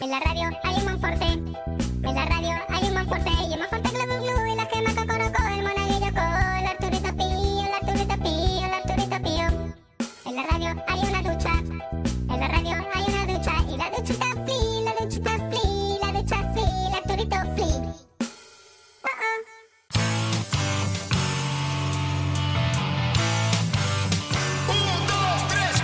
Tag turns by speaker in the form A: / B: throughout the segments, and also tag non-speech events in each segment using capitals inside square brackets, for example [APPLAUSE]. A: En la radio hay un monforte. En la radio hay un monforte. Y el monforte glu glu glu y la gema cocorocó. El monaguillo co, el arturito pío, el arturito pío, el arturito pío. En la radio hay una ducha. En la radio hay una ducha. Y la duchita fli, la duchita fli, la ducha fli, el arturito fli. Oh, oh.
B: Un, dos, tres,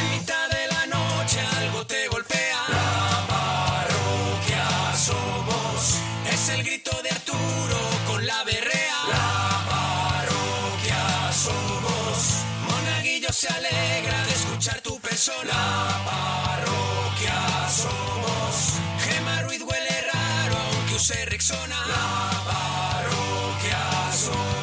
B: En mitad de la noche algo te golpea. La parroquia somos. Es el grito de Arturo con la berrea. La parroquia somos. Monaguillo se alegra de escuchar tu persona. La parroquia somos. Gema Ruiz huele raro aunque use Rexona. La parroquia somos.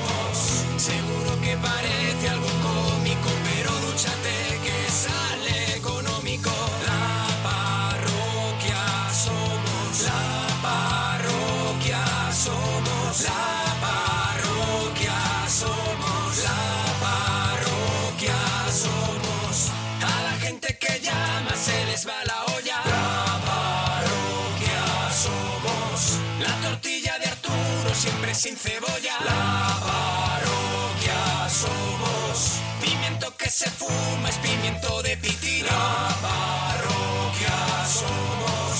B: Seguro que parece algo cómico, pero dúchate que sale económico. La parroquia somos. La parroquia somos. La parroquia somos. La parroquia somos. A la gente que llama se les va la olla. La parroquia somos. La tortilla de Arturo siempre sin cebolla. La parroquia somos. Pimiento que se fuma es pimiento de pitina. La parroquia somos.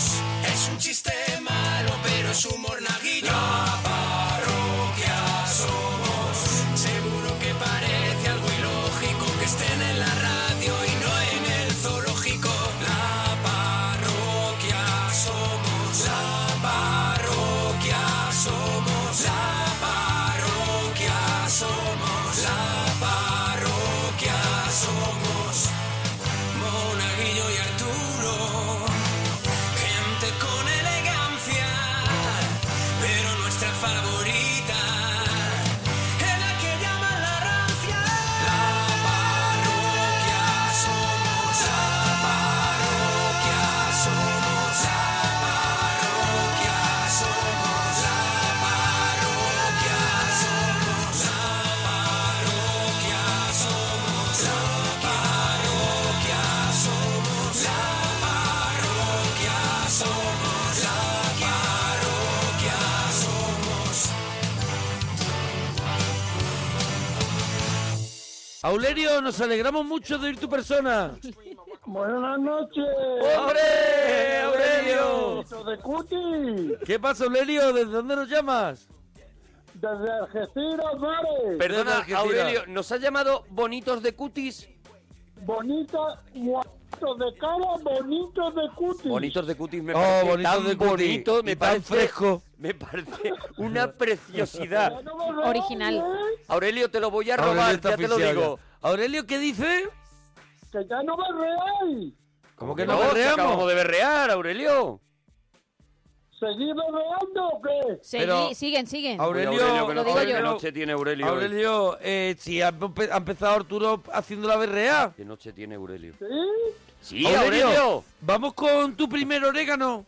B: Es un chiste malo, pero es humor naguillo. La parroquia somos. Seguro que parece algo ilógico que estén en la radio y no en el zoológico. La parroquia somos. La parroquia somos. La parroquia somos. La parroquia somos. Monaguillo y Arturo. Gente con elegancia, pero nuestra favorita es la que llaman la rancia. La parroquia somos, la parroquia somos, la parroquia somos, la parroquia somos, la parroquia somos, la parroquia somos, la parroquia somos, la parroquia somos.
C: Aulerio, nos alegramos mucho de oír tu persona.
D: Buenas noches.
C: ¡Hombre, Aurelio!
D: Esto de Cuti,
C: ¿Qué pasa, Aurelio? ¿Desde dónde nos llamas?
D: desde Algeciras, Mares.
C: Desde
E: Perdona,
C: Algeciras.
E: Aurelio, ¿nos ha llamado bonitos de cutis?
D: Bonita, guapito de cara, bonito de Cuti.
E: Bonitos de cutis me
C: Oh,
E: parece
C: bonitos
E: tan
C: de cutis,
E: bonito,
C: y
E: me
C: tan
E: parece
C: fresco.
E: Me parece una preciosidad.
F: Original.
D: ¿eh?
E: Aurelio, te lo voy a
C: Aurelio
E: robar,
C: está
E: ya te lo
C: oficial,
E: digo.
C: ya. Aurelio, ¿qué dice?
D: Que ya no me reáis.
C: ¿Cómo que
E: no,
C: no
E: que
C: berreamos?
E: acabamos de berrear, Aurelio.
D: ¿Seguís berreando o qué?
F: Seguí-
C: Pero-
F: siguen, siguen.
C: Aurelio,
E: Oye, Aurelio, que
F: Lo
E: no
F: digo
E: sabe
F: yo.
E: qué noche tiene Aurelio. hoy.
C: Aurelio, eh, si ha, empe- ha empezado Arturo haciendo la berrea.
E: ¿Qué noche tiene Aurelio?
D: ¿Sí?
E: Sí, Aurelio.
C: vamos con tu primer orégano.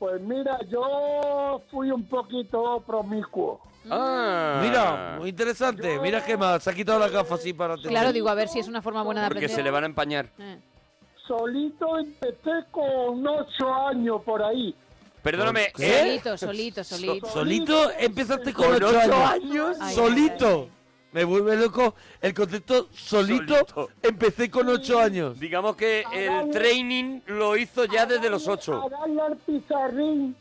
D: Pues mira, yo fui un poquito promiscuo.
E: Ah,
C: Mm. Mira, muy interesante. Mira, Gemma, se ha quitado las gafas así para tener.
F: Claro, digo, a ver si es una forma buena de
E: porque
F: aprender.
E: se le van a empañar.
F: Eh.
D: Solito empecé con ocho años por ahí.
E: Perdóname,
C: ¿Qué?
E: ¿eh? [LAUGHS]
F: Solito, solito, solito.
C: Solito empezaste con,
E: Con
C: ocho
E: ocho
C: años.
F: Ay,
C: solito. Me vuelve loco el concepto solito.
E: Solito.
C: Empecé con ocho años.
E: Digamos que el training lo hizo ya desde los
D: A
E: ocho.
D: darle al pizarrín.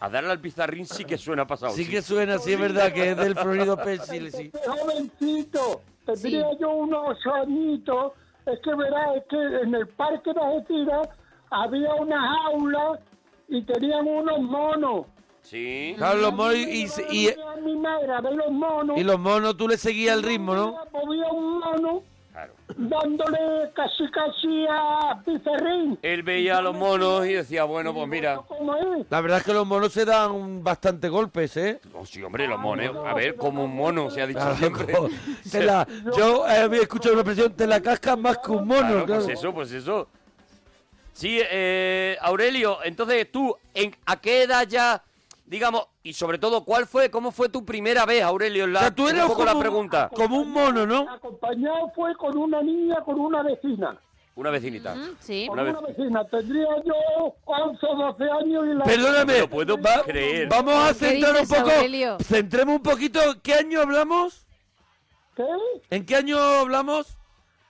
E: A darle al pizarrín sí que suena pasado.
C: Sí
E: sí.
C: que suena, sí es verdad que es del Florido Pencil, sí.
D: Este jovencito, tendría yo unos añitos. Es que verás, es que en el parque de Algeciras había una jaula y tenían unos monos.
E: Sí.
C: Claro, los monos y, y-
D: Yo a mi madre a ver los monos.
C: y los monos tú le seguías el ritmo, ¿no?
D: Mira, Movía un mono
E: Claro.
D: dándole casi casi a pizarrín.
E: Él veía a los monos y decía, bueno, pues mira.
D: ¿Cómo es?
C: La verdad es que los monos se dan bastante golpes, ¿eh?
E: Oh, sí, hombre, los monos. A ver, como un mono, se ha dicho siempre. [LAUGHS]
C: Claro, te la- yo eh, había escuchado una expresión, te la cascas más que un mono,
E: Claro, pues
C: claro.
E: eso, pues eso. Sí, eh, Aurelio, entonces tú, en, ¿a qué edad ya, digamos, y sobre todo, cuál fue, cómo fue tu primera vez, Aurelio? La,
C: O sea, tú eras
E: un poco la
C: como un-
E: pregunta.
C: Como un mono, ¿no?
D: Acompañado fue con una niña, con una vecina.
E: Una vecinita.
F: ¿Mm? Sí.
E: Una vez.
D: Una vecina, tendría yo 11 o 12 años y la...
E: No
C: Perdóname,
E: lo puedo
C: va-
E: creer.
C: vamos a
F: ¿Qué
C: centrar un
F: dices,
C: poco.
F: Aurelio?
C: Centremos un poquito. ¿Qué año hablamos?
D: ¿Qué?
C: ¿En qué año hablamos?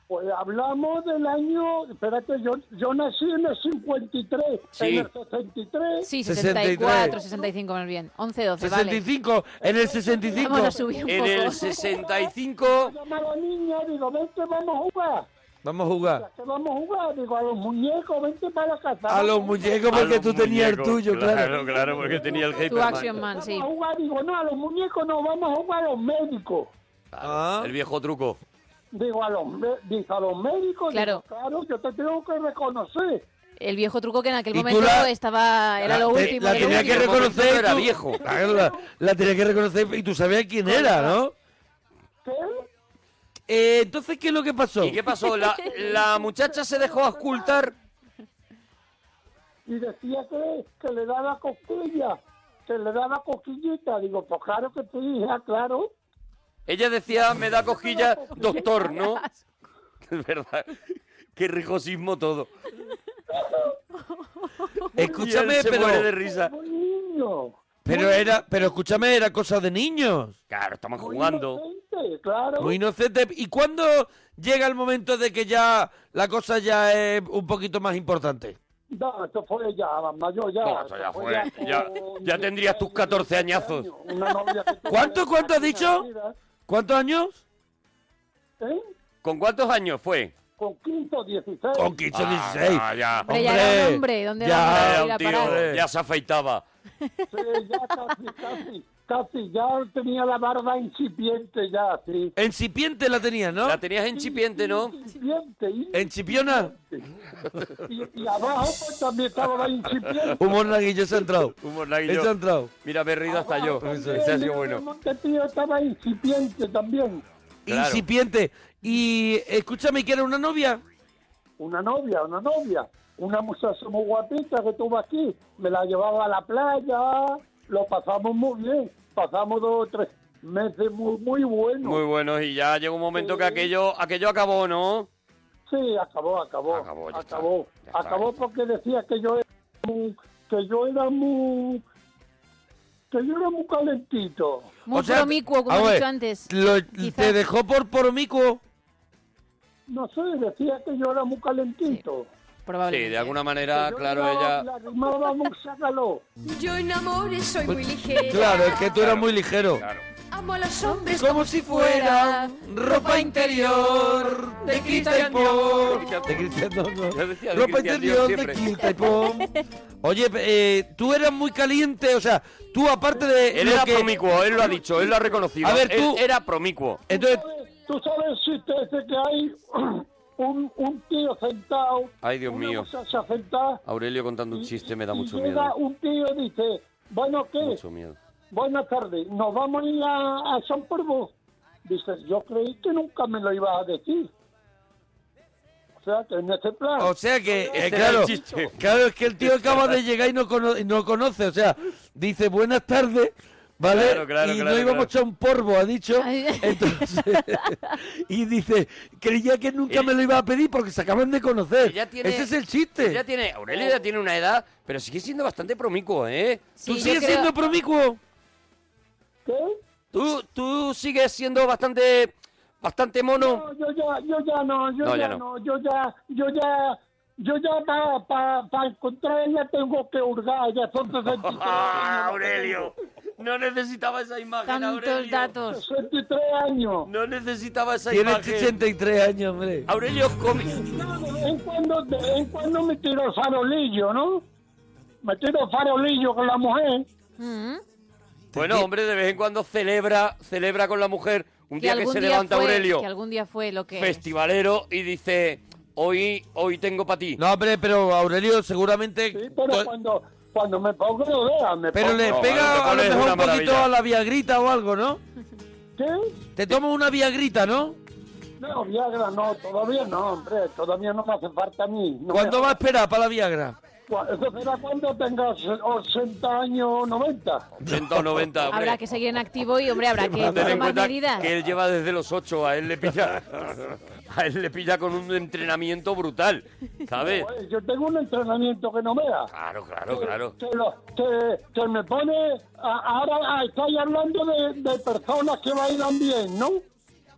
D: Pues hablamos del año... Espérate, yo, yo nací en el 53,
E: Sí.
D: en el 63.
F: Sí,
C: 63.
F: 64, 65 más bien. 11, 12, vale.
C: 65. En el 65.
F: Vamos a subir un
E: En
F: poco.
E: el 65.
D: Llama a la niña, digo, vente, vamos a jugar.
C: Vamos a jugar.
D: ¿A qué vamos a jugar? Digo, a los muñecos, vente para la casa.
C: A los muñecos porque
E: a los
C: tú tenías el
E: muñecos,
C: tuyo, claro.
E: Claro, claro, porque tenía el
F: Tu
E: Hyperman.
F: Action Man,
D: Vamos
F: sí.
D: a jugar, digo, no, a los muñecos no, vamos a jugar a los médicos.
C: Ah.
E: El viejo truco.
D: Digo, a los, me- digo, a los médicos,
F: Claro.
D: digo, claro, yo te tengo que reconocer.
F: El viejo truco que en aquel
C: Y tú
F: momento
C: la-
F: estaba, era lo
C: te-
F: último.
C: La
F: de lo
C: tenía que
F: último.
E: último.
C: reconocer.
E: Era
C: tú.
E: viejo.
C: Claro, la, la tenía que reconocer y tú sabías quién era, ¿no?
D: ¿Qué?
C: Eh, entonces, ¿qué es lo que pasó?
E: ¿Y qué pasó? La, la muchacha se dejó ocultar.
D: Y decía que, que le daba cosquilla, que le daba cosquillita. Digo, pues claro que tu hija, claro.
E: Ella decía, me da cosquillas, doctor, ¿no? Es [LAUGHS] verdad. Qué rijosismo todo. Y
C: Escúchame,
E: él se
C: pero,
E: muere de risa.
D: Un niño.
C: pero era, pero escúchame, era cosa de niños.
E: Claro, estaban
D: muy
E: jugando.
D: inocente, claro.
C: Muy inocente. ¿Y cuándo llega el momento de que ya la cosa ya es un poquito más importante?
D: No, esto fue ya, mayor ya.
E: No, esto ya fue, ya-
D: con
E: ya tendrías tus 14 añazos.
D: Una novia
E: [LAUGHS]
D: que tuve
C: ¿Cuánto, cuánto has
D: aquí
C: dicho?
D: nacida,
C: ¿Cuántos años?
D: ¿eh?
E: ¿Con cuántos años fue?
D: Con 15 o 16.
C: Con 15 o
E: Ah,
C: 16.
E: ya, ya.
F: Hombre, ya era un hombre, ¿dónde vamos a
E: Ya
F: ir
E: era
F: a
E: un
F: parar?
E: tío, ya se afeitaba.
D: Sí, ya casi, casi, casi, ya tenía la barba incipiente ya, sí.
C: Encipiente la tenía, ¿no?
E: La tenías en chipiente, ¿no? Eh,
D: Incipiente, y,
C: Encipiona.
D: y- y abajo pues, también estaba la incipiente.
E: Uh,
C: Humor naguillo, se
E: [LAUGHS]
C: ha entrado.
E: Humor naguillo.
C: Se ha entrado.
E: Mira, me he reído hasta yo.
C: Ah,
E: Ese ha sido bueno.
D: Montepío estaba incipiente también.
E: Claro.
C: Incipiente. Y escúchame, que era una novia?
D: Una novia, una novia. Una muchacha muy guapita que tuvo aquí. Me la llevaba a la playa. Lo pasamos muy bien. Pasamos dos o tres meses muy, muy buenos.
E: Muy bueno, y ya llegó un momento que aquello, aquello acabó, ¿no?
D: Sí, acabó, acabó.
E: Acabó,
D: Acabó,
E: ya está,
D: acabó.
E: ya está.
D: porque decía que yo era muy, que yo era muy, que yo era muy calentito.
F: Muy
C: O sea,
F: promicuo, como
E: ah,
C: a
F: he
C: ver,
F: dicho antes.
C: lo-
F: Quizá.
C: te dejó por promicuo.
D: No sé, decía que yo era muy calentito.
E: Sí,
F: Probablemente.
E: de alguna manera,
D: Que yo
E: Ah, claro,
D: llegaba,
E: ella.
D: lagrimaba mucha calor.
G: Yo en amores soy muy ligera.
C: Claro, es que tú eras muy ligero.
E: Claro.
G: Amo a los hombres
C: Como si fuera ropa interior de Cristian Dior. De Cristian Dior, no.
E: Yo decía de
C: Ropa
E: Cristian
C: interior
E: Dior
C: de
E: siempre.
C: Cristian Dior. Oye, eh, tú eras muy caliente, o sea, tú aparte de
E: Él
C: lo
E: era
C: que-
E: promicuo, él lo ha dicho, él lo ha reconocido.
C: A ver,
E: Él
C: tú-
E: era promicuo.
C: Entonces,
D: Tú sabes si te dice que hay [CLEARS THROAT] un, un tío sentado.
E: Ay, Dios
D: una
E: mío.
D: muchacha sentada.
E: Aurelio contando un
D: y-
E: chiste me da
D: y
E: mucho
D: llega
E: miedo.
D: un tío y dice, bueno, ¿qué?
E: Mucho miedo.
D: Buenas tardes, nos vamos a ir a, a San Porvo. Dice, yo creí que nunca me lo ibas a decir. O sea, que en este plan.
C: o sea que, eh,
E: Este era el
C: claro,
E: chiste.
C: claro, es que el tío acaba de llegar y no, cono- y no conoce, o sea, dice buenas tardes, ¿vale?
E: Claro, claro,
C: y
E: claro,
C: no íbamos
E: claro.
C: a un porbo, ha dicho.
F: Ay.
C: Entonces, [LAUGHS] y dice, creía que nunca me lo iba a pedir porque se acaban de conocer.
E: Ella tiene-
C: Ese es el chiste.
E: Ya tiene, Aurelio ya tiene una edad, pero sigue siendo bastante promicuo, ¿eh?
F: Sí,
C: Tú
F: yo
C: sigues
F: creo-
C: siendo promicuo.
D: ¿Qué?
E: Tú, tú sigues siendo bastante, bastante mono.
D: No, yo ya, yo ya no, yo
E: No, ya
D: ya,
E: no.
D: no. yo ya, yo ya, yo ya para pa, pa encontrarla tengo que hurgar, ya son 63
E: ¡Ah,
D: años.
E: [LAUGHS] Aurelio! No necesitaba esa imagen,
F: Tantos
E: Aurelio.
F: datos.
D: 63 años.
E: No necesitaba esa
C: Tiene
E: imagen. Ah.
C: 83 años, hombre.
E: Aurelio come.
D: De vez en cuando, de vez en cuando me tiro farolillo, ¿no? Me tiro farolillo con la mujer.
F: Mm.
E: Bueno, hombre, de vez en cuando celebra, celebra con la mujer. Un día que
F: algún
E: se
F: día
E: levanta
F: fue-
E: Aurelio,
F: Que algún día fue lo que...
E: festivalero, y dice, hoy, hoy tengo para ti.
C: No, hombre, pero Aurelio seguramente...
D: Sí, pero
C: to-
D: cuando, cuando me pongo de oreja, me
C: Pues- pero
D: pongo...
C: le
E: Oh, No,
C: pega
E: Aurelio
C: a lo
E: es una
C: mejor un poquito
E: maravilla.
C: a la viagrita o algo, ¿no?
D: ¿Qué?
C: Te tomas una viagrita, ¿no?
D: No, Viagra no, todavía no, hombre, todavía no me hace falta a mí. No
C: ¿Cuándo
D: me-
C: va a esperar para la viagra?
D: Cu- Eso será cuando tenga se- 80 años, 90.
E: 80 o 90, hombre.
F: Habrá que seguir en activo y, hombre, habrá que
E: Ten en
F: tomar
E: cuenta
F: medidas.
E: que él lleva desde los 8, a él le pilla. [LAUGHS] a él le pilla con un entrenamiento brutal, ¿sabes?
D: Joder, Yo tengo un entrenamiento que no vea.
E: Claro, claro, Ah, claro.
D: Que, lo- que- que me pone. a- ahora estáis hablando de, de personas que bailan bien, ¿no?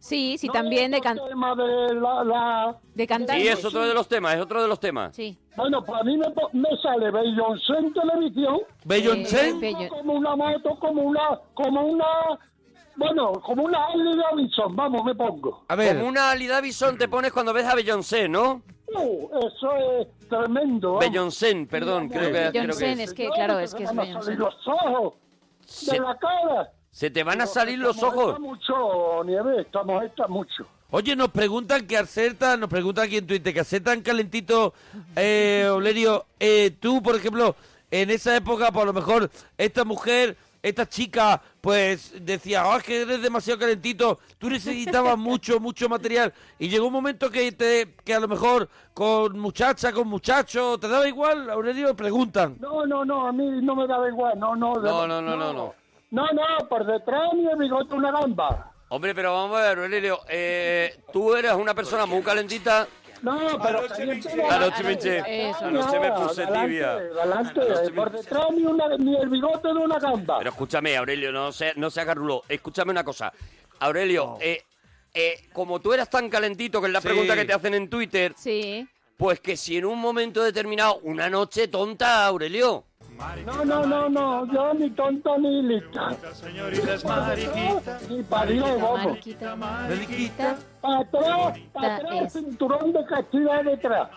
F: Sí, sí, también de, can-
D: El tema de la. la-
F: de cantar.
E: Sí, es otro de los temas, es otro de los temas.
F: Sí.
D: Bueno, para mí me, po- me sale Beyoncé en televisión.
C: Beyoncé.
F: Eh, Bello-
D: Como una moto, como una. Como una. Bueno, como una Harley Davidson, vamos, me pongo.
C: A ver,
E: Como una Ali Davison te pones cuando ves a Beyoncé, ¿no?
D: Uh, eso es tremendo. vamos.
E: Beyoncé, perdón, creo que, creo que
F: Beyoncé,
E: es.
F: es que
D: Señores,
F: claro,
D: que
F: es
D: se
F: que es
D: van a
F: Beyoncé.
D: salir los ojos
E: Se,
D: de la cara.
E: se te van a salir los
D: Estamos
E: ojos.
D: hechas mucho, Nieves, estamos hechas mucho.
C: oye, nos preguntan que acertan, nos preguntan aquí en Twitter, que acertan calentito, eh, Olerio, eh, tú, por ejemplo, en esa época, por lo mejor, esta mujer, esta chica, pues decía, oh, es que eres demasiado calentito, tú necesitabas mucho, mucho material, y llegó un momento que, te, que a lo mejor con muchacha, con muchacho, ¿te daba igual? Olerio, preguntan.
D: No, no, no, a mí no me daba igual, no, no. de-
E: No, no, no, no, no.
D: No, no, por detrás ni el bigote una gamba.
E: Hombre, pero vamos a ver, Aurelio, eh, tú eres una persona muy calentita.
D: No, pero... caliente no.
E: Anoche me hinché,
F: Eso.
E: anoche me
D: No,
E: puse
D: adelante,
E: tibia.
D: adelante,
E: Anoche me
D: por
E: puse-
D: detrás ni, una- ni el bigote de una gamba.
E: Pero escúchame, Aurelio, no seas no sea garrulo. Escúchame una cosa. Aurelio, eh, eh, como tú eras tan calentito, que es la
C: Sí.
E: pregunta que te hacen en Twitter,
F: Sí.
E: pues que si en un momento determinado, una noche tonta, Aurelio.
D: No, no, no, no, yo ni tonto ni lista.
H: Señoritas mariquita,
D: Ni parido, vamos.
F: Marquita,
C: Mariquita.
D: Para atrás, para
F: Esta
D: atrás,
F: es.
D: cinturón de castidad detrás.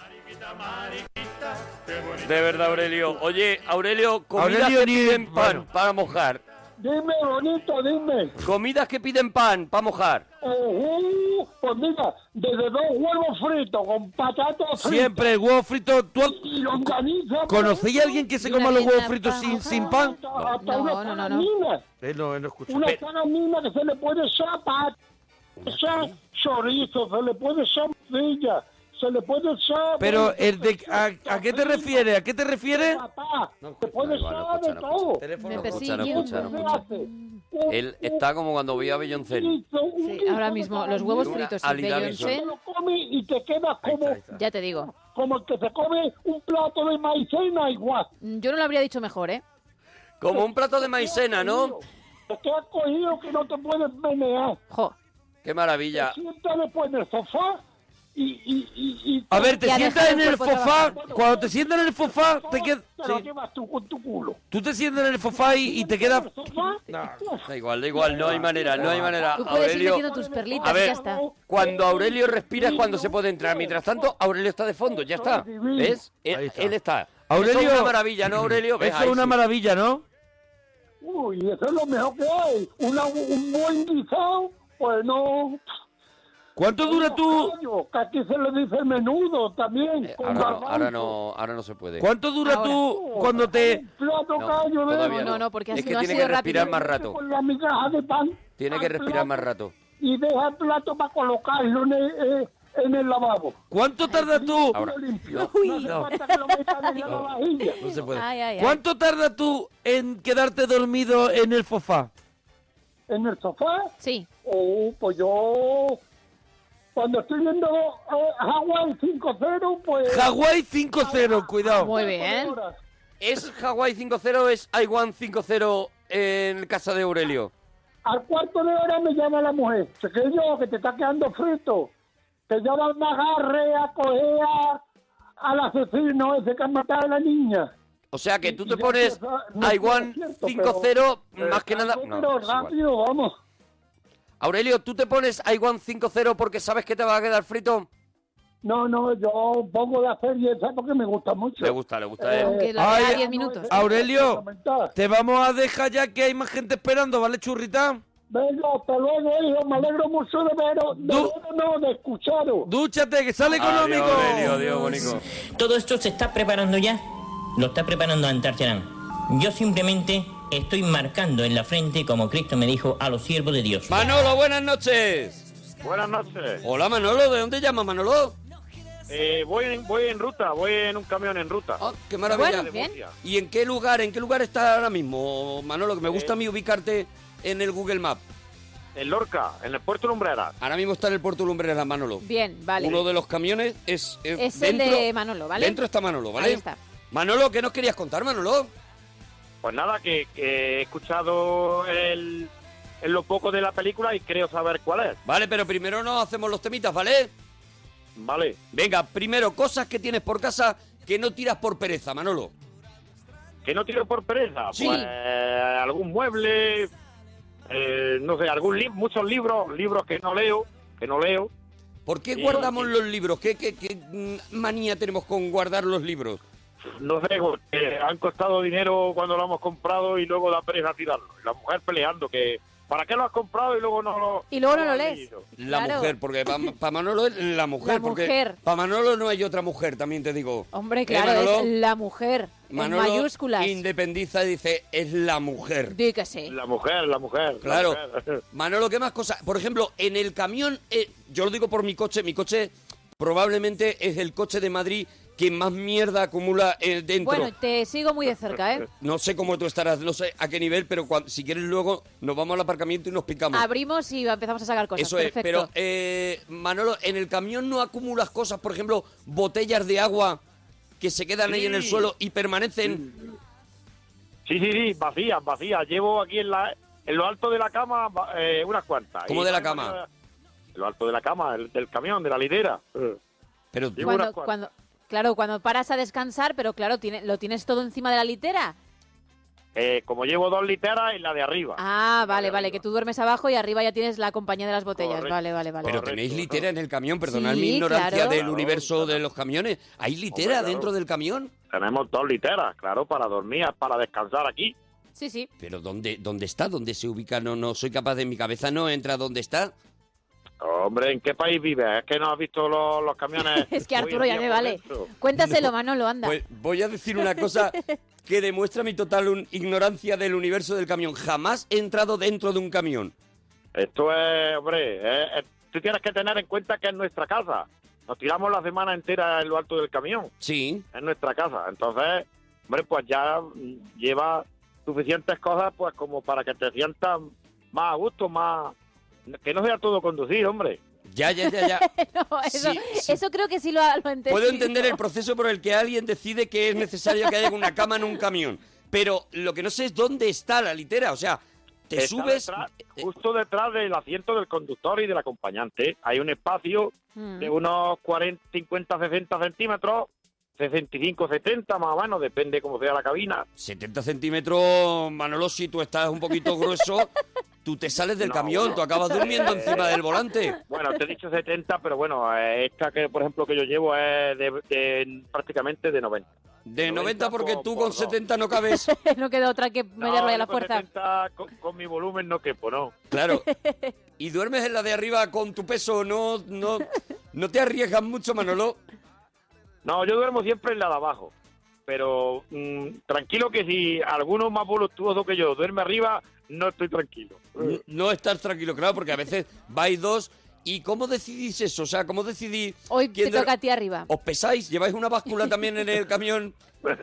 E: De verdad, Aurelio. Oye, Aurelio, comidas
C: Aurelio
E: que
C: ni-
E: piden pan
C: bueno.
E: para mojar.
D: Dime, bonito, dime.
E: Comidas que piden pan para mojar.
D: Ujú, pues mira, desde dos huevos fritos con patatas fritas
C: Siempre, huevo frito, ¿tú has-
D: y longaniza.
C: conocí a alguien que se
F: Y una
C: coma los huevos
F: harina
C: fritos
F: pan.
C: sin, sin pan?
D: Hasta hasta
F: No,
D: una
F: no, no, no.
D: salamina,
C: Eh, no, eh, no escucho.
D: Una
C: Pe-
D: salamina que se le puede echar pat- echar chorizo, se le puede echar morcilla, se le puede echar...
C: Pero,
D: bueno,
C: el de, a, a qué te refieres? ¿A qué te refieres?
D: Papá,
E: No,
D: se puede
E: no, no,
D: echar de
E: escucha, no,
D: todo.
F: Me
E: escucha, no,
F: persiguen.
E: escucha, no,
D: ¿Qué
E: escucha.
D: hace?
E: Él está como cuando veía a Beyoncé.
D: Guiso, un
F: Sí,
D: guiso
F: ahora
D: de
F: mismo, los huevos
E: Una
D: salamina,
F: fritos y
E: Ali Davidson.
F: Beyoncé,
D: Te lo come y te quedas como...
F: ya te digo.
D: como el que se come un plato de maicena igual.
F: Yo no lo habría dicho mejor, ¿eh?
E: Como un plato de maicena, ¿no?
D: Te quedas cogido que no te puedes menear.
F: Jo.
E: Qué maravilla.
D: Siéntate después en el sofá y... y, y, y
C: A ver,
F: Y
C: te
F: a
C: sientas
F: dejar el
C: en el
F: cuerpo
C: fofá.
F: trabajar.
C: Cuando te sientas en el fofá,
D: todo
C: te quedas.
D: Te lo llevas tú con tu culo.
C: Tú te sientas en el fofá y, y te quedas.
D: En el sofá,
E: Da igual, da igual, no hay manera, no hay manera.
F: Tú puedes ir
E: Aurelio,
F: metiendo tus perlitas
E: A ver.
F: y ya está.
E: cuando Aurelio respira es cuando se puede entrar. Mientras tanto, Aurelio está de fondo, ya está. ¿Ves? Eh,
C: Ahí
E: Él,
C: está.
E: él está.
C: Aurelio.
E: Eso es una maravilla, ¿no, Aurelio? Ves,
C: Eso
E: ahí
C: es una
E: sí.
C: maravilla, ¿no?
D: Uy, eso es lo mejor que hay. Una, un buen guisado, pues no...
C: ¿Cuánto dura tú?
D: Callo, Que aquí se le dice menudo también.
E: Eh,
D: con
E: Ahora no, ahora
D: garbanzo.
E: no, ahora no se puede.
C: ¿Cuánto dura
F: Ahora.
C: tú cuando te.?
D: Un plato
E: No,
D: callo de...
E: todavía
F: No, no, no, porque
E: es
F: así
E: que
F: no ha
E: tiene
F: sido
E: que respirar
F: rápido.
E: más rato.
D: Con la migaja de pan.
E: Tiene que
D: al
E: respirar más
D: plato.
E: rato.
D: y deja el plato para colocarlo en el, eh, en el lavabo.
C: ¿Cuánto tardas tú?
E: Ahora.
F: [LAUGHS]
D: Limpio. No
E: No,
D: hace
E: [LAUGHS] no.
D: falta que lo metan en la lavavajilla.
C: No se puede.
F: Ay, ay, ay.
C: ¿Cuánto tardas tú en quedarte dormido en el fofá?
D: En el sofá,
F: Sí.
D: o pues yo... Cuando estoy viendo eh, Hawái 5-0, pues...
C: Hawái 5-0, cuidado.
F: Muy bien.
D: horas.
E: ¿Es Hawái 5-0 o es Taiwán 5-0 en casa de Aurelio?
D: Al cuarto de hora me llama la mujer. Chequeño, que te está quedando frito. Que ya van a agarre a coger a- al asesino ese que ha matado a la niña.
E: O sea que tú
D: Y
E: te
D: yo
E: pones
D: empiezo a- no
E: Taiwán
D: quiero decirlo,
E: 5-0 más que
D: Pero
E: nada.
D: algo,
E: No,
D: pero
E: es igual.
D: rápido, Eh, vamos.
E: Aurelio, ¿tú te pones Taiwán 5-0 porque sabes que te va a quedar frito?
D: No, no, yo pongo la serie esa porque me gusta mucho. Ah,
E: Le gusta, le gusta. eh.
F: Aunque lo
C: Ay,
F: vea 10 Ah, minutos.
C: Aurelio,
D: Comentar.
C: te vamos a dejar ya que hay más gente esperando, ¿vale, churrita?
D: Venga, hasta luego, hijo. Me alegro mucho de veros. De
C: Du-
D: veros no, de escucharos.
C: Dúchate, que
D: Eh,
C: sale económico.
E: Adiós, Aurelio, adiós, Bonico.
I: Todo esto se está preparando ya. Lo está preparando Antártida. Yo simplemente estoy marcando en la frente, como Cristo me dijo, a los siervos de Dios.
E: Manolo, buenas noches.
H: buenas noches.
E: Hola, Manolo, ¿de dónde llamas, Manolo?
H: Eh, voy, en- voy en ruta, voy en un camión en ruta.
E: Ah, qué maravilla.
F: Bueno, bien.
E: ¿Y en qué
H: Eh.
E: lugar, en qué lugar estás ahora mismo, Manolo? Que me gusta a mí ubicarte en el Google Maps.
H: en Lorca, en el puerto Lumbrera.
E: Ahora mismo está en el puerto Lumbreras la Manolo.
F: Bien, vale.
E: Uno de los camiones es... es
F: Es el
E: dentro-
F: de Manolo, ¿vale?
E: Dentro está Manolo, ¿vale?
F: Ahí está.
E: Manolo, ¿qué nos querías contar, Manolo?
H: Pues nada, que, que he escuchado el, en lo poco de la película y creo saber cuál es.
E: Vale, pero primero nos hacemos los temitas, ¿vale?
H: Vale.
E: Venga, primero, cosas que tienes por casa que no tiras por pereza, Manolo.
H: Que no tiro por pereza.
E: Sí.
H: Pues algún mueble, eh, no sé, algún li- muchos libros, libros que no leo, que no leo.
E: ¿Por qué
H: Eh,
E: guardamos
H: eh.
E: los libros? ¿Qué, qué, qué, mm, manía tenemos con guardar los libros?
H: No sé, porque han costado dinero cuando lo hemos comprado y luego da pereza tirarlo. Y La mujer peleando, que ¿para qué lo has comprado y luego no lo...
F: Y luego no
H: lo
F: lo
H: has
F: lees.
H: leído?
E: La
F: Claro.
E: mujer, porque
F: [LAUGHS]
E: para Manolo es la mujer.
F: La
E: porque
F: mujer.
E: Para Manolo no hay otra mujer, también te digo.
F: Hombre,
E: ¿Eh,
F: claro,
E: Manolo?
F: es la mujer.
E: Manolo
F: en mayúsculas.
E: independiza y dice, es la mujer.
F: Di que sí.
H: La mujer, la mujer. la
E: Claro.
H: mujer.
E: Manolo, ¿qué más cosas? Por ejemplo, en el camión, eh, yo lo digo por mi coche, mi coche probablemente es el coche de Madrid que más mierda acumula eh, dentro.
F: Bueno, te sigo muy de cerca, ¿eh?
E: No sé cómo tú estarás, no sé a qué nivel, pero cuan- si quieres luego nos vamos al aparcamiento y nos picamos.
F: Abrimos y empezamos a sacar cosas.
E: Eso
F: Ah,
E: es,
F: Perfecto.
E: pero eh, Manolo, en el camión no acumulas cosas, por ejemplo, botellas de agua que se quedan ahí en el
H: Sí.
E: suelo y permanecen.
H: Sí, sí, sí, vacías, vacías. Llevo aquí en, la, en lo alto de la cama va- eh, unas cuantas.
E: ¿Cómo
H: Y
E: de la
H: no hay
E: cama?
H: manera- En lo alto de la cama, el- del camión, de la lidera. Eh,
E: Pero
H: Llevo
F: cuando,
H: unas cuantas.
F: cuando, claro, cuando paras a descansar, pero claro, tiene, lo tienes todo encima de la litera.
H: Eh, como llevo dos literas, en la de arriba.
F: Ah, vale,
H: Vale,
F: vale,
H: arriba.
F: que tú duermes abajo y arriba ya tienes la compañía de las botellas.
H: Correcto.
F: Vale, vale, vale.
E: Pero
H: Correcto,
E: tenéis
H: ¿no?
E: litera en el camión, perdonad mi
F: Sí,
E: ignorancia
F: claro.
E: del
H: Claro,
E: universo
H: claro.
E: de los camiones. ¿Hay
H: Hombre,
E: litera
H: claro.
E: dentro del camión?
H: Tenemos dos literas, claro, para dormir, para descansar aquí.
F: Sí, sí. [LAUGHS]
E: Pero ¿dónde, dónde está? ¿Dónde se ubica? No, no soy capaz de, mi cabeza no entra dónde está.
H: Hombre, ¿en qué país vives? Es que no has visto los, los camiones.
F: Es que
H: hoy en
F: Arturo ya
H: día
F: me
H: por
F: vale.
H: dentro.
F: Cuéntaselo, Manolo, anda.
E: Pues voy a decir una cosa que demuestra mi total un- ignorancia del universo del camión. Jamás he entrado dentro de un camión.
H: Esto es, hombre, eh, eh, tú tienes que tener en cuenta que es nuestra casa. Nos tiramos la semana entera en lo alto del camión.
E: Sí.
H: es nuestra casa. Entonces, hombre, pues ya mm, lleva suficientes cosas pues como para que te sientas más a gusto, más... Que no sea todo conducir, hombre.
E: Ya, ya, ya, ya.
F: [LAUGHS] No, eso,
E: sí, sí.
F: eso creo que sí lo, ha- lo he entendido.
E: Puedo entender el proceso por el que alguien decide que es necesario que haya una cama en un camión. Pero lo que no sé es dónde está la litera. O sea, te
H: Está
E: subes.
H: detrás-
E: eh,
H: justo detrás del asiento del conductor y del acompañante hay un espacio
F: Mm.
H: de unos 40, 50, 60 centímetros, 65, 70 más o menos, depende cómo sea la cabina.
E: 70 centímetros, Manolo, si tú estás
H: [LAUGHS]
E: un poquito grueso, tú te sales del
H: No,
E: camión,
H: no.
E: tú acabas durmiendo encima del volante.
H: Bueno, te he dicho 70, pero bueno, eh, esta que por ejemplo que yo llevo es de, de- prácticamente de 90.
E: De 90
H: 90
E: porque
H: por-
E: tú
H: por
E: con
H: dos.
E: 70 no
H: [LAUGHS]
E: cabes.
F: [LAUGHS] no queda otra que meterlo ahí a
H: yo
F: la
H: con
F: fuerza.
H: 70 con, con mi volumen no quepo, no.
E: Claro. Y duermes en la de arriba con tu peso, no, no, no te arriesgas mucho, Manolo.
H: No, yo duermo siempre en la de abajo. Pero mm, tranquilo que si alguno más voluptuoso que yo duerme arriba, no estoy tranquilo.
E: N- No estar tranquilo, claro, porque a veces vais dos. ¿Y cómo decidís eso? O sea, ¿cómo decidís?
F: Hoy
E: quién Oh,
F: te
E: de-
F: toca a ti arriba.
E: ¿Os pesáis? ¿Lleváis una báscula también en el camión?
H: [LAUGHS]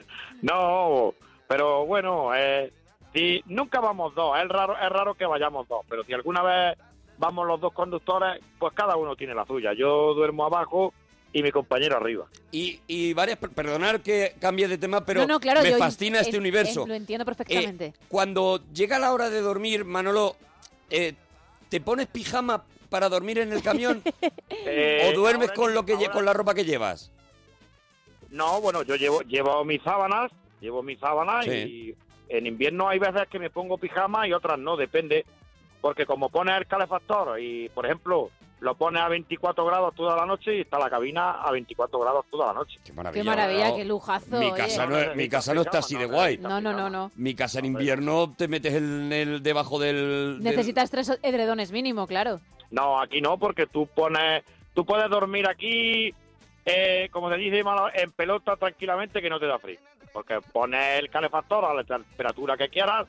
H: No, pero bueno, eh, si nunca vamos dos, es raro, es raro que vayamos dos, pero si alguna vez vamos los dos conductores, pues cada uno tiene la suya. Yo duermo abajo y mi compañero arriba.
E: Y, y varias... per- Perdonar que cambie de tema, pero
F: no, no, claro,
E: me
F: yo-
E: fascina este
F: en-
E: universo.
F: en- lo entiendo
E: Eh,
F: perfectamente.
E: cuando llega la hora de dormir, Manolo, eh, ¿te pones pijama para dormir en el camión
H: [LAUGHS] Eh,
E: o duermes
H: ahora
E: con
H: ni-
E: lo que lle-
H: ahora-
E: con la ropa que llevas?
H: No, bueno, yo llevo, llevo mis sábanas, llevo mis sábanas
E: Sí.
H: y en invierno hay veces que me pongo pijama y otras no, depende. Porque como pones el calefactor y, por ejemplo, lo pones a 24 grados toda la noche y está la cabina a 24 grados toda la noche.
E: Qué maravilla.
F: Qué maravilla,
E: Manolo.
F: qué lujazo.
E: Mi
F: oye.
E: casa no, es- mi casa no está así de guay.
F: No, no, no, no.
E: Mi casa en invierno te metes en el debajo del, del-
F: Necesitas tres edredones mínimo, claro.
H: No, aquí no, porque tú pones, tú puedes dormir aquí, eh, como se dice, mano, en pelota tranquilamente que no te da frío. Porque pones el calefactor a la temperatura que quieras,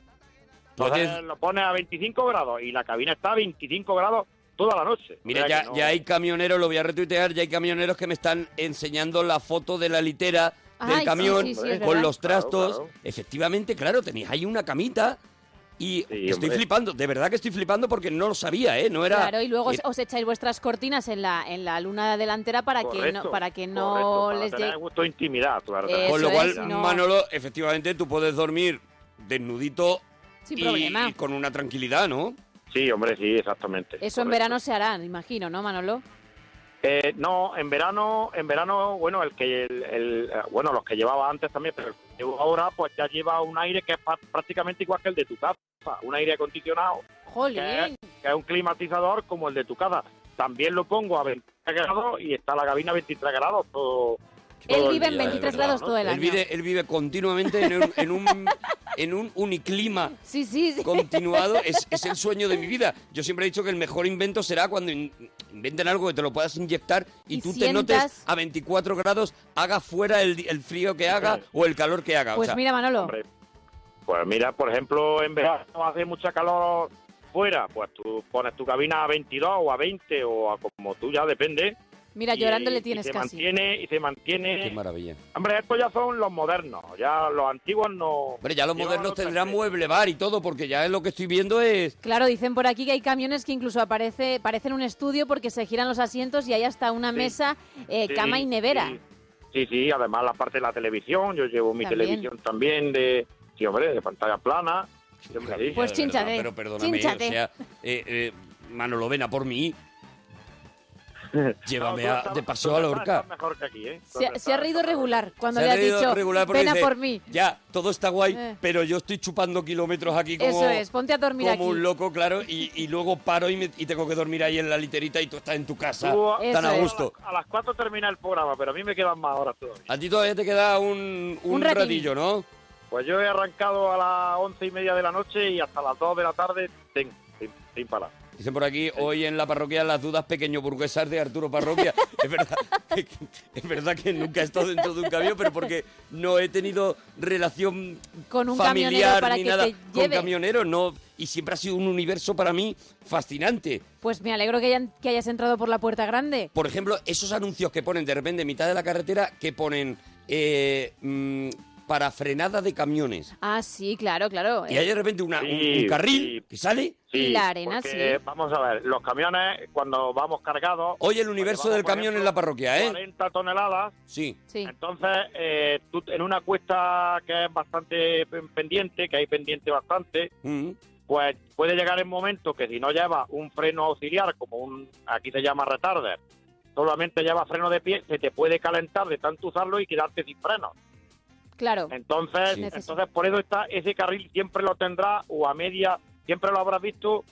E: Puedes-
H: entonces lo pones a 25 grados y la cabina está a 25 grados toda la noche.
E: Mira,
H: O sea
E: ya,
H: que no-
E: ya hay camioneros, lo voy a retuitear, ya hay camioneros que me están enseñando la foto de la litera del
F: Ay, sí,
E: camión
F: sí, sí, es
E: con
F: verdad.
E: los
H: Claro,
E: trastos.
H: claro.
E: Efectivamente, claro, tenéis ahí una camita Y
H: Sí,
E: estoy
H: hombre.
E: flipando, de verdad que estoy flipando porque no lo sabía, ¿eh? No era...
F: Claro, y luego os,
E: era-
F: os echáis vuestras cortinas en la, en la luna delantera para que
H: Correcto,
F: no, para que no
H: correcto, para
F: les
H: tener
F: llegue.
H: gusto e intimidad, claro.
F: Eh,
H: tener
E: Con lo
F: Eso
E: cual,
F: es, no.
E: Manolo, efectivamente tú puedes dormir desnudito
F: Sin
E: y,
F: problema.
E: y con una tranquilidad, ¿no?
H: Sí, hombre, sí, exactamente.
F: Eso en
H: correcto.
F: verano se hará, imagino, ¿no, Manolo?
H: Eh, no, en verano, en verano, bueno, el que, el, el- eh, bueno, los que llevaba antes también, pero el que llevo ahora, pues ya lleva un aire que es pa- prácticamente igual que el de tu casa, un aire acondicionado,
F: Jolín.
H: que es un climatizador como el de tu casa. También lo pongo a 23 grados y está la cabina a 23 grados. Todo,
F: Él
H: todo
F: vive
H: el
F: en
H: día, de
F: 23
H: verdad,
F: grados
H: ¿no?
F: todo el
E: Él
F: año.
E: vive, él vive continuamente en un,
F: [LAUGHS]
E: en un, en un uniclima
F: Sí, sí, sí.
E: continuado. Es, es el sueño de mi vida. Yo siempre he dicho que el mejor invento será cuando in- inventen algo que te lo puedas inyectar y,
F: Y
E: tú te
F: sientas-
E: notes a 24 grados, haga fuera el, di- el frío que haga o el calor que haga. O
F: Pues
E: sea,
F: mira, Manolo,
H: Hombre, Pues mira, por ejemplo, en verano
J: Ah,
H: ah, hace mucha calor fuera, pues tú pones tu cabina a 22 o a 20 o a como tú ya depende.
F: mira,
H: y-
F: llorando le
H: y
F: tienes
H: se
F: casi.
H: Mantiene, y se
E: qué
H: mantiene.
E: maravilla.
H: Hombre, estos ya son los modernos, ya los antiguos no.
E: Hombre, ya los
H: Llevan
E: modernos
H: otra
E: tendrán
H: especie.
E: mueble bar y todo, porque ya es lo que estoy viendo es...
F: Claro, dicen por aquí que hay camiones que incluso aparece, parecen un estudio porque se giran los asientos y hay hasta una
H: Sí.
F: mesa, eh,
H: Sí,
F: cama y nevera.
H: Sí. Sí, sí, además la parte de la televisión, yo llevo mi
F: También.
H: televisión también de, sí, hombre, de pantalla plana. Sí, hombre, sí.
F: Pues
E: de verdad,
F: chínchate,
E: Pero perdóname,
F: chínchate.
E: o sea, eh, eh, Manolo, ven a
H: [LAUGHS]
E: por mí. Llévame
H: No, tú
E: a-
H: estás-
E: de paseo
H: tú
E: a
H: estás-
E: Lorca.
H: estás mejor que aquí, ¿eh?
F: Se,
H: Tú
F: se ha
H: estás-
F: reído regular cuando
E: Se
F: le
E: ha
F: has
E: reído
F: dicho,
E: regular porque
F: pena
E: dice,
F: por mí.
E: Ya, todo está guay,
F: Eh.
E: pero yo estoy chupando kilómetros aquí como,
F: Eso es, ponte a dormir
E: como
F: aquí.
E: un loco, claro, y, y luego paro y, me- y tengo que dormir ahí en la literita y tú estás en tu casa,
H: Tú-
E: tan a
F: Eso es.
E: gusto.
H: A las 4 termina el programa, pero a mí me quedan más horas todavía.
E: A ti todavía te queda un, un
F: Un ratín.
E: ratillo, ¿no?
H: Pues yo he arrancado a las once y media de la noche y hasta las 2 de la tarde sin, sin, sin parar.
E: Dicen por aquí, hoy en la parroquia las dudas pequeño burguesas de Arturo
F: [LAUGHS]
E: Parroquia. es, verdad que, es verdad que nunca he estado dentro de un camión, pero porque no he tenido relación
F: Con un camionero
E: familiar
F: para
E: ni
F: que
E: nada
F: te
E: con
F: lleve.
E: camioneros, no. Y siempre ha sido un universo para mí fascinante.
F: Pues me alegro que, hayan- que hayas entrado por la puerta grande.
E: Por ejemplo, esos anuncios que ponen de repente en mitad de la carretera, que ponen eh, mm, para frenada de camiones.
F: Ah, sí, claro, claro. eh,
E: Y hay de repente una- un- un,
H: Sí,
E: carril
H: sí.
E: que sale.
F: Y la arena,
H: porque,
F: sí.
H: Vamos a ver, los camiones, cuando vamos cargados.
E: Hoy el universo
H: porque
E: del
H: vamos, por
E: camión en
H: ejemplo,
E: la parroquia, ¿eh?
H: 40 toneladas.
E: Sí.
F: Sí.
H: Entonces, eh, tú en una cuesta que es bastante pen- pendiente, que hay pendiente bastante,
E: Mm.
H: pues puede llegar el momento que si no lleva un freno auxiliar, como un aquí se llama retarder, solamente lleva freno de pie, se te puede calentar de tanto usarlo y quedarte sin freno.
F: Claro.
E: Eh,
H: Entonces,
E: Sí.
H: entonces por eso está ese carril siempre lo tendrá o a media, siempre lo habrás visto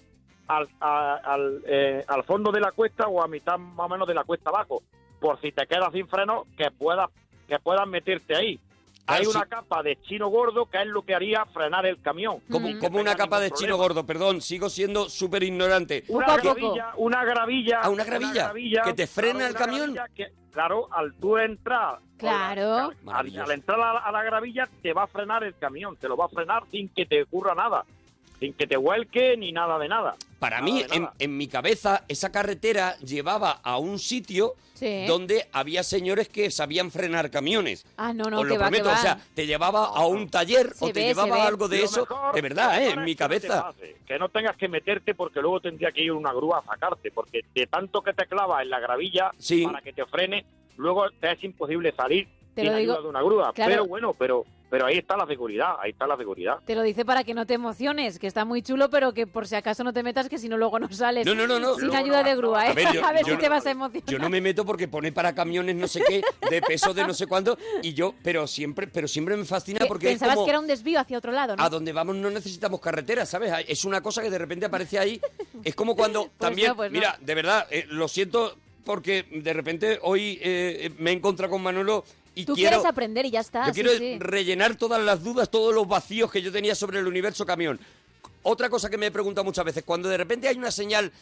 H: al, a- al, eh, al fondo de la cuesta o a mitad más o menos de la cuesta abajo, por si te quedas sin freno que puedas que puedas meterte ahí.
E: Claro,
H: Hay
E: sí.
H: una capa de chino gordo que es lo que haría frenar el camión.
E: Como,
F: Mm.
E: como una
H: tenga
E: capa de
H: ningún
E: chino
H: problema.
E: gordo, perdón, sigo siendo súper ignorante.
H: Una
F: Poco a poco.
H: gravilla, una gravilla,
E: Ah, una gravilla, que te
H: claro,
E: frena el
H: una
E: camión.
H: gravilla que- claro, al tú entrar, con la-
F: Claro.
H: al,
E: Maravilloso.
H: al entrar a la, a la gravilla te va a frenar el camión, te lo va a frenar sin que te ocurra nada, sin que te vuelque ni nada de nada.
E: Para
H: Nada
E: mí,
H: de
E: en,
H: nada.
E: en mi cabeza, esa carretera llevaba a un sitio
F: Sí.
E: donde había señores que sabían frenar camiones.
F: Ah, no, no,
E: Os
F: que
E: lo
F: va, que
E: prometo,
F: va.
E: o sea, te llevaba a un taller
F: Se
E: o
F: ve, se
E: te
F: ve.
E: llevaba algo de
H: Lo
E: eso,
H: mejor-
E: de
H: lo
E: verdad,
H: mejor
E: ¿eh?
H: es
E: en mi
H: que no te
E: cabeza.
H: pase, que no tengas que meterte porque luego tendría que ir una grúa a sacarte, porque de tanto que te clava en la gravilla
E: Sí.
H: para que te frene, luego te es imposible salir
F: Te
H: sin
F: lo digo-
H: ayuda de una grúa.
F: claro.
H: Pero bueno, pero pero ahí está la seguridad, ahí está la seguridad.
F: Te lo dice para que no te emociones, que está muy chulo, pero que por si acaso no te metas, que si no luego no sales.
E: No, no, no, no.
F: Sin
H: Luego
F: ayuda
H: no,
F: de
H: no.
F: grúa, ¿eh?
E: A ver, yo- yo
F: si
E: no-
F: te vas [LAUGHS] a emocionar.
E: Yo no me meto porque pone para camiones no sé qué, de peso de no sé cuánto, y yo, pero siempre, pero siempre me fascina
F: Que
E: porque es
F: Pensabas
E: como-
F: que era un desvío hacia otro lado, ¿no?
E: a donde vamos no necesitamos carretera, ¿sabes? Hay- Es una cosa que de repente aparece ahí. Es como cuando también,
F: no, [LAUGHS] pues no.
E: mira, de verdad, eh, lo siento porque de repente hoy eh, me he encontrado con Manolo y
F: Tú
E: quiero...
F: quieres aprender y ya está.
E: Yo
F: sí,
E: quiero
F: sí.
E: rellenar todas las dudas, todos los vacíos que yo tenía sobre el universo camión. Otra cosa que me he preguntado muchas veces, cuando de repente hay una señal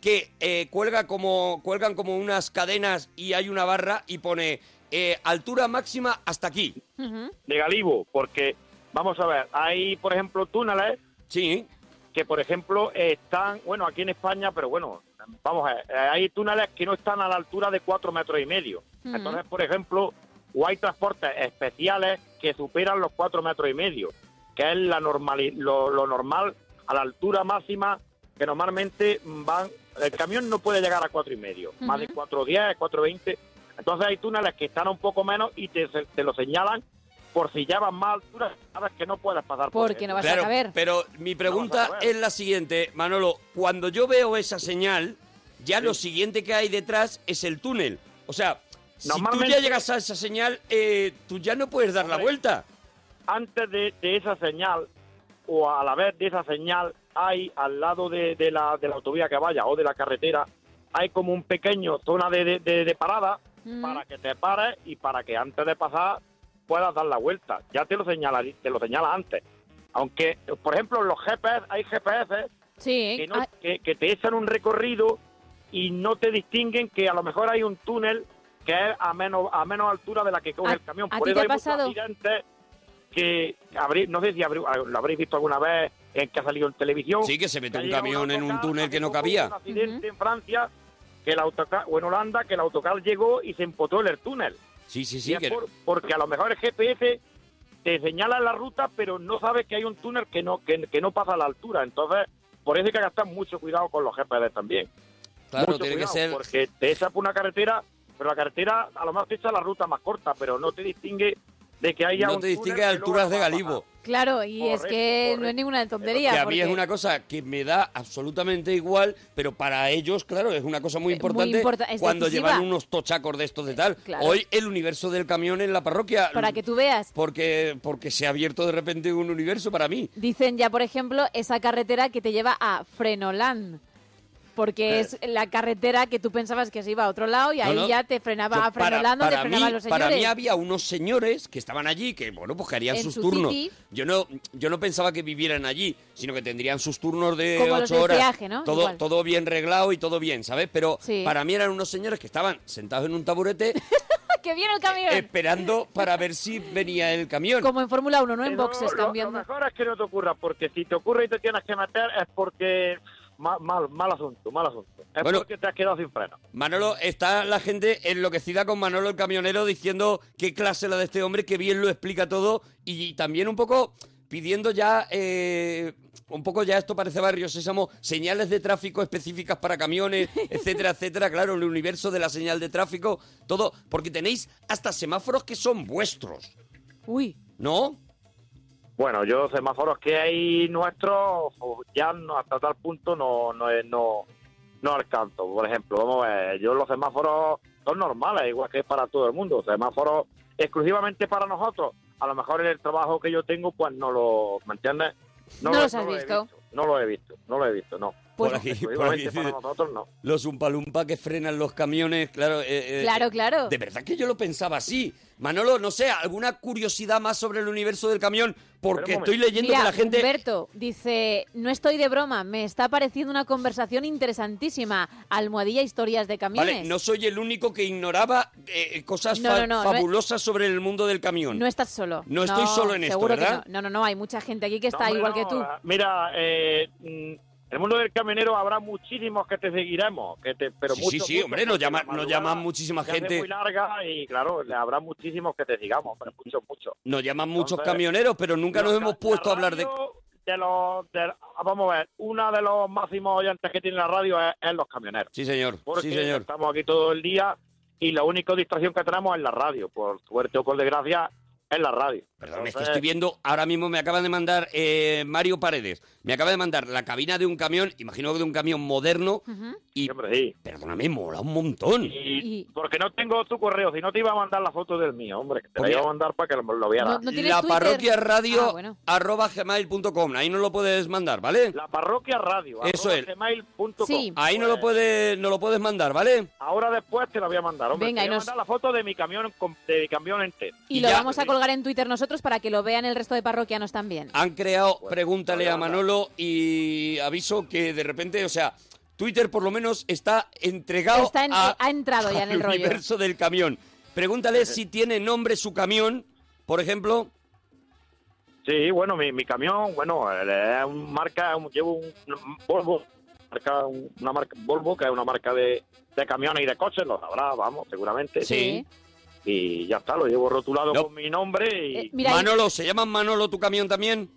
E: que eh, cuelga como, cuelgan como unas cadenas y hay una barra y pone eh, altura máxima hasta aquí.
H: De Galibo, porque vamos a ver, hay por ejemplo túneles
E: Sí,
H: que por ejemplo están, bueno, aquí en España, pero bueno, vamos a ver, eh, hay túneles que no están a la altura de cuatro metros y medio.
F: Ujú.
H: Entonces, por ejemplo, o hay transportes especiales que superan los cuatro metros y medio, que es la normali- lo, lo normal a la altura máxima que normalmente van. El camión no puede llegar a cuatro y medio, más de 4.10, 4.20. Entonces hay túneles que están un poco menos y te, se- te lo señalan por si ya vas más altura, sabes que no puedes pasar por
F: Porque
H: él.
F: no vas
E: Claro,
F: a caber.
E: Pero mi
H: No
E: pregunta
H: vas a caber.
E: es la siguiente, Manolo. Cuando yo veo esa señal, ya lo siguiente que hay detrás es el túnel. O sea, si tú ya
H: Normalmente-
E: llegas a esa señal, eh, tú ya no puedes dar la
H: Hombre.
E: vuelta.
H: antes de, de esa señal o a la vez de esa señal hay al lado de, de la, de la autovía que vaya o de la carretera hay como un pequeño zona de, de- de- de parada
F: Mm.
H: para que te pares y para que antes de pasar puedas dar la vuelta. Ya te lo señala, te lo señala antes. Aunque, por ejemplo, en los GPS, hay GPS
F: Sí.
H: que, no-
F: ah,
H: que- que te echan un recorrido y no te distinguen que a lo mejor hay un túnel que es a menos a menos altura de la que coge
F: ¿A-
H: el camión.
F: a
H: Por
F: ti
H: eso
F: te
H: hay
F: ha pasado?
H: muchos accidentes que habrí- no sé si habrí- ah, lo habréis visto alguna vez en que ha salido en televisión.
E: Sí, que se mete
H: Ha
E: un
H: llegado
E: camión en un
H: autocar,
E: túnel que
H: hace
E: no
H: poco
E: cabía.
H: hubo Un accidente en Francia que el autocar, o en Holanda que el autocar llegó y se empotó en el túnel.
E: Sí, sí,
H: Y
E: sí.
H: es
E: que-
H: por- porque a lo mejor el GPS te señala la ruta, pero no sabes que hay un túnel que no que, que no pasa a la altura. Entonces, por eso hay que gastar mucho cuidado con los GPS también.
E: claro,
H: Mucho
E: tiene que
H: cuidado,
E: ser...
H: Porque te echa por una carretera, pero la carretera a lo mejor te echa la ruta más corta, pero no te distingue de que haya
E: No
H: un
E: te
H: túnel
E: distingue
H: que luego
E: alturas de
H: vas a
E: Galibo.
F: Claro, y es
H: Correcto,
F: que no es
H: correcto.
F: ninguna
E: Que
F: tontería.
E: a mí es
F: porque-
E: una cosa que me da absolutamente igual, pero para ellos, claro, es una cosa muy
F: Eh, muy
E: importante
F: importa- es
E: cuando
F: decisiva. Eh,
E: llevan unos tochacos de estos de tal.
F: claro.
E: Hoy el universo del camión en la parroquia...
F: Para que tú veas.
E: Porque, porque se ha abierto de repente un universo para mí.
F: Dicen ya, por ejemplo, esa carretera que te lleva a Frenoland. Porque es la carretera que tú pensabas que se iba a otro lado y
E: Eh. No,
F: ahí
E: no.
F: ya te frenaba a
E: Yo, para-
F: Frenoland donde
E: para
F: frenaban
E: mí-
F: los señores.
E: Para mí había unos señores que estaban allí, que bueno, pues que harían
F: En
E: sus
F: su
E: turnos.
F: city.
E: Yo no, yo no pensaba que vivieran allí, sino que tendrían sus turnos de
F: Como los
E: ocho
F: del
E: horas.
F: peaje, ¿no?
E: Todo,
F: Igual.
E: todo bien reglado y todo bien, ¿sabes? Pero
F: Sí.
E: para mí eran unos señores que estaban sentados en un taburete
F: [LAUGHS] [LAUGHS] ¡Que viene el camión!
E: Eh, esperando para ver si venía el camión.
F: Como en Fórmula 1, no en
H: Pero
F: boxes
H: lo- Lo,
F: cambiando.
H: mejor es que no te ocurra, porque si te ocurre y te tienes que meter es porque... Mal, mal, mal asunto, mal asunto. Es
E: Bueno.
H: porque te has quedado sin freno.
E: Manolo, está la gente enloquecida con Manolo el camionero diciendo qué clase la de este hombre, que bien lo explica todo y también un poco pidiendo ya, eh, un poco ya esto parece barrio sésamo, señales de tráfico específicas
H: [LAUGHS]
E: para camiones, etcétera, etcétera, claro, el universo de la señal de tráfico, todo, porque tenéis hasta semáforos que son vuestros,
F: Uy,
E: ¿no?
H: Bueno, yo semáforos que hay nuestros o ya no, hasta tal punto no, no, es- no, no alcanzo. Por ejemplo, vamos a ver, yo los semáforos son normales, igual que para todo el mundo. Semáforos exclusivamente para nosotros. A lo mejor en el trabajo que yo tengo, pues no lo, ¿me entiendes?
F: No
H: lo-
F: los has
H: lo he
F: visto.
H: No lo he visto, no lo he visto, no.
F: Pues-
E: por aquí, por aquí
H: Exclusivamente para
E: dice,
H: nosotros no.
E: los umpalumpa que frenan los camiones, claro. eh, eh,
F: claro, claro.
E: De verdad que yo lo pensaba así. Manolo, no sé, ¿alguna curiosidad más sobre el universo del camión? Porque
H: Pero un
E: estoy leyendo
F: Mira,
E: que la gente...
F: Humberto dice, no estoy de broma, me está pareciendo una conversación interesantísima. Almohadilla historias de camiones.
E: Vale, no soy el único que ignoraba eh, cosas
F: No,
E: fa-
F: no, no, no es-
E: fabulosas sobre el mundo del camión.
F: No estás solo.
E: No estoy solo en esto,
F: seguro que
E: ¿verdad?
F: no. no, no, no, hay mucha gente aquí que está
H: No, hombre,
F: igual que
H: no. ah.
F: tú.
H: Mira, eh, mm, el mundo del camionero habrá muchísimos que te seguiremos, que te, pero
E: Sí, sí,
H: muchos,
E: sí,
H: muchos,
E: hombre, nos
H: porque
E: llama-
H: la
E: nos
H: madrugada
E: llaman muchísima
H: se hace
E: gente.
H: muy larga y claro, habrá muchísimos que te sigamos, pero muchos, muchos.
E: Nos llaman muchos
H: Entonces,
E: camioneros, pero nunca nos
H: La-
E: hemos
H: la
E: puesto a hablar de...
H: radio de los, de- ah, vamos a ver, uno de los máximos oyentes que tiene la radio es, es los camioneros,
E: Sí, señor.
H: porque
E: Sí, señor.
H: estamos aquí todo el día y la única distracción que tenemos es la radio, por suerte o por desgracia, es la radio.
E: Perdón, es que
H: Entonces,
E: estoy viendo, ahora mismo me acaban de mandar eh, Mario Paredes, me acaba de mandar la cabina de un camión, imagino que de un camión moderno,
F: Ujú.
E: y
H: siempre sí.
E: perdóname, mola un montón.
H: Y,
F: Y-
H: porque no tengo tu correo, si no te iba a mandar la foto del mío, hombre, que te
E: Hombre.
H: la iba a mandar para que lo, lo vieras.
F: No- no tienes
E: la
F: Twitter?
E: parroquia radio
F: Ah, bueno.
E: arroba gmail.com. Ahí no lo puedes mandar, ¿vale?
H: La parroquia radio.
E: Eso
H: arroba
E: es.
H: gmail.com.
F: Sí.
E: Ahí no lo puedes, no lo puedes mandar, ¿vale?
H: Ahora después te la voy a mandar, hombre.
F: Venga,
H: te
F: y
H: voy a
F: nos-
H: mandar la foto de mi camión, con- de mi camión entero.
F: Y,
E: Y
F: lo
E: ya.
F: vamos a colgar en Twitter nosotros para que lo vean el resto de parroquianos también.
E: Han creado,
H: Bueno,
E: pregúntale
H: voy a
E: a
H: mandar.
E: Manolo y aviso que de repente, o sea, Twitter por lo menos está entregado
F: Está en- eh,
E: a-
F: ha entrado ya en
E: al
F: el rollo.
E: universo del camión. Pregúntale si tiene nombre su camión, por ejemplo.
H: Sí, bueno, mi, mi camión, bueno, eh, es un marca, un- llevo un, un Volvo, marca, un- una marca, Volvo, que es una marca de, de camiones y de coches, lo sabrá, vamos, seguramente.
E: Sí.
H: Y ya está, lo llevo rotulado
E: No.
H: con mi nombre y...
F: Eh, Mira,
E: Manolo, ¿se llama Manolo tu camión también?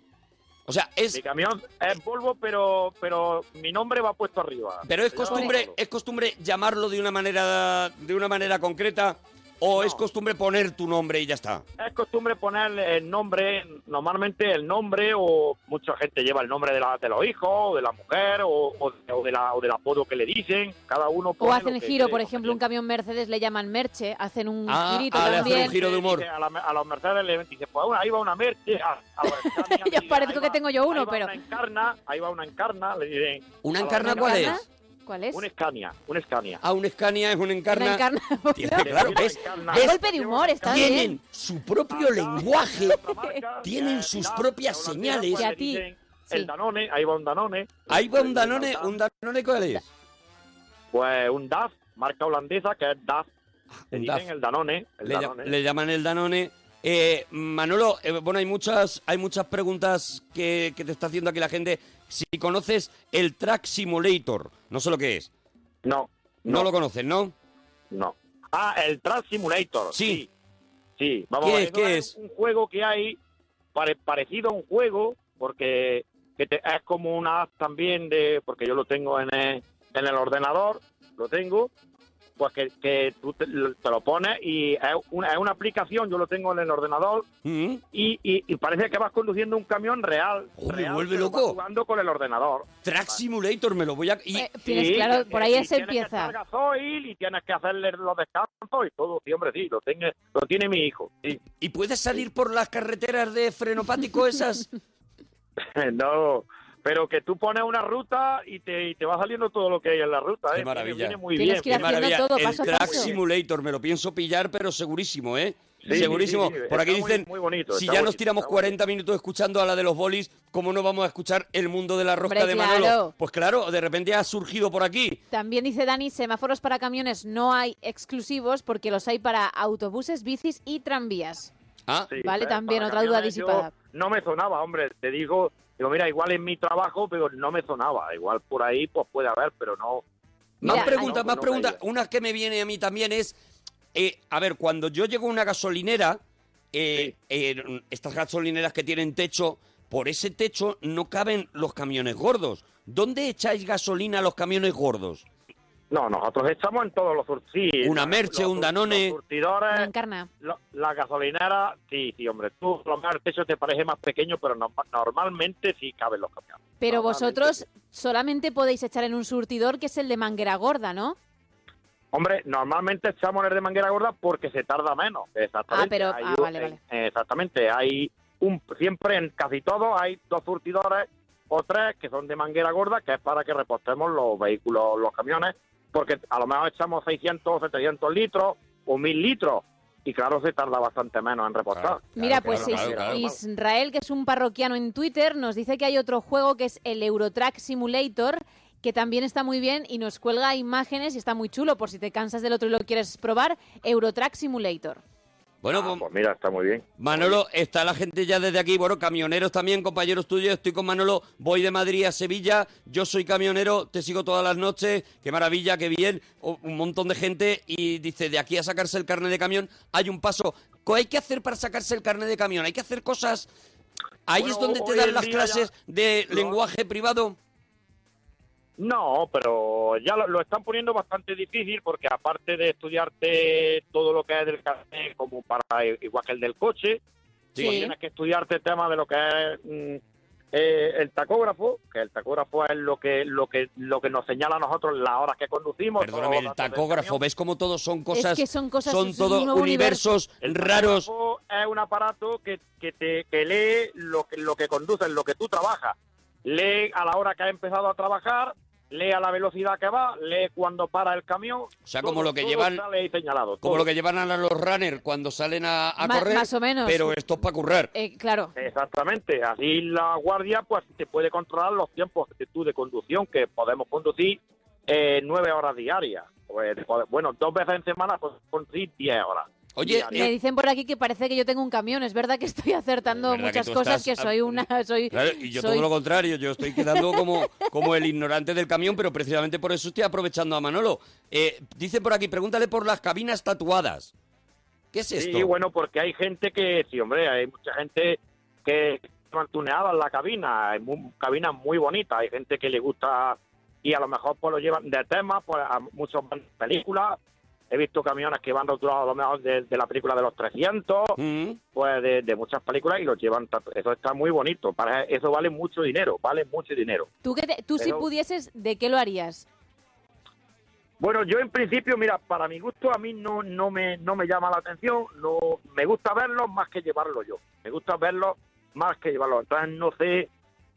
E: O sea, es
H: Mi camión es Volvo, pero, pero mi nombre va puesto arriba.
E: pero es
H: Se llama
E: costumbre
H: Volvo.
E: es costumbre llamarlo de una manera de una manera concreta o es costumbre poner tu nombre y ya está.
H: Es costumbre poner el nombre, normalmente el nombre, o mucha gente lleva el nombre de, la, de los hijos, o de la mujer, o, o, o de la, o del apodo que le dicen. Cada uno
F: O
H: pone
F: hacen
H: lo que
F: giro,
H: cree
F: por ejemplo, un
H: conveniente.
F: camión Mercedes le llaman Merche, hacen un
E: Ah,
F: girito
E: ah, le hacen un
F: también.
E: giro. de humor.
H: Dice A, la- a los Mercedes le dice, pues una- ahí va una merche. A, a la- a mí me
F: [LAUGHS] Ya
H: dicen,
F: parezco
H: ahí
F: que tengo yo uno,
H: ahí va
F: pero-
H: Una encarna, ahí va una encarna, le dicen.
E: ¿Una
H: a los
E: encarna cuál
H: Mercedes,
E: es?
F: ¿Cuál es?
H: Un escania, un escania.
E: Ah, un Escania es un
F: Una
E: Encarna.
F: encarna.
E: [LAUGHS] Tiene- claro,
H: Una
E: ¿ves?
H: encarna.
E: ¿Ves?
F: Golpe de humor, está bien.
E: Tienen su propio
H: Acá,
E: lenguaje.
H: de otra marca,
E: [LAUGHS] Tienen
H: eh,
E: sus
H: Milán,
E: propias
H: de Holanda,
E: señales.
H: pues,
F: Y a
H: le
F: ti,
H: dicen
F: sí.
H: El Danone, ahí va un Danone.
E: Ahí va un Danone,
H: Holanda.
E: un Danone cuál es?
H: Pues un DAF, marca holandesa que es DAF. Le
E: Un
H: dicen
E: DAF.
H: el Danone. El
E: le, llam-
H: Danone.
E: le llaman el Danone. Eh, Manolo, eh, bueno, hay muchas, hay muchas preguntas que, que te está haciendo aquí la gente. Si conoces el Track Simulator, no sé lo que es.
H: No,
E: No,
H: no,
E: lo conoces, ¿no?
H: no. Ah, el Trans Simulator.
E: Sí.
H: Sí. Sí, vamos
E: ¿Qué
H: a ver.
E: es? ¿Qué
H: no
E: es?
H: Un juego que hay pare- parecido a un juego, porque que te- es como una app también, de, porque yo lo tengo en el, en el ordenador, lo tengo, pues que, que tú te, lo- te lo pones y es una, es una aplicación, yo lo tengo en el ordenador,
E: Mm.
H: y, y- y parece que vas conduciendo un camión real.
E: Oh, me
H: real,
E: vuelve
H: pero
E: loco.
H: vas Jugando con el ordenador.
E: Track Simulator, me lo voy a. y-
F: Eh, tienes claro, por ahí
H: y
F: se
H: tienes que echar
F: empieza.
H: gasoil y tienes que hacerle los descansos y todo. Sí, hombre, sí, lo tiene, lo tiene mi hijo. sí. [LAUGHS]
E: ¿Y puedes salir por las carreteras de frenopático
F: [LAUGHS]
E: esas?
H: no, pero que tú pones una ruta y te, y te va saliendo todo lo que hay en la ruta.
E: Qué
H: ¿eh?
E: maravilla.
H: Viene muy
F: Tienes
H: bien.
F: que ir
E: Qué
H: viene-
F: haciendo
E: maravilla.
F: todo
E: el
F: paso a
E: Track
F: paso.
E: Simulator, me lo pienso pillar, pero segurísimo, ¿eh?
H: Sí, sí,
E: segurísimo.
H: sí, sí, sí.
E: Por aquí
H: Está muy-
E: dicen,
H: muy bonito,
E: si
H: está
E: ya nos
H: bonito,
E: tiramos
H: está bonito.
E: 40 minutos escuchando a la de los bolis, ¿cómo no vamos a escuchar el mundo de la rosca
F: Hombre,
E: de Manolo?
F: claro.
E: Pues claro, de repente ha surgido por aquí.
F: También dice Dani, semáforos para camiones no hay exclusivos porque los hay para autobuses, bicis y tranvías.
E: Ah,
H: sí,
F: Vale,
H: ¿sabes?
F: también,
H: Para
F: otra duda
H: camiones yo
F: disipada.
H: No me sonaba, hombre, te digo, digo, mira, igual en mi trabajo, pero no me sonaba. Igual por ahí, pues puede haber, pero no.
E: más
F: Mira,
E: preguntas,
H: no,
E: más
H: no
E: preguntas.
H: caía.
E: Una que me viene a mí también es, eh, a ver, cuando yo llego a una gasolinera, eh, eh, estas gasolineras que tienen techo, por ese techo no caben los camiones gordos. ¿Dónde echáis gasolina a los camiones gordos?
H: No, nosotros estamos en todos los sur- sí,
E: Una
H: los-
E: Merche,
H: los
E: un
H: sur-
E: Danone.
H: Los surtidores,
E: Eh.
F: Una encarna.
H: Lo- La gasolinera, sí, sí, hombre. Tú, a lo mejor el techo te parece más pequeño, pero no- normalmente sí caben los camiones.
F: Pero
H: Normalmente
F: vosotros
H: sí.
F: solamente podéis echar en un surtidor que es el de manguera gorda, ¿no?
H: Hombre, normalmente echamos en el de manguera gorda porque se tarda menos. Exactamente.
F: Ah, pero-
H: Hay
F: ah,
H: un-
F: vale, vale.
H: eh, Exactamente. Hay un. Siempre en casi todo hay dos surtidores o tres que son de manguera gorda, que es para que repostemos los vehículos, los camiones, porque a lo mejor echamos 600, 700 litros o 1000 litros. Y claro, se tarda bastante menos en repostar.
E: Claro.
F: Mira, pues
E: claro,
F: Is-
E: claro, claro.
F: Israel, que es un parroquiano en Twitter, nos dice que hay otro juego que es el Eurotrack Simulator, que también está muy bien y nos cuelga imágenes y está muy chulo por si te cansas del otro y lo quieres probar, Eurotrack Simulator.
E: Bueno,
H: Ah,
E: pues,
H: pues mira, está muy bien.
E: Manolo, está la gente ya desde aquí, bueno, camioneros también, compañeros tuyos, estoy con Manolo, voy de Madrid a Sevilla, yo soy camionero, te sigo todas las noches, qué maravilla, qué bien, o- un montón de gente y dice, de aquí a sacarse el carnet de camión hay un paso. ¿Qué hay que hacer para sacarse el carnet de camión? Hay que hacer cosas... Ahí
H: Bueno,
E: es donde te
H: hoy
E: dan
H: en
E: las
H: día
E: clases de
H: No.
E: lenguaje privado.
H: No, pero ya lo, lo están poniendo bastante difícil porque aparte de estudiarte todo lo que es del carnet, como para igual que el del coche,
F: Sí.
H: pues tienes que estudiarte el tema de lo que es mm, eh, el tacógrafo, que el tacógrafo es lo que lo que lo que nos señala a nosotros las horas que conducimos.
E: Perdóname,
H: todos
E: el
H: los datos del
E: tacógrafo,
H: camión.
E: ¿ves cómo todos son cosas...
F: que son cosas- es un
E: todos
F: nuevo
E: universos
H: El
E: raros.
H: tacógrafo es un aparato que, que te que lee lo que, lo que conduces, lo que tú trabajas. Lee a la hora que has empezado a trabajar, lee a la velocidad que va, lee cuando para el camión. O
E: sea, como lo que llevan-
H: señalado,
E: Como
H: todo.
E: lo que llevan a los runners cuando salen a, a
F: Ma-
E: correr.
F: más o menos.
E: Pero esto es para currar.
F: Eh, claro.
H: Exactamente, así la guardia pues te puede controlar los tiempos que tú de conducción, que podemos conducir eh, nueve horas diarias. Pues, bueno, dos veces en semana pues, conducir diez horas.
E: Oye, eh,
H: diarias.
F: Me dicen por aquí que parece que yo tengo un camión. Es verdad que estoy acertando
E: Es verdad que
F: muchas
E: tú
F: cosas,
E: estás-
F: que soy una... soy [LAUGHS]
E: Claro, y yo
F: soy-
E: todo lo contrario, yo estoy quedando como, como el ignorante del camión, pero precisamente por eso estoy aprovechando a Manolo. Eh, dice por aquí, pregúntale por las cabinas tatuadas. ¿Qué es esto?
H: Sí, bueno, porque hay gente que, sí, hombre, hay mucha gente que van tuneadas la cabina, hay mu- cabinas muy bonitas, hay gente que le gusta y a lo mejor pues lo llevan de temas, pues a muchos van de películas, he visto camiones que van rotulados a lo mejor de, de la película de los 300,
E: Mm,
H: pues de, de muchas películas y los llevan, tatu- eso está muy bonito, para eso vale mucho dinero, vale mucho dinero.
F: Tú, que te- tú si
H: Pero-
F: pudieses, ¿de qué lo harías?
H: Bueno, yo en principio, mira, para mi gusto a mí no no me no me llama la atención, no me gusta verlos más que llevarlo yo. Me gusta verlos más que llevarlos. Entonces no sé,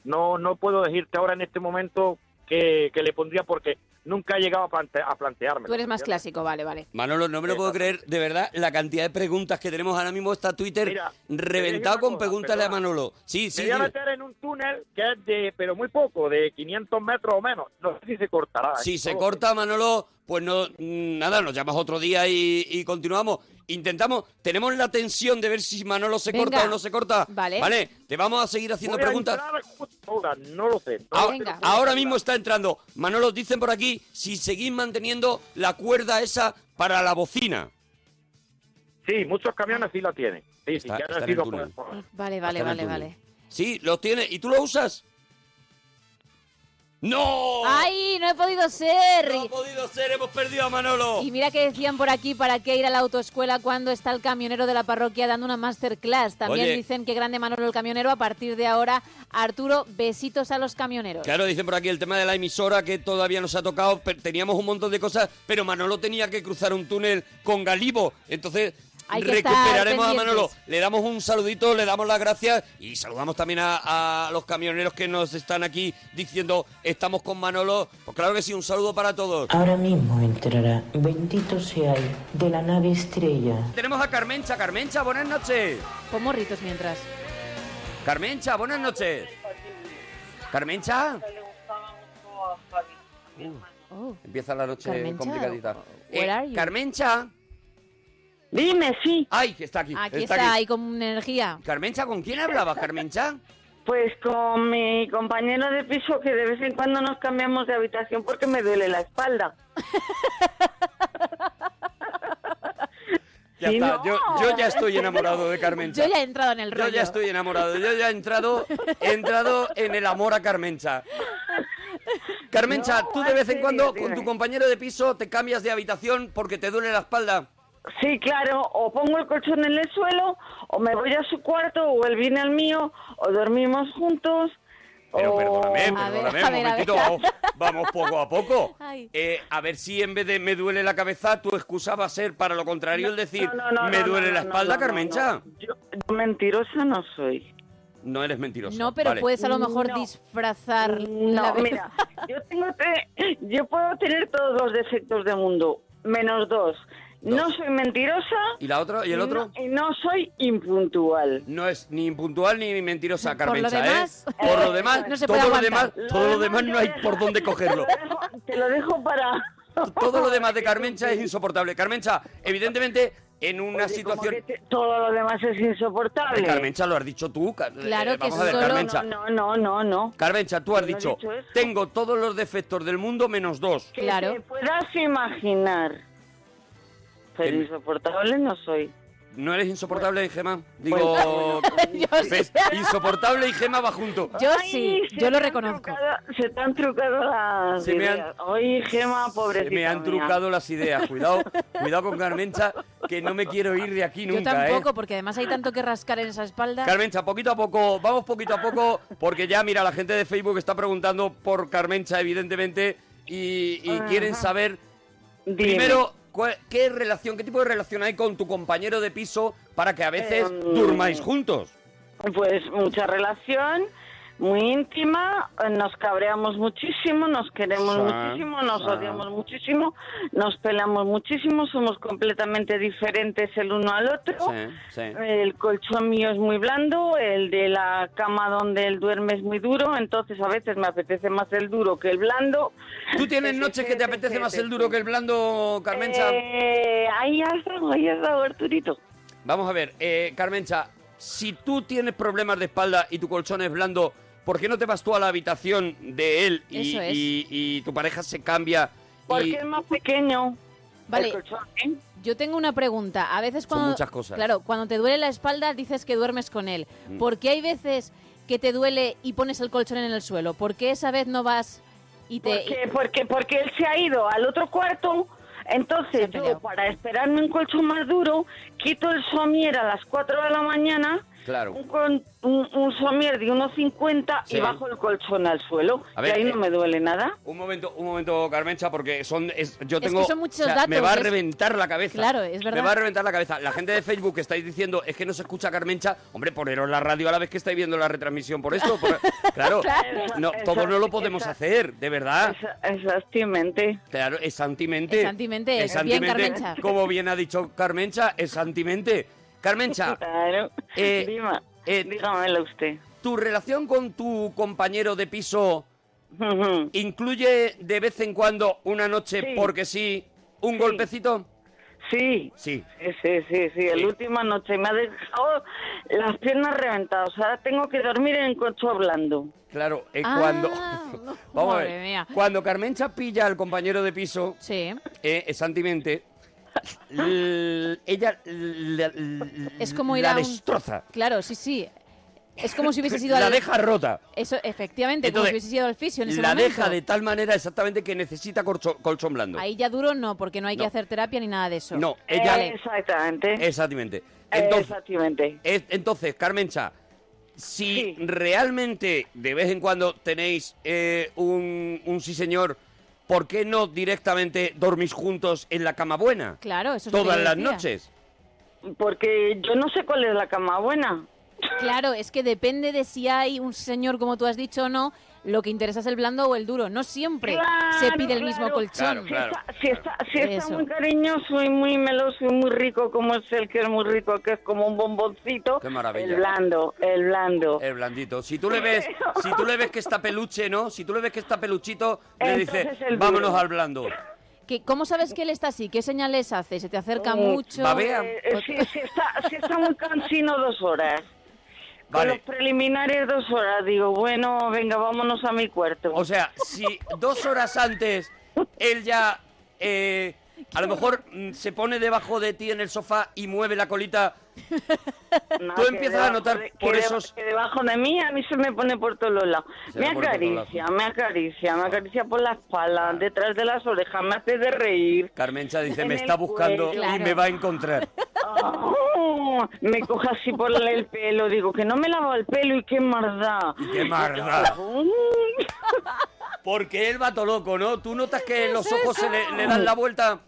H: no no puedo decirte ahora en este momento que, que le pondría porque nunca he llegado a, plante- a plantearme.
F: Tú eres más clásico, vale, vale.
E: Manolo, no me
H: Eh,
E: lo puedo creer, de verdad, la cantidad de preguntas que tenemos ahora mismo está Twitter
H: Mira,
E: reventado
H: te digo
E: con
H: una cosa,
E: pregúntale a
H: perdona.
E: Manolo. Sí, sí,
H: Me voy a
E: dime.
H: meter en un túnel que es de, pero muy poco, de 500 metros o menos. No sé si se cortará. ¿eh?
E: si se
H: No lo sé.
E: corta Manolo, pues no, nada, nos llamas otro día y, y continuamos. Intentamos, tenemos la tensión de ver si Manolo se
F: Venga.
E: corta o no se corta.
F: Vale.
E: Vale, te vamos a seguir haciendo
H: Voy a
E: preguntas.
H: entrar justo ahora, no lo sé. no
E: Ah,
H: lo sé,
F: Venga.
H: no sé.
E: Ahora mismo está entrando. Manolo, dicen por aquí si seguís manteniendo la cuerda esa para la bocina.
H: Sí, muchos camiones sí la tienen. Sí, sí,
E: Está-
H: que
E: está
H: han
E: en el
H: sido
E: túnel.
H: por-
F: Vale, vale,
E: Está en
F: vale,
E: el
F: vale.
E: túnel. Sí, lo tiene. ¿Y tú lo usas? ¡No!
F: ¡Ay, no he podido ser!
E: No ha podido ser, hemos perdido a Manolo.
F: Y mira que decían por aquí para qué ir a la autoescuela cuando está el camionero de la parroquia dando una masterclass. También
E: Oye.
F: dicen que grande Manolo el camionero. A partir de ahora, Arturo, besitos a los camioneros.
E: Claro, dicen por aquí el tema de la emisora que todavía nos ha tocado. pero Teníamos un montón de cosas, pero Manolo tenía que cruzar un túnel con Galibo. Entonces
F: Hay que estar
E: recuperaremos a Manolo.
F: pendientes.
E: Le damos un saludito, le damos las gracias y saludamos también a, a los camioneros que nos están aquí diciendo estamos con Manolo. Pues claro que sí, un saludo para todos.
I: Ahora mismo entrará, bendito sea él, de la nave estrella.
E: Tenemos a Carmencha. Carmencha, buenas noches.
F: Pon morritos mientras.
E: Carmencha, buenas noches. Carmencha.
F: Oh.
E: Empieza la noche
F: Carmencha,
E: complicadita. Eh,
F: where are you?
E: Carmencha.
J: Dime, sí,
E: Ay, que está aquí.
F: Aquí está, ahí con energía.
E: Carmencha, ¿con quién hablabas, [LAUGHS] Carmencha?
J: pues con mi compañero de piso que de vez en cuando nos cambiamos de habitación porque me duele la espalda.
E: Ya
J: Sí,
E: está,
J: no.
E: yo, yo ya estoy enamorado de Carmencha.
F: Yo ya he entrado en el
E: Yo
F: rollo.
E: ya estoy enamorado, yo ya he entrado, he entrado en el amor a Carmencha. Carmencha,
J: No,
E: tú de vez en
J: Ángel,
E: cuando
J: dime.
E: con tu compañero de piso te cambias de habitación porque te duele la espalda.
J: Sí, claro, o pongo el colchón en el suelo, o me voy a su cuarto, o él viene al mío, o dormimos juntos.
E: Pero
J: o-
E: perdóname,
F: Oh. A ver,
E: perdóname,
F: a
E: un
F: ver, a ver.
E: momentito, vamos, vamos poco a poco.
F: Ay.
E: Eh, a ver si en vez de me duele la cabeza, tu excusa va a ser para lo contrario el decir
J: No, no, no,
E: me
J: no,
E: duele
J: no,
E: la
J: no,
E: espalda,
J: no, no,
E: Carmencha. No,
J: no. Yo, yo mentirosa no soy.
E: eres mentiroso.
F: No, pero
E: vale.
F: puedes a lo mejor
J: Mm, No.
F: disfrazar. la
J: No,
F: verdad.
J: mira, yo, tengo te- yo puedo tener todos los defectos del mundo, menos dos. No
E: Dos.
J: soy mentirosa.
E: ¿Y la otra? ¿Y el otro?
J: No, y no soy impuntual.
E: No es ni impuntual ni mentirosa,
F: Por lo
E: Carmencha,
F: demás-
E: ¿eh? Por lo demás,
F: No se
E: todo
F: puede
E: lo demás,
F: aguantar.
E: todo lo demás
J: te
E: no hay
J: dejo-
E: por
F: [LAUGHS]
E: dónde
J: [LAUGHS]
E: cogerlo.
J: Te lo dejo, te lo dejo para.
E: Todo lo demás de Carmencha es insoportable. Carmencha, evidentemente, en
J: Oye,
E: una
J: como
E: situación...
J: que te- todo lo demás es insoportable.
E: Eh, Carmencha, lo has dicho tú. Car-
F: Claro
E: eh,
F: que
E: Vamos a ver,
F: solo-
E: Carmencha.
J: No, no, no, no. no.
E: Carmencha, tú has
J: Yo no he
E: dicho,
J: dicho eso.
E: tengo todos los defectos del mundo menos dos.
J: Que
F: Claro.
J: te puedas imaginar. Pero
E: Que-
J: insoportable no soy.
E: ¿No eres insoportable, Gemma? Digo,
J: Bueno,
F: [LAUGHS] Yo sí.
E: [LAUGHS] ¿ves? insoportable y Gemma va junto.
F: Yo
J: Ay,
F: sí,
J: se
F: yo
J: te
F: lo
J: han
F: reconozco.
J: trucado- se te han trucado las
E: Se me han-
J: ideas. Ay, Gema, pobrecita
E: Se me han
J: mía.
E: trucado las ideas. Cuidado, cuidado con Carmencha, que no me quiero ir de aquí
F: Yo
E: nunca, ¿eh?
F: tampoco, porque además hay tanto que rascar en esa espalda.
E: Carmencha, poquito a poco, vamos poquito a poco, porque ya, mira, la gente de Facebook está preguntando por Carmencha, evidentemente, y, y quieren saber,
J: Dime.
E: primero, cuál- qué relación, qué tipo de relación hay con tu compañero de piso para que a veces
J: Eh,
E: durmáis juntos.
J: Pues mucha relación, muy íntima, eh, nos cabreamos muchísimo, nos queremos
E: Sí,
J: muchísimo, nos
E: sí.
J: odiamos muchísimo, nos pelamos muchísimo, somos completamente diferentes el uno al otro.
E: sí.
J: El colchón mío es muy blando, el de la cama donde él duerme es muy duro, entonces a veces me apetece más el duro que el blando.
E: ¿Tú tienes noches que te apetece más el duro que el blando, Carmencha?
J: Eh, ahí has dado, ahí has dado, Arturito.
E: Vamos a ver, eh, Carmencha, si tú tienes problemas de espalda y tu colchón es blando, ¿por qué no te vas tú a la habitación de él y,
F: Eso es.
E: y- y tu pareja se cambia?
J: Porque
E: y-
J: es más pequeño el
F: Vale,
J: colchón, ¿eh?
F: yo tengo una pregunta. A veces
E: Son
F: cuando...
E: muchas cosas. Mm.
F: Claro, cuando te duele la espalda dices que duermes con él. Porque hay veces que te duele y pones el colchón en el suelo? ¿Por qué esa vez no vas y te...
J: Porque, porque, porque él se ha ido al otro cuarto. Entonces yo, para esperarme un colchón más duro, quito el somier a las 4 de la mañana,
E: Claro.
J: un, con- un, un somier de unos 50
E: Sí.
J: y bajo el colchón al suelo.
E: A ver,
J: y ahí
E: eh,
J: no me duele nada.
E: Un momento, un momento, Carmencha, porque son es- yo
F: Es que
E: tengo
F: son muchos
E: me
F: datos,
E: va a
F: es-
E: reventar la cabeza.
F: Claro, es
E: Me
F: verdad.
E: va a reventar la cabeza. La gente de Facebook que estáis diciendo, es que no se escucha a Carmencha, hombre, poneros la radio a la vez que estáis viendo la retransmisión por
F: [LAUGHS]
E: esto. por- Claro,
J: Claro.
E: no,
J: Esa-
E: todos no lo podemos
J: esa-
E: hacer, de verdad.
J: Exactamente.
E: Claro, es santimente.
F: Exactamente, bien, Carmencha.
E: Como bien ha dicho Carmencha, es santimente.
F: [LAUGHS]
E: Carmencha,
J: Claro.
E: Eh,
J: Dima-
E: eh,
J: dígamelo usted. [LAUGHS]
E: ¿tu relación con tu compañero de piso
J: Ujú.
E: incluye de vez en cuando una noche,
J: Sí.
E: porque sí, un golpecito?
J: Sí,
E: Sí.
J: sí, sí, sí, sí. La
E: Sí.
J: última noche me ha dejado las piernas reventadas. Ahora tengo que dormir en colchón blando.
E: Claro, es
F: Ah,
E: cuando. [LAUGHS]
F: no,
E: Vamos a
F: madre
E: ver.
F: mía.
E: Cuando Carmencha pilla al compañero de piso,
F: Sí.
E: eh, eh, santimente, l- ella l- l-
F: Es como ir
E: la
F: a un-
E: destroza.
F: Claro, sí, sí. Es como si
E: [LAUGHS]
F: hubieses ido
E: La
F: al...
E: deja rota.
F: Eso, efectivamente, como
E: Entonces,
F: si hubieses ido al fisio en ese
E: la
F: momento.
E: deja de tal manera exactamente que necesita corcho- colchón blando.
F: Ahí ya duro no, porque no hay que
E: No.
F: hacer terapia ni nada de eso.
E: No, ella.
F: Vale.
J: Exactamente.
E: Exactamente. Entonces,
J: Exactamente.
E: es- entonces, Carmencha, si
J: Sí.
E: realmente de vez en cuando tenéis eh, un, un sí señor, ¿por qué no directamente dormís juntos en la cama buena?
F: Claro, eso es lo que
E: Todas
F: yo
E: las
F: decía. Mm.
E: noches.
J: Porque yo no sé cuál es la cama buena.
F: Claro, es que depende de si hay un señor, como tú has dicho, o no. Lo que interesa es el blando o el duro. No siempre
J: Claro,
F: se pide el
J: claro.
F: mismo colchón.
E: Claro.
J: Si está, si está
F: Eso.
J: muy cariñoso y muy meloso y muy rico, como es el que es muy rico, que es como un bomboncito.
E: Qué maravilla.
J: El blando, el blando.
E: El blandito. Si tú
J: [LAUGHS]
E: le ves, si tú le ves que está peluche, ¿no? Si tú le ves que está peluchito, le
J: Entonces
E: dices,
J: el duro.
E: vámonos al blando.
F: ¿Qué- ¿Cómo sabes que él está así? ¿Qué señales hace? ¿Se te acerca
J: Mm,
F: mucho?
E: babea.
J: Eh, eh, si, si está, si está muy cansino, dos horas. Con los
E: Vale.
J: preliminares, dos horas. Digo, bueno, venga, vámonos a mi cuarto.
E: O sea, si dos horas antes él ya eh, a lo mejor mm, se pone debajo de ti en el sofá y mueve la colita,
J: No,
E: tú
J: que
E: empiezas a
J: debajo
E: notar
J: de- que
E: por
J: de-
E: esos-
J: que debajo de mí a mí se me pone por todos los lados.
E: Se
J: me
E: le pone por todos lados. Ah.
J: acaricia, me acaricia, me acaricia por la espalda, detrás de las orejas, me hace de
E: [LAUGHS]
J: reír.
E: Carmencha dice,
J: En
E: me
J: el
E: está buscando
J: cuello.
E: y me va a encontrar.
J: Ah, me coge así por el pelo, digo que no me lavo el pelo y qué marda. [LAUGHS]
E: Y qué marda.
J: Mm,
E: Porque él va todo loco, ¿no? Tú notas que los ojos se le, le dan la vuelta.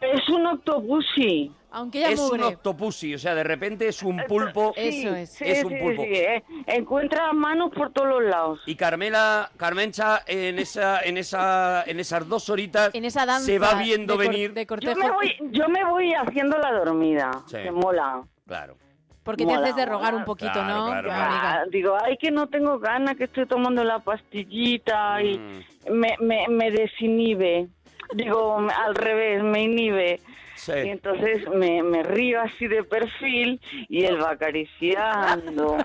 J: Es un octopussy.
F: Aunque ella Eh.
E: Es un
F: mugre.
E: octopussy, o sea, de repente es un pulpo.
F: Eso es.
E: Es un pulpo.
J: sí, eh. Encuentra manos por todos los lados.
E: Y Carmela, Carmencha, en esa, en esa, en esas dos horitas
F: En esa danza
E: se va viendo
F: de cor-
E: venir.
F: de cortejo.
J: Yo me voy, yo me voy haciendo la dormida.
E: Sí.
J: Que mola.
E: Claro.
F: Porque
J: Mola,
F: te haces de rogar
J: mola.
F: un poquito,
E: Claro,
F: ¿no?
E: claro,
J: Ah,
F: amiga?
J: digo, ay, que no tengo ganas, que estoy tomando la pastillita y
E: Mm.
J: me, me, me desinhibe. Digo, me- al revés, me inhibe.
E: Sí.
J: Y entonces me, me río así de perfil y él va acariciando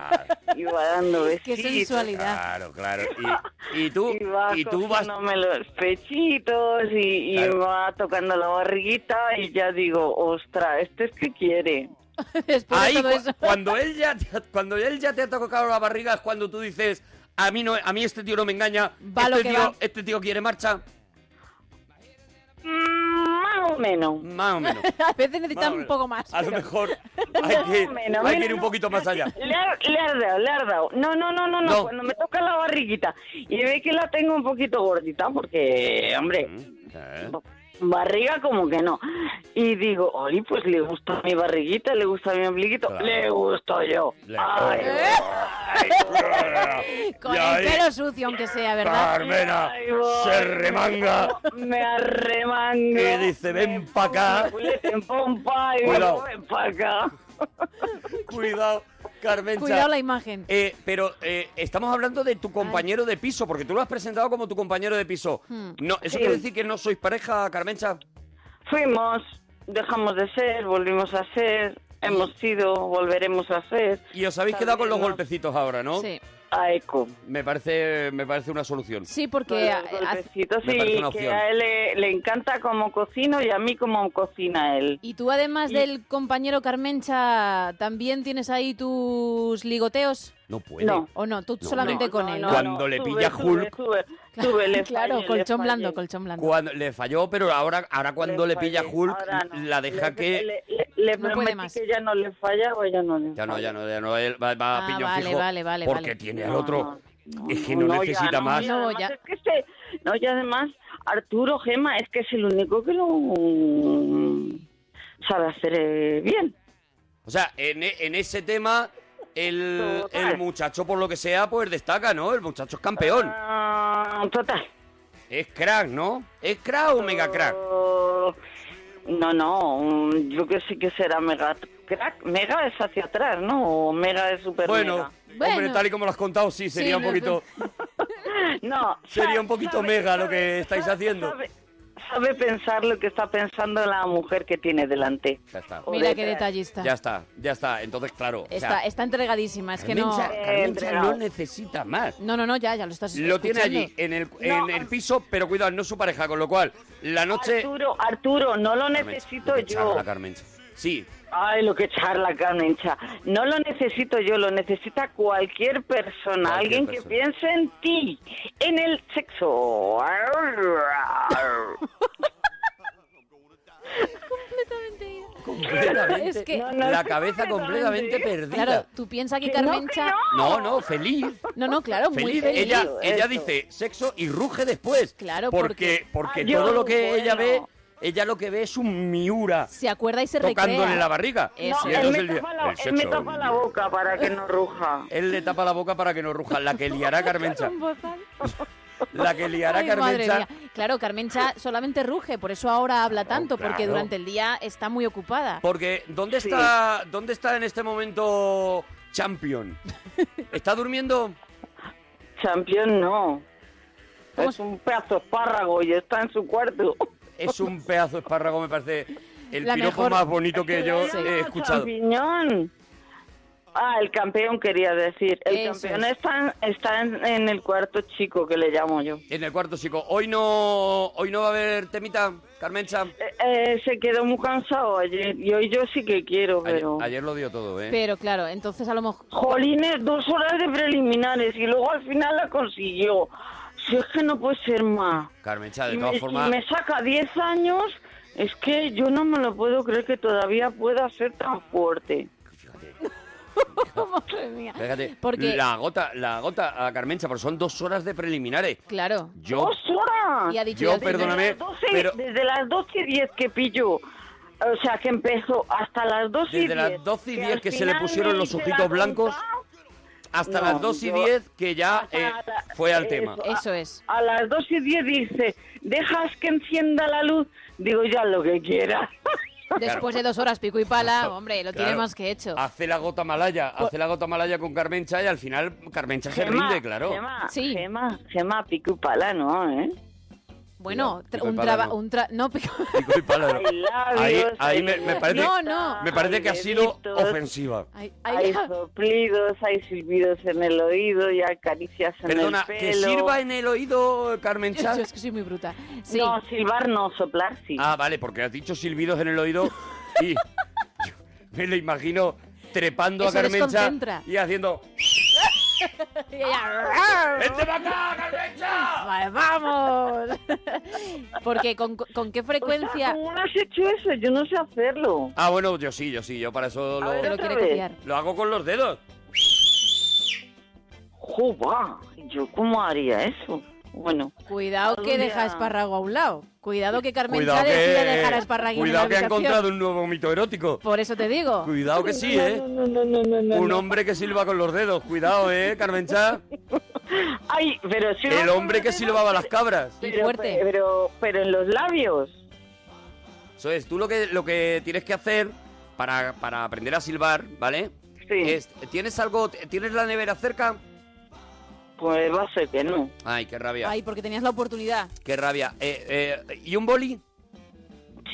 J: y va dando
F: Qué
J: besitos.
F: sensualidad.
E: Claro, claro.
J: [LAUGHS]
E: Y, y tú,
J: Y va
E: y tú vas.
J: cogiéndome los pechitos y, y
E: Claro.
J: va tocando la barriguita y ya digo, ostra, este es que quiere.
F: [LAUGHS] Después
E: Ahí,
F: de todo
E: cu-
F: eso.
E: cuando él ya, te- cuando él ya te ha tocado la barriga es cuando tú dices, a mí no, a mí este tío no me engaña.
F: Va lo
E: Este
F: que
E: tío,
F: va".
E: este tío quiere marcha,
J: Mm, Más o menos.
E: más o menos.
F: [LAUGHS] A veces
E: Más o
F: necesitas un
E: menos.
F: poco más.
E: A lo
F: pero-
E: mejor hay que, ir-
J: Menos,
E: hay que
J: menos,
E: ir un
J: no.
E: poquito más allá.
J: Le ha, le has dado, le has dado. No, no, no, no, no,
E: No.
J: Cuando me toca la barriguita y ve que la tengo un poquito gordita, porque, hombre,
E: Eh,
J: barriga como que no. Y digo, Oli, pues le gusta mi barriguita, le gusta mi ombliguito,
E: Claro.
J: le gusto yo.
E: Le-
J: Ay,
F: [LAUGHS] Con
E: Y
F: el
E: ahí-
F: pelo sucio, aunque sea, ¿verdad?
E: Carmena
J: Ay, voy.
E: se remanga.
J: Me arremango.
E: Y dice, "Ven
J: me
E: pa' acá".
J: pongo el culete en pompa y
E: Cuidado.
J: digo, ven pa' acá.
E: Cuidado, Carmencha.
F: Cuidado la imagen.
E: Eh, pero eh, estamos hablando de tu compañero de piso, porque tú lo has presentado como tu compañero de piso.
F: Hmm.
E: No, ¿Eso
J: Sí.
E: quiere decir que no sois pareja, Carmencha?
J: Fuimos, dejamos de ser, volvimos a ser, hemos sido, volveremos a ser.
E: Y os habéis
J: También
E: quedado con los
J: no.
E: golpecitos ahora, ¿no?
F: Sí.
J: a Eco.
E: Me parece, me parece una solución.
F: Sí,
J: Lo
F: porque
J: de
F: a-
J: los
F: a-
J: golpecitos
E: Me parece
J: y
E: una
J: que
E: opción.
J: a él le, le encanta como cocino y a mí como cocina él.
F: y tú además del compañero Carmencha también tienes ahí tus ligoteos
E: No puede.
J: No.
F: o no, tú
E: No,
F: solamente
E: hombre.
F: con él.
E: no,
F: [LAUGHS]
E: Cuando le
J: sube,
E: pilla
J: sube,
E: Hulk.
J: sube, sube, le
F: claro,
J: fallé, le
F: colchón blando,
J: fallé.
F: colchón blando.
E: Cuando, le falló, pero ahora, ahora cuando le, pilla
J: fallé.
E: Hulk,
J: Ahora no.
E: la deja
J: Le-
E: que...
J: Le, le- le
F: No puede
J: prometí
F: más.
J: que ya no le fallaba, ya no le
E: Ya no,
J: falla.
E: ya no, ya no, él va, va a
F: Ah,
E: piñón
F: vale,
E: fijo
F: vale, vale,
E: porque
F: vale.
E: tiene al
J: No,
E: otro.
J: no,
E: es que no,
J: ya
E: necesita
J: no,
E: más.
J: y además
F: No, ya.
J: Es que este, no, y además, Arturo Gema es que es el único que lo mm, sabe hacer eh, bien.
E: O sea, en, e- en ese tema, el,
J: Total.
E: el muchacho, por lo que sea, pues destaca, ¿no? El muchacho es campeón.
J: Ah, total.
E: Es crack, ¿no? ¿Es crack o mega crack?
J: Oh, No, no, mm, yo que sí que será mega crack. Mega es hacia atrás, ¿no? O mega es super
E: Bueno,
J: mega. [LAUGHS]
E: hombre,
F: Bueno.
E: tal y como lo has contado, sí, sería
F: Sí,
E: un
F: lo-
E: poquito...
J: No,
E: Sería
J: sabe-
E: un poquito
J: sabe-
E: mega lo
J: sabe-
E: que estáis
J: sabe-
E: haciendo.
J: Sabe, sabe pensar lo que está pensando la mujer que tiene delante.
E: Ya está,
J: O
F: Mira qué
J: detrás.
F: detallista.
E: ya está, ya está. Entonces, claro, o sea,
F: está, está entregadísima, es que no.
E: Carmencha- Carmencha
J: Entregado.
E: no necesita más.
F: No, no, no, ya, ya lo estás
E: Lo tiene
F: escuchando.
E: allí, en el, en el piso, pero cuidado, no su pareja, con lo cual, la noche...
J: Arturo, Arturo, no lo
E: Carmencha,
J: necesito
E: lo que
J: yo.
E: charla, Carmencha. Sí,
J: Ay, lo que charla Carmencha. No lo necesito yo, lo necesita cualquier persona,
E: Cualquier
J: alguien que
E: persona.
J: piense en ti, en el sexo.
F: [LAUGHS]
E: completamente.
F: Es que-
J: No, [LAUGHS] no,
E: la
J: es
E: cabeza completamente perdida.
F: Claro, tú piensas que
J: Que no,
F: Carmencha...
J: que no.
E: No, no, feliz.
F: No, no, claro, muy
E: Feliz.
F: feliz.
E: Ella, ella
J: eso.
E: dice sexo y ruge después.
F: Claro,
E: porque
F: porque-
E: porque
J: Ay,
E: todo
J: yo,
E: lo que ella ve,
J: bueno.
E: ella lo que ve es un miura
F: Se acuerda y se
E: tocándole
F: recrea.
E: la barriga.
F: Eso
J: No,
E: Y
F: es.
J: él
E: entonces
J: me
E: él dice,
J: tapa la-
E: "El
J: él me
E: sexo".
J: tapa la boca para que no ruja.
E: Él le tapa la boca para que no ruja. La que
J: [LAUGHS]
E: liará Carmencha.
F: Un bozal.
E: La que liará
F: Ay, madre
E: Carmencha. Oh,
F: mía. Claro, Carmencha solamente ruge, por eso ahora habla tanto, porque
E: claro.
F: durante el día está muy ocupada.
E: Porque ¿dónde está dónde está en este momento
J: [LAUGHS]
E: Champion? ¿Está durmiendo?
J: Champion no. Es un pedazo de espárrago y está en su cuarto. [LAUGHS]
E: Es un pedazo de espárrago, me parece el
F: La
E: piropo
F: mejor.
E: más bonito que yo
F: Sí.
E: he escuchado.
J: Champiñón. Ah, el campeón quería decir. El
F: Eso
J: campeón
F: es.
J: está, en- está en, en el cuarto chico que le llamo yo.
E: En el cuarto, chico. Hoy no, hoy no va a haber temita, Carmencha.
J: Eh, eh, se quedó muy cansado ayer y hoy yo sí que quiero,
E: Ayer,
J: pero...
E: ayer lo dio todo, ¿eh?
F: Pero claro, entonces a lo mejor... [LAUGHS]
J: Jolines, dos horas de preliminares y luego al final la consiguió. Si es que no puede ser más.
E: Carmencha, de
J: Y
E: todas
J: me,
E: formas,
J: y me saca 10 años, es que yo no me lo puedo creer que todavía pueda ser tan fuerte.
E: fíjate,
F: oh, Madre mía.
E: fíjate,
F: Porque-
E: la gota, la gota a Carmencha, pero son dos horas de preliminares.
F: Claro.
E: Yo,
J: ¡Dos horas!
F: Y ha dicho...
E: Yo,
F: ya-
E: perdona- perdóname,
J: Desde las 12,
E: pero-
J: Desde las 12 y 10 que pillo, o sea, que empezó hasta las 12 y
E: Desde
J: 10.
E: las 12 y 10
J: al
E: que se
J: final
E: le pusieron
J: me
E: los
J: hice la
E: ojitos blancos,
J: tonta,
E: hasta
J: No,
E: las 2 y
J: yo-
E: 10 que ya
J: hasta
E: eh,
J: la-
E: fue al
J: eso,
E: tema.
J: a-
F: Eso
E: [LAUGHS]
F: es.
J: A las 2 y 10 dice, dejas que encienda la luz, digo ya lo que quieras.
F: Después de dos horas pico y pala, hombre, lo tiene
E: Claro. Ah,
F: más que hecho. Pues
E: Hace la gota malaya, hace la gota malaya con Carmencha y al final Carmencha se
J: Gemma,
E: rinde, claro. [LAUGHS]
J: Gemma,
F: Sí.
J: Gemma, Gemma, pico y pala, ¿no? ¿Eh?
F: Bueno,
E: No,
F: tra-
E: pico y
F: un
E: pala
F: trabajo...
E: no.
F: Un tra- no, pico...
E: Pico y pala.
J: Hay labios,
E: Ahí, ahí
J: hay
E: me, me parece,
F: No, no.
E: me parece que ha sido
J: bebitos,
E: ofensiva.
F: Ay, ay, [LAUGHS]
J: Hay
F: ya.
J: soplidos, hay silbidos en el oído y hay caricias en
E: Perdona,
J: el pelo.
E: que sirva en el oído Carmencha.
F: Yo es que soy muy bruta. Sí.
J: No, silbar no, soplar sí.
E: Ah, vale, porque has dicho silbidos en el oído y [LAUGHS] yo me lo imagino trepando
F: Eso
E: a Carmencha
F: desconcentra.
E: y haciendo ¡Vente para acá, Carmencha!
F: Vale, ¡Vamos! [LAUGHS] Porque con, con qué
J: Frecuencia. [LAUGHS]
F: frecuencia
J: ¿Cómo no has hecho eso? Yo no sé hacerlo.
E: Ah, bueno, yo sí, yo sí, yo para eso
J: A
F: te
J: ver,
E: lo,
F: lo quiere
J: vez.
F: copiar.
E: lo hago con los dedos.
J: ¡Juba! ¿Yo cómo haría eso? Bueno,
F: Cuidado
J: Algún
F: que deja
J: día-
F: a Esparrago a un lado. Cuidado que Carmen
E: Cuidado
F: Chávez decide
E: que,
F: dejar a Esparraguín
E: cuidado
F: en
E: que
F: la
E: ha
F: habitación.
E: encontrado un nuevo mito erótico.
F: Por eso te digo.
E: Cuidado que sí, ¿eh? Un hombre que silba con los dedos. Cuidado, ¿eh, Carmencha?
J: ay, pero si
E: El hombre que silbaba las cabras.
F: Y
J: pero,
F: fuerte.
J: Pero, pero en los labios.
E: Eso es, tú lo que, lo que tienes que hacer para, para aprender a silbar, ¿vale?
J: Sí.
E: Es, ¿Tienes algo, tienes la nevera cerca?
J: Pues va a ser que no.
E: Ay, qué rabia,
F: Ay, porque tenías la oportunidad.
E: qué rabia. Eh, eh, ¿Y un boli?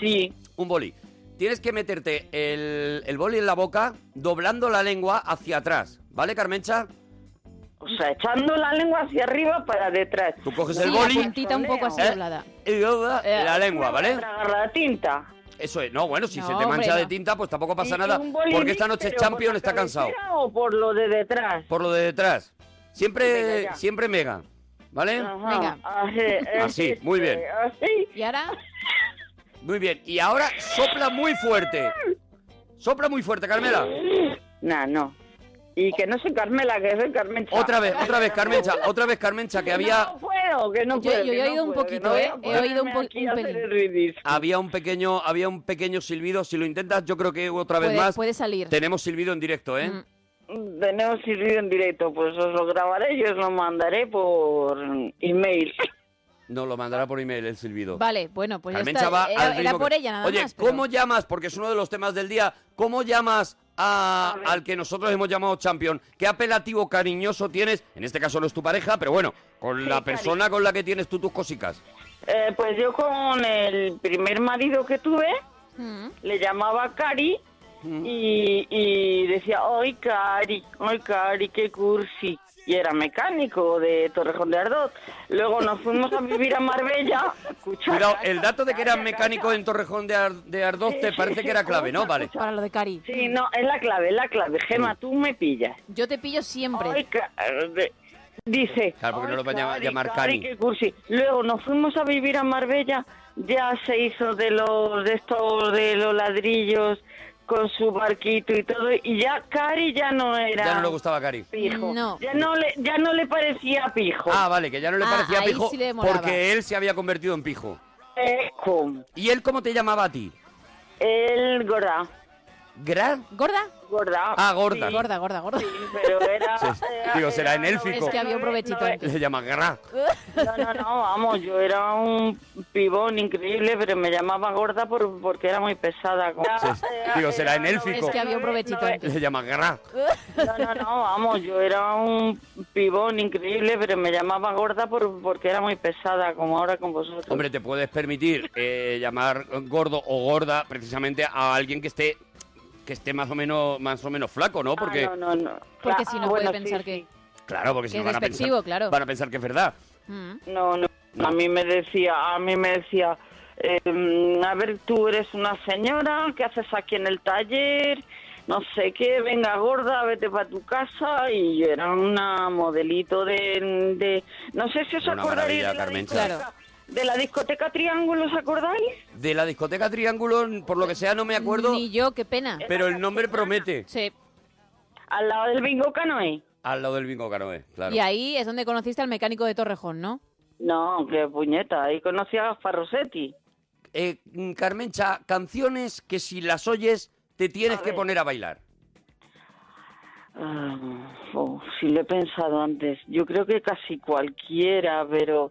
J: Sí.
E: Un boli. Tienes que meterte el, el boli en la boca doblando la lengua hacia atrás, ¿vale, Carmencha?
J: O sea, echando la lengua hacia arriba para detrás.
E: Tú coges
F: Sí,
E: el
F: la
E: boli
F: puntita un poco así
E: ¿Eh?
F: doblada.
E: y luego
F: Eh,
E: la lengua, ¿vale?
J: Tragar la tinta.
E: Eso es. No, bueno, si
F: No,
E: se te mancha
F: hombre,
E: de
F: no.
E: tinta, pues tampoco pasa
J: Y-
E: nada.
J: y un boli
E: Porque esta noche
J: pero por
E: Champion
J: la
E: está cansado.
J: cabecera o por lo de detrás?
E: Por lo de detrás. Siempre,
J: Venga, ya. Ah.
E: siempre mega. ¿Vale?
J: Ajá, eh,
F: Venga.
J: Así,
E: ¿Eh? [LAUGHS] Así, muy bien.
J: Así.
F: Y ahora,
E: Muy bien. Y ahora sopla muy fuerte. Sopla muy fuerte, Carmela.
J: Nah, no. Y que no soy Carmela, que soy Carmencha.
E: Otra vez, otra vez,
J: [LAUGHS]
E: Carmencha. Otra vez, Carmencha, que había,
J: No puedo, que no
F: Yo-
J: puedo.
F: yo he
J: que no
F: oído un
J: puedo,
F: poquito,
J: que no voy
F: ¿eh?
J: a
F: He oído un po-
J: ponerme aquí a
F: un
J: hacer
F: pelín.
J: el ridículo.
E: había un pequeño, había un pequeño silbido. Si lo intentas, yo creo que otra vez
F: puede,
E: más
F: puede salir.
E: tenemos silbido en directo, ¿eh?
F: Mm.
J: Tenemos sirvido en directo, pues os lo grabaré y os lo mandaré por email. [LAUGHS]
E: Nos lo mandará por email el silbido.
F: Vale, bueno, pues ya
E: Carmen
F: está.
E: Chava,
F: Era-
E: al
F: era
E: ritmo que-
F: por ella nada
E: Oye,
F: más. pero-
E: ¿cómo llamas? Porque es uno de los temas del día. ¿Cómo llamas a-
J: A ver.
E: al que nosotros hemos llamado champion? ¿Qué apelativo cariñoso tienes? En este caso no es tu pareja, pero bueno, con
J: Sí,
E: la
J: cari-
E: persona con la que tienes tú tus
J: [LAUGHS]
E: cositas.
J: Eh, pues yo con el primer marido que tuve,
F: Mm.
J: le llamaba Cari y, y decía, ¡ay, Cari! ¡ay, Cari, qué cursi! Y era mecánico de Torrejón de Ardoz. Luego nos fuimos a vivir a Marbella. Escucha,
E: Cuidado,
J: calla,
E: el dato de que eras
J: calla,
E: mecánico
J: calla.
E: en Torrejón de, Ar- de Ardoz
J: Sí,
E: te
J: sí,
E: parece
J: sí,
E: que era clave, ¿no?
J: escucha,
E: Vale.
J: escucha.
F: Para lo de Cari.
J: Sí, no, es la clave, es la clave. Gema, tú me pillas.
F: Yo te pillo siempre.
J: Ay, Cari. Dice.
E: Claro, porque no lo
J: "Ay,
E: van a llamar-
J: Cari,
E: llamar Cari".
J: qué cursi. Luego nos fuimos a vivir a Marbella. Ya se hizo de los de estos de los ladrillos con su barquito y todo y ya Cari ya no era
E: Ya no le gustaba a Cari.
J: pijo.
F: No.
J: Ya no le ya no le parecía pijo.
E: Ah, vale, que ya no le
F: Ah,
E: parecía
F: ahí
E: pijo
F: sí le molaba.
E: porque él se había convertido en pijo.
J: Eh, com.
E: ¿Y él cómo te llamaba a ti?
J: El gorda,
E: ¿Gran?
F: ¿Gorda?
J: gorda.
E: Ah, gorda.
J: Sí,
F: Gorda, gorda, gorda.
J: sí, pero era,
E: [LAUGHS] Sí,
J: era-
E: digo, será
J: era
E: en élfico.
F: Es que había un provechito
J: no,
F: antes.
E: Le llaman Gra.
J: No, no, no, vamos, yo era un pibón increíble, pero me llamaba gorda por, porque era muy pesada.
E: Sí, digo, será en élfico.
F: Es que había un provechito antes.
J: eh,
E: Le llaman Gra.
J: No, no, no, vamos, yo era un pibón increíble, pero me llamaba gorda por, porque era muy pesada, como ahora con vosotros.
E: Hombre, te puedes permitir eh, llamar gordo o gorda precisamente a alguien que esté que esté más o menos más o menos flaco, ¿no?
J: Ah,
E: Porque
J: no, no, no.
F: [LAUGHS] Porque
J: Ah,
F: si no
J: bueno,
F: puede pensar
J: sí,
F: que...
J: sí.
E: claro, porque si
F: Que
E: no
F: es
E: van a pensar,
F: despectivo, claro.
E: van a pensar que es verdad.
F: Mm.
J: No, no, a mí me decía, a mí me decía, em, a ver, tú eres una señora, ¿qué haces aquí en el taller? No sé qué, venga gorda, vete para tu casa. Y yo era una modelito de... de- no sé si os
E: Una
J: acordaréis
E: maravilla,
J: de la,
E: Carmencha.
J: discoteca, de la discoteca Triángulo, ¿os acordáis?
E: De la discoteca Triángulo, por lo que sea no me acuerdo,
F: Ni yo, qué pena.
J: Eh.
E: pero el nombre promete.
F: Sí.
J: Al lado del bingo canoe.
E: Al lado del bingo canoe, claro.
F: Y ahí es donde conociste al mecánico de Torrejón, ¿no?
J: No, qué puñeta, ahí conocí a Farrosetti.
E: Eh, mm, Carmencha, canciones que si las oyes te tienes
J: A
E: que
J: ver.
E: poner a bailar.
J: Ah, oh, sí lo he pensado antes. Yo creo que casi cualquiera, pero...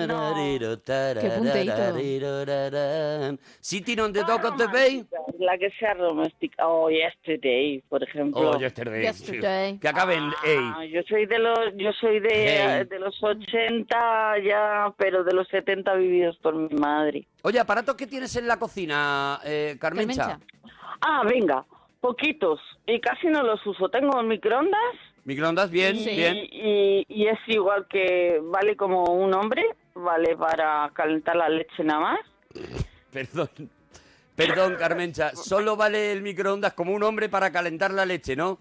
F: Qué punteíto.
E: City on the dock of the bay.
J: La que sea doméstica. Oh, yesterday, por ejemplo.
E: Oh, yesterday.
F: Yesterday.
E: Que acabe en
J: Ah,
E: A.
J: yo soy de los yo soy de,
E: Hey.
J: de los 80 ya, pero de los 70 vividos por mi madre.
E: Oye, aparatos que tienes en la cocina, eh, Carmencha.
F: Carmencha.
J: Ah, venga, poquitos y casi no los uso. Tengo microondas
E: Microondas, bien,
J: y,
E: bien.
J: y- y es igual que vale como un hombre, vale para calentar la leche nada más.
E: Perdón. Perdón, Carmencha. Solo vale el microondas como un hombre para calentar la leche, ¿no?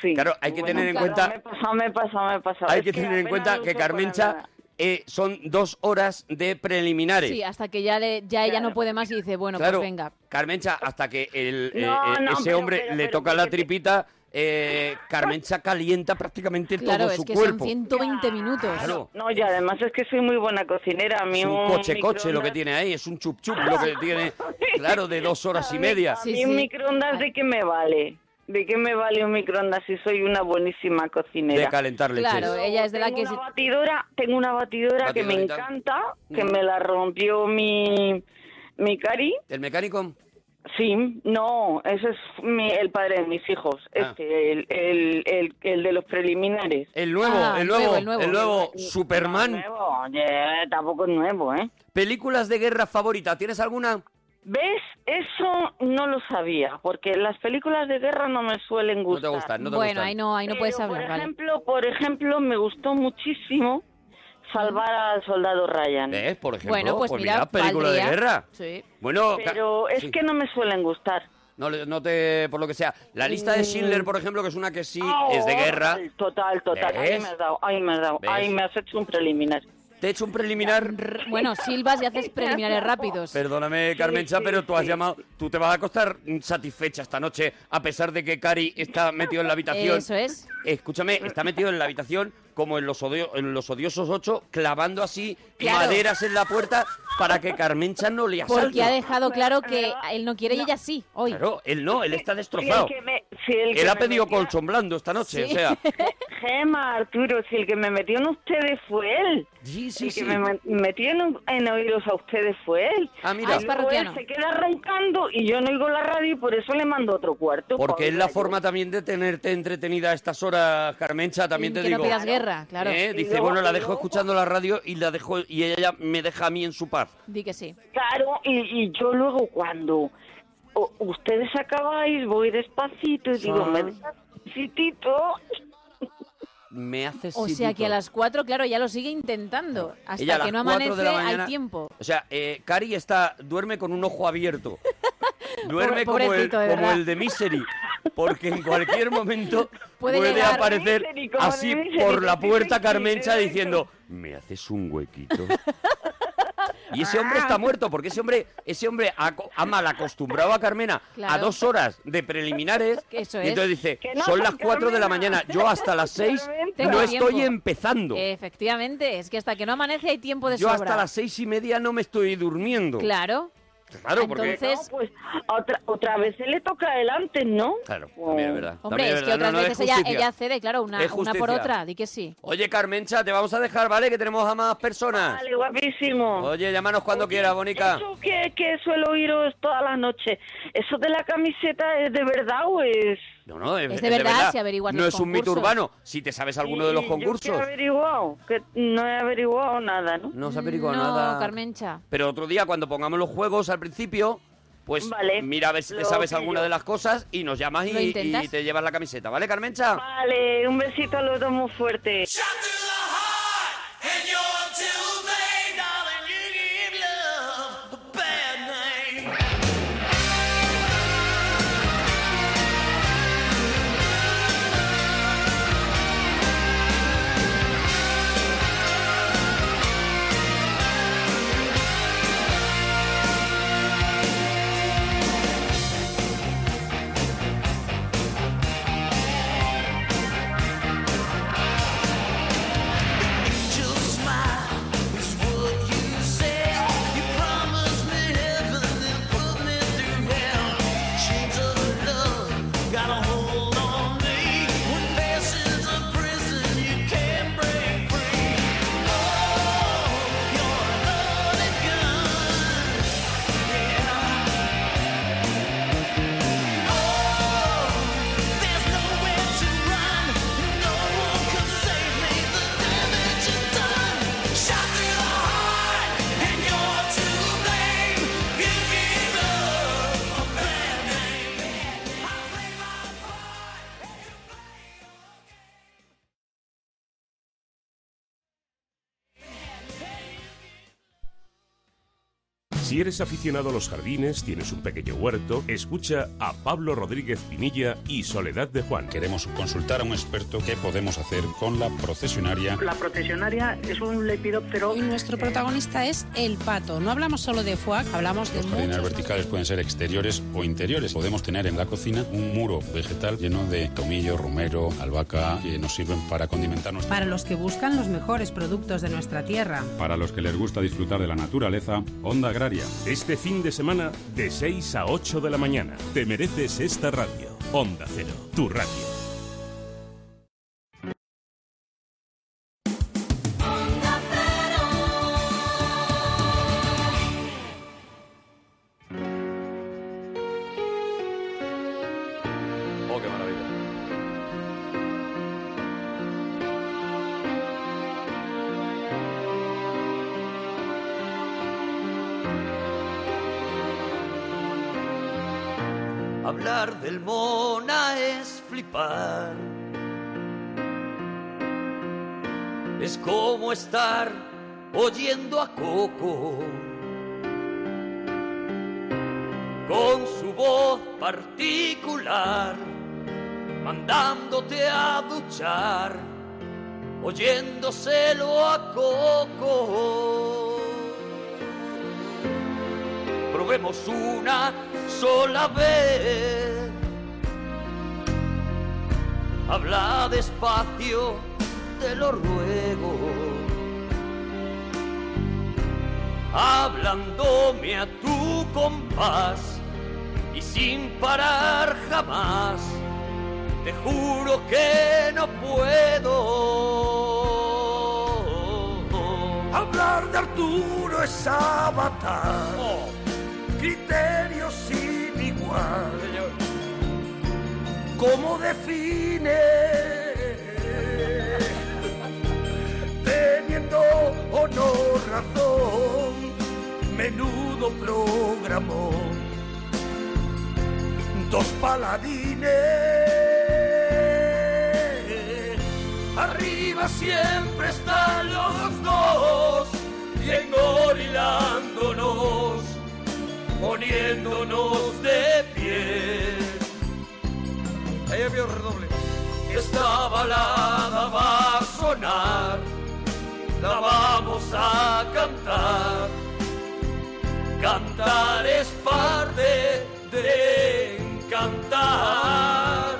J: Sí.
E: Claro, hay que tener en
J: claro,
E: cuenta-
J: Me pasa, me pasa, me pasa.
E: Hay
J: Es
E: que tener en
J: apenas
E: cuenta
J: lo
E: que
J: uso para
E: Carmencha
J: nada.
E: eh, son dos horas de preliminares.
F: Sí, hasta que ya, le, ya ella no puede más y dice, bueno,
E: claro,
F: pues venga.
E: Carmencha, hasta que el, eh,
J: No,
E: eh,
J: no,
E: ese
J: pero,
E: hombre
J: pero,
E: le
J: pero,
E: toca
J: pero
E: la
J: que te-
E: tripita, eh, Carmencha calienta prácticamente
F: Claro,
E: todo
F: es
E: su
F: que
E: cuerpo.
F: son 120 minutos.
E: Claro.
J: No, y además es que soy muy buena cocinera. A mí
E: Es un coche-coche lo que
J: microondas-
E: tiene ahí, es un chup-chup lo que
J: [LAUGHS]
E: tiene, claro, de dos horas y media.
F: Sí,
J: y
F: sí.
J: un microondas de qué me vale? ¿De qué me vale un microondas si soy una buenísima
E: De
J: cocinera?
E: calentar leches.
F: Claro, ella es de la
J: tengo
F: que...
J: una
F: se-
J: batidora, tengo una batidora que me
F: Mm.
E: Batidorita.
J: encanta, que
E: Mm.
J: me la rompió mi mi cari
E: ¿El mecánico?
J: Sí, no, ese es mi- el padre de mis hijos,
E: Ah.
J: este, el, el, el, el de los preliminares.
E: El nuevo, Ah, el nuevo, el nuevo, el nuevo, Superman.
J: nuevo, oye, tampoco es nuevo, ¿eh?
E: Películas de guerra favorita, ¿tienes alguna?
J: ¿Ves? Eso no lo sabía, porque las películas de guerra no me suelen gustar.
E: gustan, no te
F: bueno, ahí no, ahí no puedes
J: Pero,
F: hablar,
J: por
F: vale.
J: ejemplo, por ejemplo, me gustó muchísimo salvar al soldado Ryan.
E: ¿Ves? Por ejemplo,
F: Bueno, pues mira,
E: película
F: valdría.
E: de guerra.
F: Sí.
E: Bueno, ca-
J: Pero es
E: sí.
J: que no me suelen gustar.
E: no, le- no te por lo que sea, la lista de Schindler, por ejemplo, que es una que sí
J: Ah,
E: es de guerra.
J: Total, total. Ahí
E: ¿Ves?
J: me has dado, ahí me has dado,
E: ¿Ves?
J: ahí me has hecho un preliminar.
E: Te he hecho un preliminar.
F: Bueno, silvas
J: [LAUGHS]
F: y haces preliminares rápidos.
E: Perdóname, Carmencha, pero tú has llamado, tú te vas a acostar satisfecha esta noche, a pesar de que Cari está metido en la habitación.
F: Eso es.
E: Escúchame, está metido en la habitación como en los, odio- en los odiosos ocho, clavando así
F: Claro.
E: maderas en la puerta para que Carmencha no le asalte.
F: Porque ha dejado claro que él no quiere y ella sí, hoy.
E: Claro, él no, él está
J: Si el
E: destrozado.
J: que me- si el que
E: Él ha
J: me
E: pedido
J: metió-
E: colchón blando esta noche,
F: Sí.
E: o sea...
J: Gema, Arturo, si el que me metió en ustedes fue él.
E: Sí, sí,
J: el que
E: sí.
J: me met- metió en, en oíros a ustedes fue él.
E: Ah, mira.
J: Y
E: Ah, es
J: luego
F: parroquiano.
J: él se queda roncando y yo no oigo la radio y por eso le mando otro cuarto.
E: Porque es la
J: Paula,
E: forma también de tenerte entretenida a estas horas, Carmencha, también
F: Mm,
E: te
F: que no
E: digo.
F: pidas guerra, claro.
E: ¿Eh?
J: Y
E: Dice,
J: luego-
E: bueno, la
J: y
E: dejo
J: luego-
E: escuchando la radio y la dejo y ella me deja a mí en su paz.
F: Di que sí.
J: yo- Claro, y, y yo luego cuando o- ustedes acabáis, voy despacito y digo,
E: Ah.
J: me dejas despacitito.
E: Me hace
F: O sea que a las 4, claro, ya lo sigue intentando. Hasta
E: Ella a las
F: que no
E: 4 de
F: amanece
E: la mañana-
F: hay tiempo.
E: O sea, eh, Cari está duerme con un ojo
F: [LAUGHS]
E: abierto.
F: Pobre-
E: Duerme como el,
F: pobrecito, de
E: como
F: verdad.
E: el de Misery, porque en cualquier momento puede,
F: [LAUGHS] Puede llegar.
E: aparecer
J: Misery, como
E: así
J: de Misery,
E: por la
J: sí, sí,
E: puerta
J: sí,
E: Carmencha
J: sí, sí.
E: diciendo, "Me haces un
J: [LAUGHS]
E: huequito." Y ese hombre
J: Ah.
E: está muerto, porque ese hombre, ese hombre ha, co- ha mal acostumbrado a Carmena a
F: Claro.
E: dos horas de preliminares.
F: Que [LAUGHS] eso
E: y entonces
F: es.
E: dice,
J: Que no,
E: son las cuatro de la
J: Carmena.
E: mañana, yo
J: [LAUGHS]
E: hasta las seis
J: Carmena.
E: no
F: Tengo
E: estoy
F: tiempo.
E: empezando.
F: Efectivamente, es que hasta que no amanece hay tiempo de
E: Yo
F: sobra.
E: hasta las seis y media no me estoy durmiendo.
F: Claro.
E: Claro, porque.
F: Entonces-
J: No, pues otra, otra vez se le toca adelante, ¿no? Oh.
E: Claro, también es verdad.
F: Hombre,
E: también
F: es que
E: verdad,
F: otras
E: no, no,
F: veces
E: es
F: ella,
E: justicia.
F: ella cede, claro, una,
E: Es
F: una por
E: justicia.
F: otra, di que sí.
E: Oye, Carmencha, te vamos a dejar, ¿vale? Que tenemos a más personas.
J: Vale, guapísimo.
E: Oye, llámanos cuando quieras, Bonica.
J: Eso que, que suelo oíros todas las noches. ¿Eso de la camiseta es de verdad o es...?
E: No, no, es,
F: Es de verdad, si averiguas
E: No
F: los
E: es un mito
F: concursos.
E: urbano. Si te sabes alguno de
J: Sí,
E: los
J: yo
E: concursos.
J: que he averiguado, que no he averiguado nada, ¿no?
E: No se averigua
F: no,
E: nada.
F: Carmencha.
E: Pero otro día, cuando pongamos los juegos al principio, pues
J: Vale,
E: mira a ver si te
J: lo
E: sabes
J: pillo.
E: alguna de las cosas y nos llamas y,
F: Lo intentas.
E: y te llevas la camiseta, ¿vale, Carmencha?
J: Vale, un besito a los dos muy fuerte.
B: Shot to the heart, and you're to blame, darling. You give love a bad name. Angel smile is what you say. You promised me heaven and put me through hell. Chains of love got a hold on me. When passion's a prison, you can't break free. Oh, you're a loaded gun. Yeah. Oh. There's nowhere to run, no one can save me. The damage is done. Shot through the heart, and you're to blame. You give up a bad name. I play my part, you play your game.
K: Si eres aficionado a los jardines, tienes un pequeño huerto, escucha a Pablo Rodríguez Pinilla y Soledad de Juan.
L: Queremos consultar a un experto qué podemos hacer con la procesionaria.
M: La procesionaria es un lepidóptero. Y nuestro protagonista es el pato. No hablamos solo de foie, hablamos de
L: Los jardines verticales pueden ser exteriores o interiores. Podemos tener en la cocina un muro vegetal lleno de tomillo, romero, albahaca, que nos sirven para condimentar nuestra...
M: Para los que buscan los mejores productos de nuestra tierra.
L: Para los que les gusta disfrutar de la naturaleza, Onda Agraria.
K: Este fin de semana, de 6 a 8 de la mañana, te mereces esta radio. Onda Cero, tu radio.
N: Hablar del mona es flipar. Es como estar oyendo a Coco. Con su voz particular, mandándote a duchar, oyéndoselo a Coco. Probemos una sola vez. Habla despacio, te lo ruego. Hablándome a tu compás y sin parar jamás, te juro que no puedo.
E: Hablar de Arturo es avatar. Criterio sin igual. ¿Cómo define? Teniendo o no razón. Menudo programón. Dos paladines.
N: Arriba siempre están los dos y engorilándonos, poniéndonos de pie. Ahí había redoble. Esta balada va a sonar, la vamos a cantar. Cantar es parte de encantar.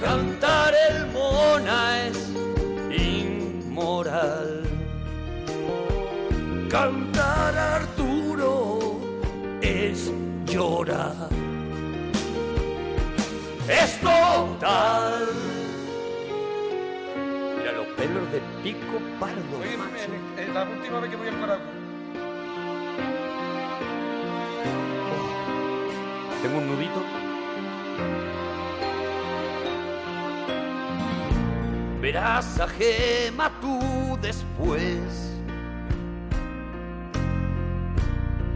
N: Cantar el mona es inmoral.
E: Cantar a Arturo es llorar.
N: es total. Mira los pelos de pico pardo.
O: la última vez que voy a
P: Tengo un nudito.
N: Verás a Gema tú después.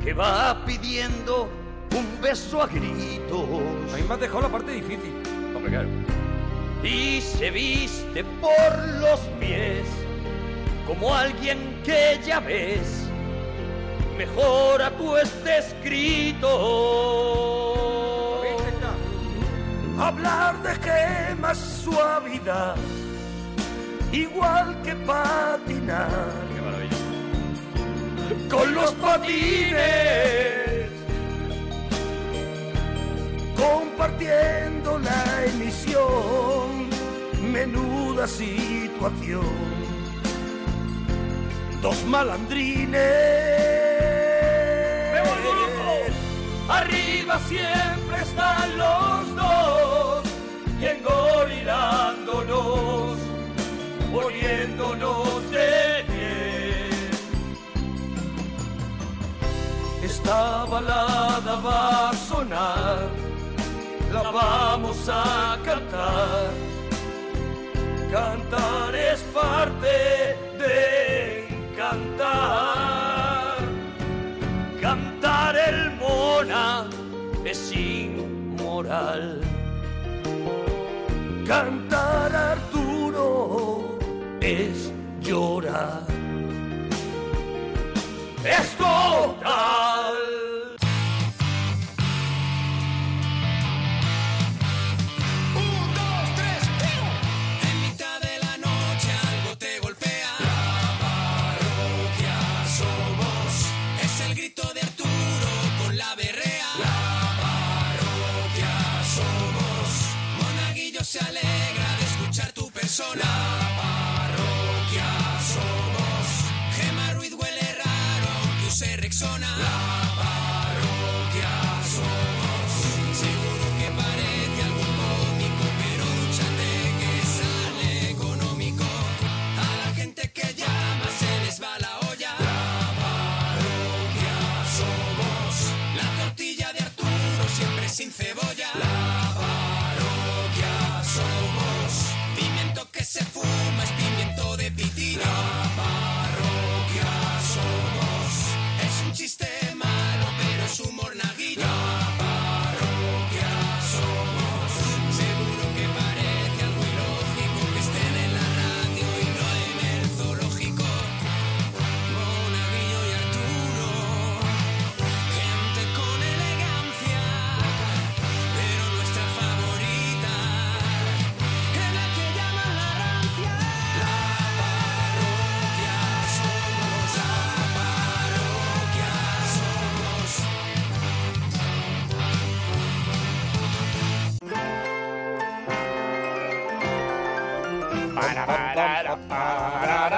N: Que va pidiendo un beso a gritos. A mí me has dejado la parte difícil. Hombre, claro. Y se viste por los pies. Como alguien que ya ves. Mejora tú este escrito.
E: Hablar de gemas suavidad, igual que patinar. Con los patines, compartiendo la emisión, menuda situación. Dos malandrines.
N: Arriba siempre están los dos y engorilándonos, poniéndonos de pie. Esta balada va a sonar, la vamos a cantar. Cantar es parte de encantar. Cantar el mona es inmoral.
E: Cantar a Arturo es llorar.
N: Es total.
B: Un, dos, tres, En mitad de la noche algo te golpea. La parroquia somos. Es el grito de Arturo con la berrea. La parroquia somos. Monaguillo se alegra de escuchar tu persona. La parroquia somos. Gema Ruiz huele raro aunque use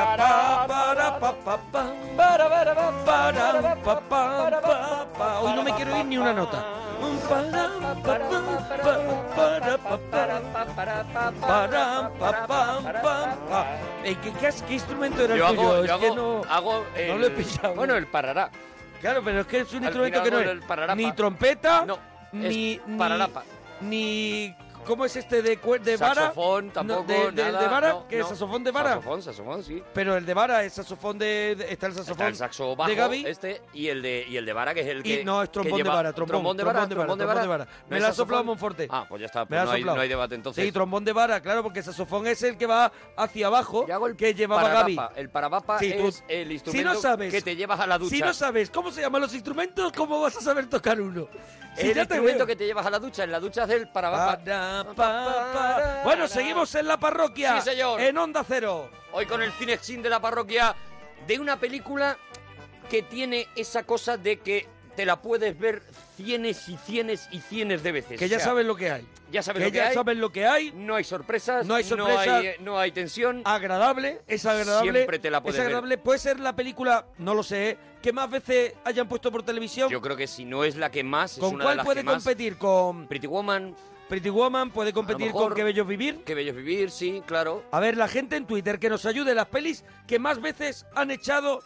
C: pa, pa, pa, para, para, pa, para, pa, pa, pa, pa. Hoy no me quiero ir ni una nota. Para, pa, pa, pa, para, pa, pa, para, pa, pa, pa, pa. Eh, ¿Qué, qué, qué instrumento era el
E: Yo hago-
C: tuyo?
E: yo
C: Es
E: hago-
C: que no,
E: hago
C: no
E: el-
C: lo he pillado.
E: bueno, el parará.
C: Claro, pero es que es un
E: Al
C: instrumento
E: final
C: que no
E: hago
C: es
E: el pararapa.
C: ni trompeta, ni,
E: es
C: ni-
E: pararapa.
C: ni... ¿Cómo es este de, cuer- de vara?
E: Saxofón,
C: No,
E: tampoco,
C: de, de-
E: nada,
C: de vara?
E: no,
C: ¿Qué
E: no.
C: es saxofón de vara?
E: Saxofón, saxofón, sí.
C: Pero el de vara es saxofón de... de- está el saxofón
E: Está el saxo bajo,
C: de Gaby.
E: este, y el de, y el de vara, que es el
C: Y
E: que
C: no, es
E: que
C: trombón de
E: lleva-
C: vara, trombón,
E: de vara, trombón de vara.
C: trombón de vara.
E: ¿No
C: Me
E: es
C: la ha soplado
E: saxofón?
C: Monforte.
E: Ah, pues ya está,
C: Me
E: pues
C: la ha
E: no hay,
C: soplado.
E: no hay debate, entonces.
C: Sí, trombón de vara, claro, porque saxofón es el que va hacia abajo, que llevaba Gaby.
E: Parapapa. El parapapa
C: Sí, tú-
E: es el
C: si
E: instrumento
C: no sabes,
E: que te llevas a la ducha.
C: Si no sabes cómo se llaman los instrumentos, ¿cómo vas a saber tocar uno? Si
E: el
C: ya te
E: instrumento
C: veo. Ah,
E: que te llevas a la ducha, en la ducha es el parapapa.
C: Para, pa, para. Bueno, seguimos en la parroquia.
E: Sí, señor.
C: En Onda Cero.
E: Hoy con el cinexin de la parroquia de una película que tiene esa cosa de que te la puedes ver cienes y cienes y cienes de veces.
C: Que ya
E: O sea,
C: sabes lo que hay.
E: Ya sabes
C: que
E: lo que
C: ya
E: hay. Mm.
C: sabes lo que hay.
E: No hay sorpresas.
C: No hay sorpresas. Ah,
E: No hay, eh, no hay tensión.
C: Agradable, es agradable.
E: Siempre te la puedes
C: Es agradable. Puede ser la película, no lo sé, que más veces hayan puesto por televisión.
E: ver. Yo creo que si no es la que más, es
C: ¿Con
E: una de
C: cuál
E: las
C: puede
E: que más.
C: competir? Con
E: Pretty Woman.
C: Pretty Woman puede competir con
E: mejor.
C: Qué Bello es Vivir.
E: Qué bello es vivir, sí, claro.
C: A ver, la gente en Twitter que nos ayude las pelis que más veces han echado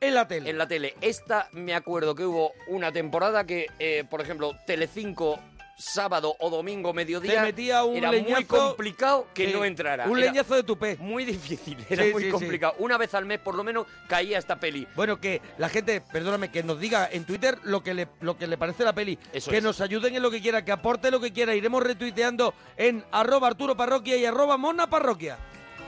C: en la tele.
E: En la tele. Esta me acuerdo que hubo una temporada que, eh, por ejemplo, Telecinco sábado o domingo mediodía
C: Te metía un
E: era muy
C: leñazo-
E: complicado que
C: Sí,
E: no entrara.
C: Un
E: Era-
C: leñazo de tupé.
E: Muy difícil, [LAUGHS] Era muy complicado. Una vez al mes, por lo menos, caía esta peli.
C: Bueno, que la gente, perdóname, que nos diga en Twitter lo que le, lo que le parece la peli. que
E: es.
C: nos ayuden en lo que quiera, que aporte lo que quiera. Iremos retuiteando en arroba Arturo Parroquia y arroba Mona Parroquia.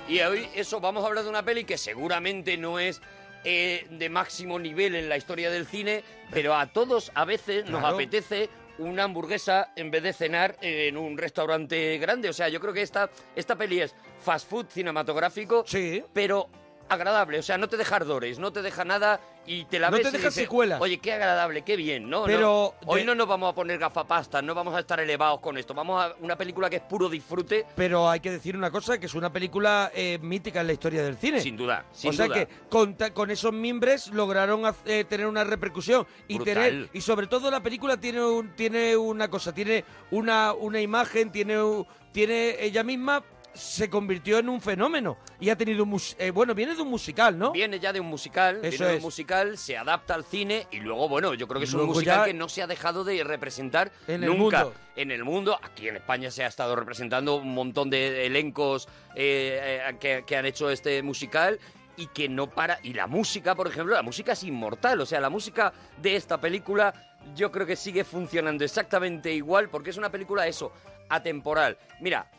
E: Y hoy eso, vamos a hablar de una peli que seguramente no es eh, de máximo nivel en la historia del cine, pero a todos a veces nos
C: Claro.
E: apetece una hamburguesa en vez de cenar eh, en un restaurante grande. O sea, yo creo que esta, esta peli es fast food cinematográfico, pero agradable. O sea, no te deja ardores, no te deja nada y te la
C: No
E: ves
C: te
E: y
C: deja
E: dices,
C: secuelas.
E: Oye, qué agradable, qué bien, ¿no?
C: Pero
E: No, hoy
C: de-
E: no nos vamos a poner gafapastas, no vamos a estar elevados con esto. Vamos a una película que es puro disfrute
C: Pero hay que decir una cosa, que es una película eh, mítica en la historia del cine. Sin
E: duda,
C: o
E: sin
C: sea
E: duda.
C: que con, ta- con esos mimbres lograron haz- eh, tener una repercusión. Y
E: Brutal.
C: tener y sobre todo la película tiene un- tiene una cosa, tiene una, una imagen, tiene, u- tiene ella misma se convirtió en un fenómeno y ha tenido un mus- eh, bueno viene de un musical no
E: viene ya de un musical,
C: Eso
E: viene de un
C: es.
E: musical, se adapta al cine y luego, bueno, yo creo que es un
C: Luego
E: musical
C: ya-
E: que no se ha dejado de representar
C: En el
E: nunca
C: mundo.
E: en el mundo. Aquí en España se ha estado representando un montón de elencos eh, eh, que, que han hecho este musical y que no para. Y la música, por ejemplo, la música es inmortal. O sea, la música de esta película yo creo que sigue funcionando exactamente igual porque es una película, eso, atemporal. Mira,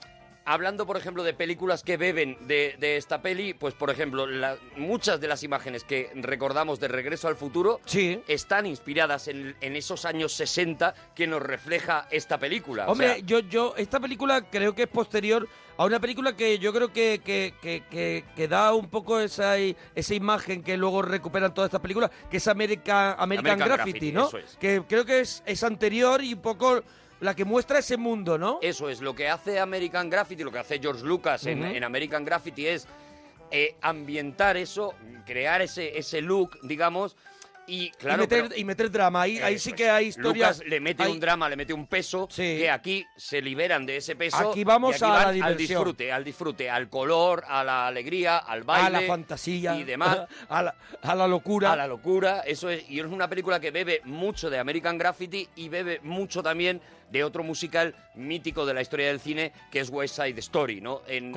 E: Hablando, por ejemplo, de películas que beben de, de esta peli, pues, por ejemplo, la- muchas de las imágenes que recordamos de Regreso al Futuro están inspiradas en, en esos años 60 que nos refleja esta película. O
C: Hombre,
E: sea,
C: yo, yo, esta película creo que es posterior a una película que yo creo que, que, que, que, que da un poco esa, i- esa imagen que luego recuperan todas estas películas, que es America- American,
E: American Graffiti,
C: Graffiti, ¿no?
E: eso es.
C: Que creo que es, es anterior y un poco la que muestra ese mundo, ¿no?
E: Eso es, lo que hace American Graffiti, lo que hace George Lucas en,
C: Ujú.
E: en American Graffiti es eh, ambientar eso, crear ese, ese look, digamos, y claro...
C: y, meter,
E: pero-
C: y meter drama, ahí, ahí sí
E: Eso
C: que
E: es.
C: hay historias...
E: Eh, pues, Lucas le mete
C: hay-
E: un drama, le mete un peso, que aquí se liberan de ese peso.
C: Aquí vamos
E: y
C: a la
E: van al
C: diversión.
E: disfrute, al disfrute, al color, a la alegría, al baile.
C: a la fantasía,
E: Y demás.
C: [LAUGHS] a, la, a la locura.
E: A la locura, eso es. Y es una película que bebe mucho de American Graffiti y bebe mucho también de otro musical mítico de la historia del cine, que es West Side Story, ¿no? En, Ahí están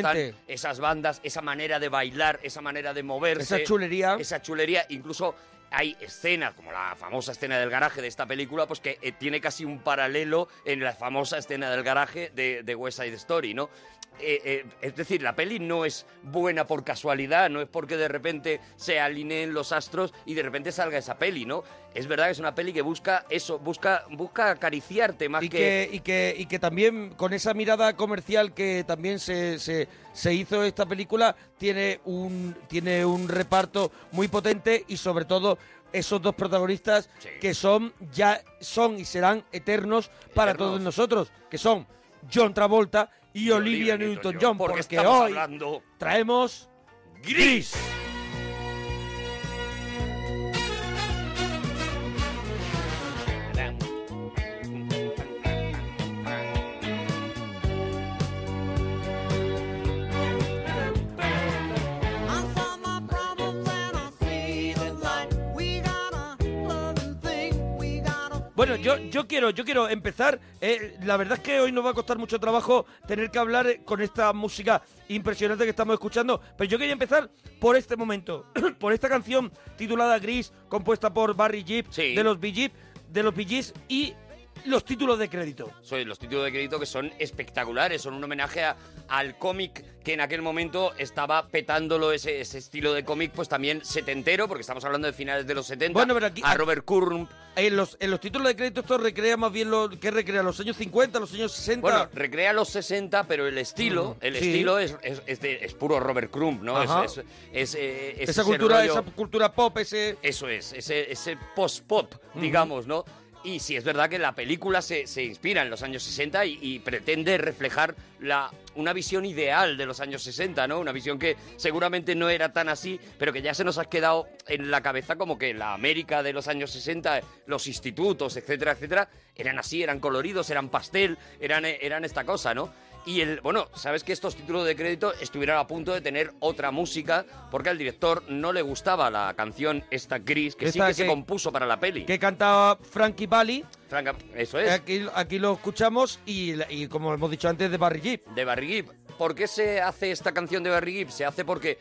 C: Completamente.
E: esas bandas, esa manera de bailar, esa manera de moverse.
C: Esa chulería.
E: Esa chulería. Incluso hay escenas, como la famosa escena del garaje de esta película, pues que eh, tiene casi un paralelo en la famosa escena del garaje de, de West Side Story, ¿no? Eh, eh, es decir, la peli no es buena por casualidad, no es porque de repente se alineen los astros y de repente salga esa peli, ¿no? Es verdad que es una peli que busca eso, busca, busca acariciarte más
C: y que, y que y que también con esa mirada comercial que también se, se, se hizo esta película tiene un tiene un reparto muy potente y sobre todo esos dos protagonistas que son ya son y serán eternos para
E: Eternos.
C: todos nosotros que son John Travolta y, Olivia
E: Newton-John,
C: Newton-John
E: porque
C: porque,
E: estamos
C: hoy
E: hablando
C: traemos Gris. Bueno, yo, yo quiero, yo quiero empezar. eh, la verdad es que hoy nos va a costar mucho trabajo tener que hablar eh, con esta música impresionante que estamos escuchando. Pero yo quería empezar por este momento, [CLEARS THROAT] por esta canción titulada Gris, compuesta por Barry Jeep de los Bee Gees- de los Bee Gees y los títulos de crédito.
E: Soy los títulos de crédito que son espectaculares, son un homenaje a- al cómic que en aquel momento estaba petándolo ese, ese estilo de cómic, pues también setentero, porque estamos hablando de finales de los 70.
C: Bueno, pero aquí-
E: a Robert Kurn.
C: En los, en los títulos de crédito esto recrea más bien lo que recrea los años 50, los años 60.
E: Bueno, recrea los 60, pero el estilo,
C: Mm,
E: el
C: sí.
E: estilo es, es- es de- es puro Robert Crumb, ¿no?
C: Ajá.
E: Es, es- es, eh, es
C: esa
E: ese
C: cultura,
E: rollo-
C: esa cultura pop, ese
E: Eso es, ese, ese post-pop, digamos, ¿no? Y sí, es verdad que la película se, se inspira en los años 60 y, y pretende reflejar la, una visión ideal de los años 60, ¿no? Una visión que seguramente no era tan así, pero que ya se nos ha quedado en la cabeza como que la América de los años 60, los institutos, etcétera, etcétera, eran así, eran coloridos, eran pastel, eran, eh, eran esta cosa, ¿no? Y el, bueno, sabes que estos títulos de crédito estuvieron a punto de tener otra música porque al director no le gustaba la canción esta gris que sí
C: Esta
E: que se
C: que-
E: compuso para la peli.
C: que Eh. cantaba Frankie Valli.
E: Franca, eso es.
C: Aquí, aquí lo escuchamos y, la- y como hemos dicho antes de Barry Gibb.
E: De Barry Gibb. ¿Por qué se hace esta canción de Barry Gibb? Se hace porque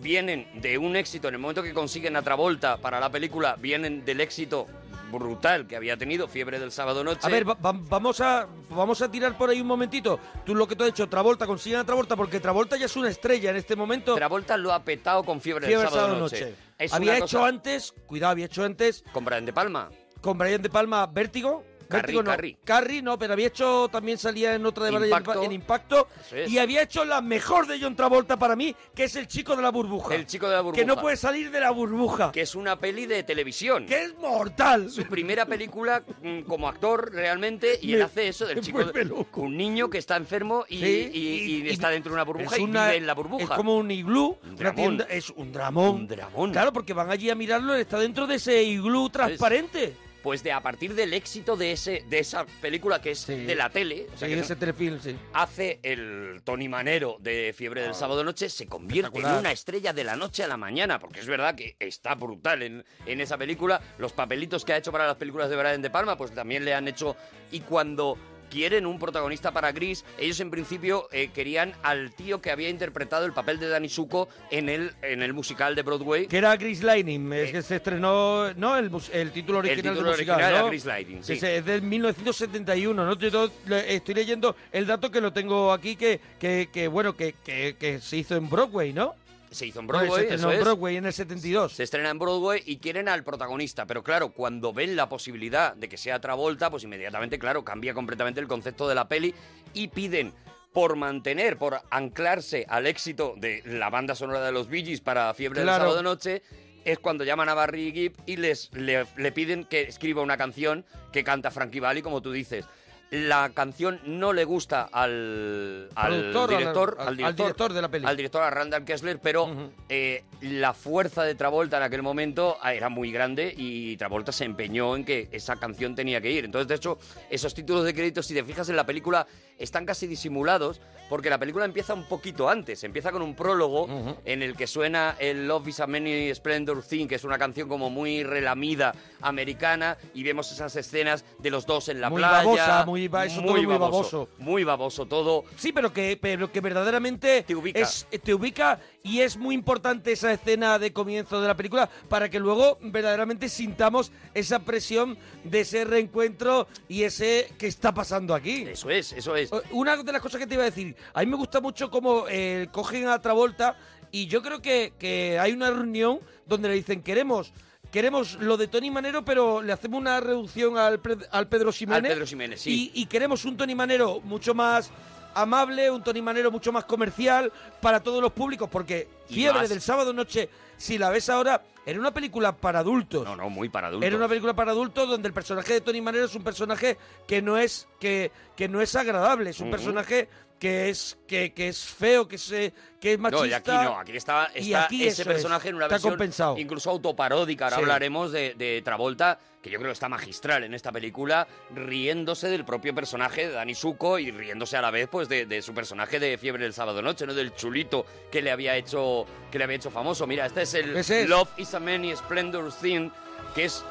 E: vienen de un éxito, en el momento que consiguen a Travolta para la película, vienen del éxito brutal que había tenido Fiebre del Sábado Noche.
C: A ver, va- va- vamos a vamos a tirar por ahí un momentito. Tú lo que tú has hecho, Travolta, consiguen a Travolta porque Travolta ya es una estrella en este momento.
E: Travolta lo ha petado con Fiebre,
C: Fiebre
E: del Sábado, Noche. Es
C: Había
E: una
C: hecho
E: cosa-
C: antes, cuidado, había hecho antes
E: Con Brian De Palma.
C: con Brian de Palma Vértigo.
E: Carrie,
C: Vértigo no.
E: Carrie.
C: no, pero había hecho, también salía en otra de Brian de
E: Impacto.
C: Palma, en Impacto.
E: Eso es.
C: Y había hecho la mejor de John Travolta para mí, que es el chico de la burbuja.
E: El chico de la burbuja.
C: Que no puede salir de la burbuja.
E: Que es una peli de televisión.
C: Que es mortal.
E: Su primera película mm, como actor realmente y
C: Me-
E: él hace eso del
C: me
E: chico de- un niño que está enfermo y,
C: Sí,
E: y- y está dentro de una burbuja
C: Es
E: y
C: una-
E: vive en la burbuja.
C: Es como un iglú. una
E: dramón.
C: tienda- es un dramón. Claro, porque van allí a mirarlo, está dentro de ese iglú transparente.
E: Pues de a partir del éxito de ese de esa película que es de la tele, o sea,
C: Sí,
E: que es
C: ese telefilm, sí.
E: hace el Tony Manero de Fiebre del Sábado Noche, se convierte en
C: Ah. Espectacular.
E: una estrella de la noche a la mañana, porque es verdad que está brutal en, en esa película. Los papelitos que ha hecho para las películas de Brian De Palma, pues también le han hecho. Y cuando quieren un protagonista para Gris, ellos en principio eh, querían al tío que había interpretado el papel de Danny Zuko en el, en el musical de Broadway.
C: Que era Gris Lightning, es que se estrenó, ¿no? El, mus- el título
E: Eh, El
C: original
E: título
C: del musical,
E: original era
C: ¿no?
E: Grease Lightning, sí.
C: Ese Es de 1971, ¿no? Yo to- le- estoy leyendo el dato que lo tengo aquí, que, que, que, bueno, que, que- que se hizo en Broadway, ¿no?
E: Se hizo en
C: Bueno,
E: Broadway,
C: se
E: eso
C: estrenó en
E: es.
C: Broadway en el 72.
E: Se estrena en Broadway y quieren al protagonista, pero claro, cuando ven la posibilidad de que sea Travolta, pues inmediatamente, claro, cambia completamente el concepto de la peli y piden por mantener, por anclarse al éxito de la banda sonora de los Bee Gees para Fiebre del
C: Claro.
E: Sábado Noche, es cuando llaman a Barry Gibb y les, le, le piden que escriba una canción que canta Frankie Valli, como tú dices. La canción no le gusta al, al
C: Productor, al-
E: director,
C: al- al director de la peli.
E: al director, a Randall Kessler, pero eh, la fuerza de Travolta en aquel momento ah, era muy grande y Travolta se empeñó en que esa canción tenía que ir. Entonces, de hecho, esos títulos de crédito, si te fijas en la película, están casi disimulados porque la película empieza un poquito antes. Empieza con un prólogo en el que suena el Love is a Many Splendor Thing, que es una canción como muy relamida americana y vemos esas escenas de los dos en la
C: Muy
E: playa.
C: babosa, muy ba- eso todo muy baboso.
E: Muy baboso todo.
C: Sí, pero que, pero que verdaderamente te
E: ubica.
C: te ubica y es muy importante esa escena de comienzo de la película para que luego verdaderamente sintamos esa presión de ese reencuentro y ese que está pasando aquí.
E: Eso es, eso es.
C: Una de las cosas que te iba a decir, a mí me gusta mucho cómo eh, cogen a Travolta y yo creo que, que hay una reunión donde le dicen queremos... Queremos lo de Tony Manero, pero le hacemos una reducción al, pre- al Pedro Ximénez.
E: Pedro Ximénez, sí.
C: Y- y queremos un Tony Manero mucho más amable, un Tony Manero mucho más comercial para todos los públicos, porque
E: Y
C: Fiebre
E: más.
C: del sábado noche, si la ves ahora, era una película para adultos.
E: No, no, muy para adultos.
C: Era una película para adultos donde el personaje de Tony Manero es un personaje que no es que, que no es agradable, es un
E: Ujú.
C: personaje que es que, que es feo, que es eh, que es machista.
E: No, y aquí no, aquí está,
C: Y
E: está
C: aquí eso
E: ese
C: es,
E: personaje en una
C: está
E: versión
C: compensado.
E: incluso autoparódica. Ahora
C: Sí.
E: hablaremos de, de Travolta, que yo creo que está magistral en esta película, riéndose del propio personaje de Dani Suco y riéndose a la vez pues de, de su personaje de Fiebre del Sábado Noche, ¿no? Del chulito que le había hecho, que le había hecho famoso. Mira, este es el
C: Ese es.
E: Love is a Many Splendor Thing, que es,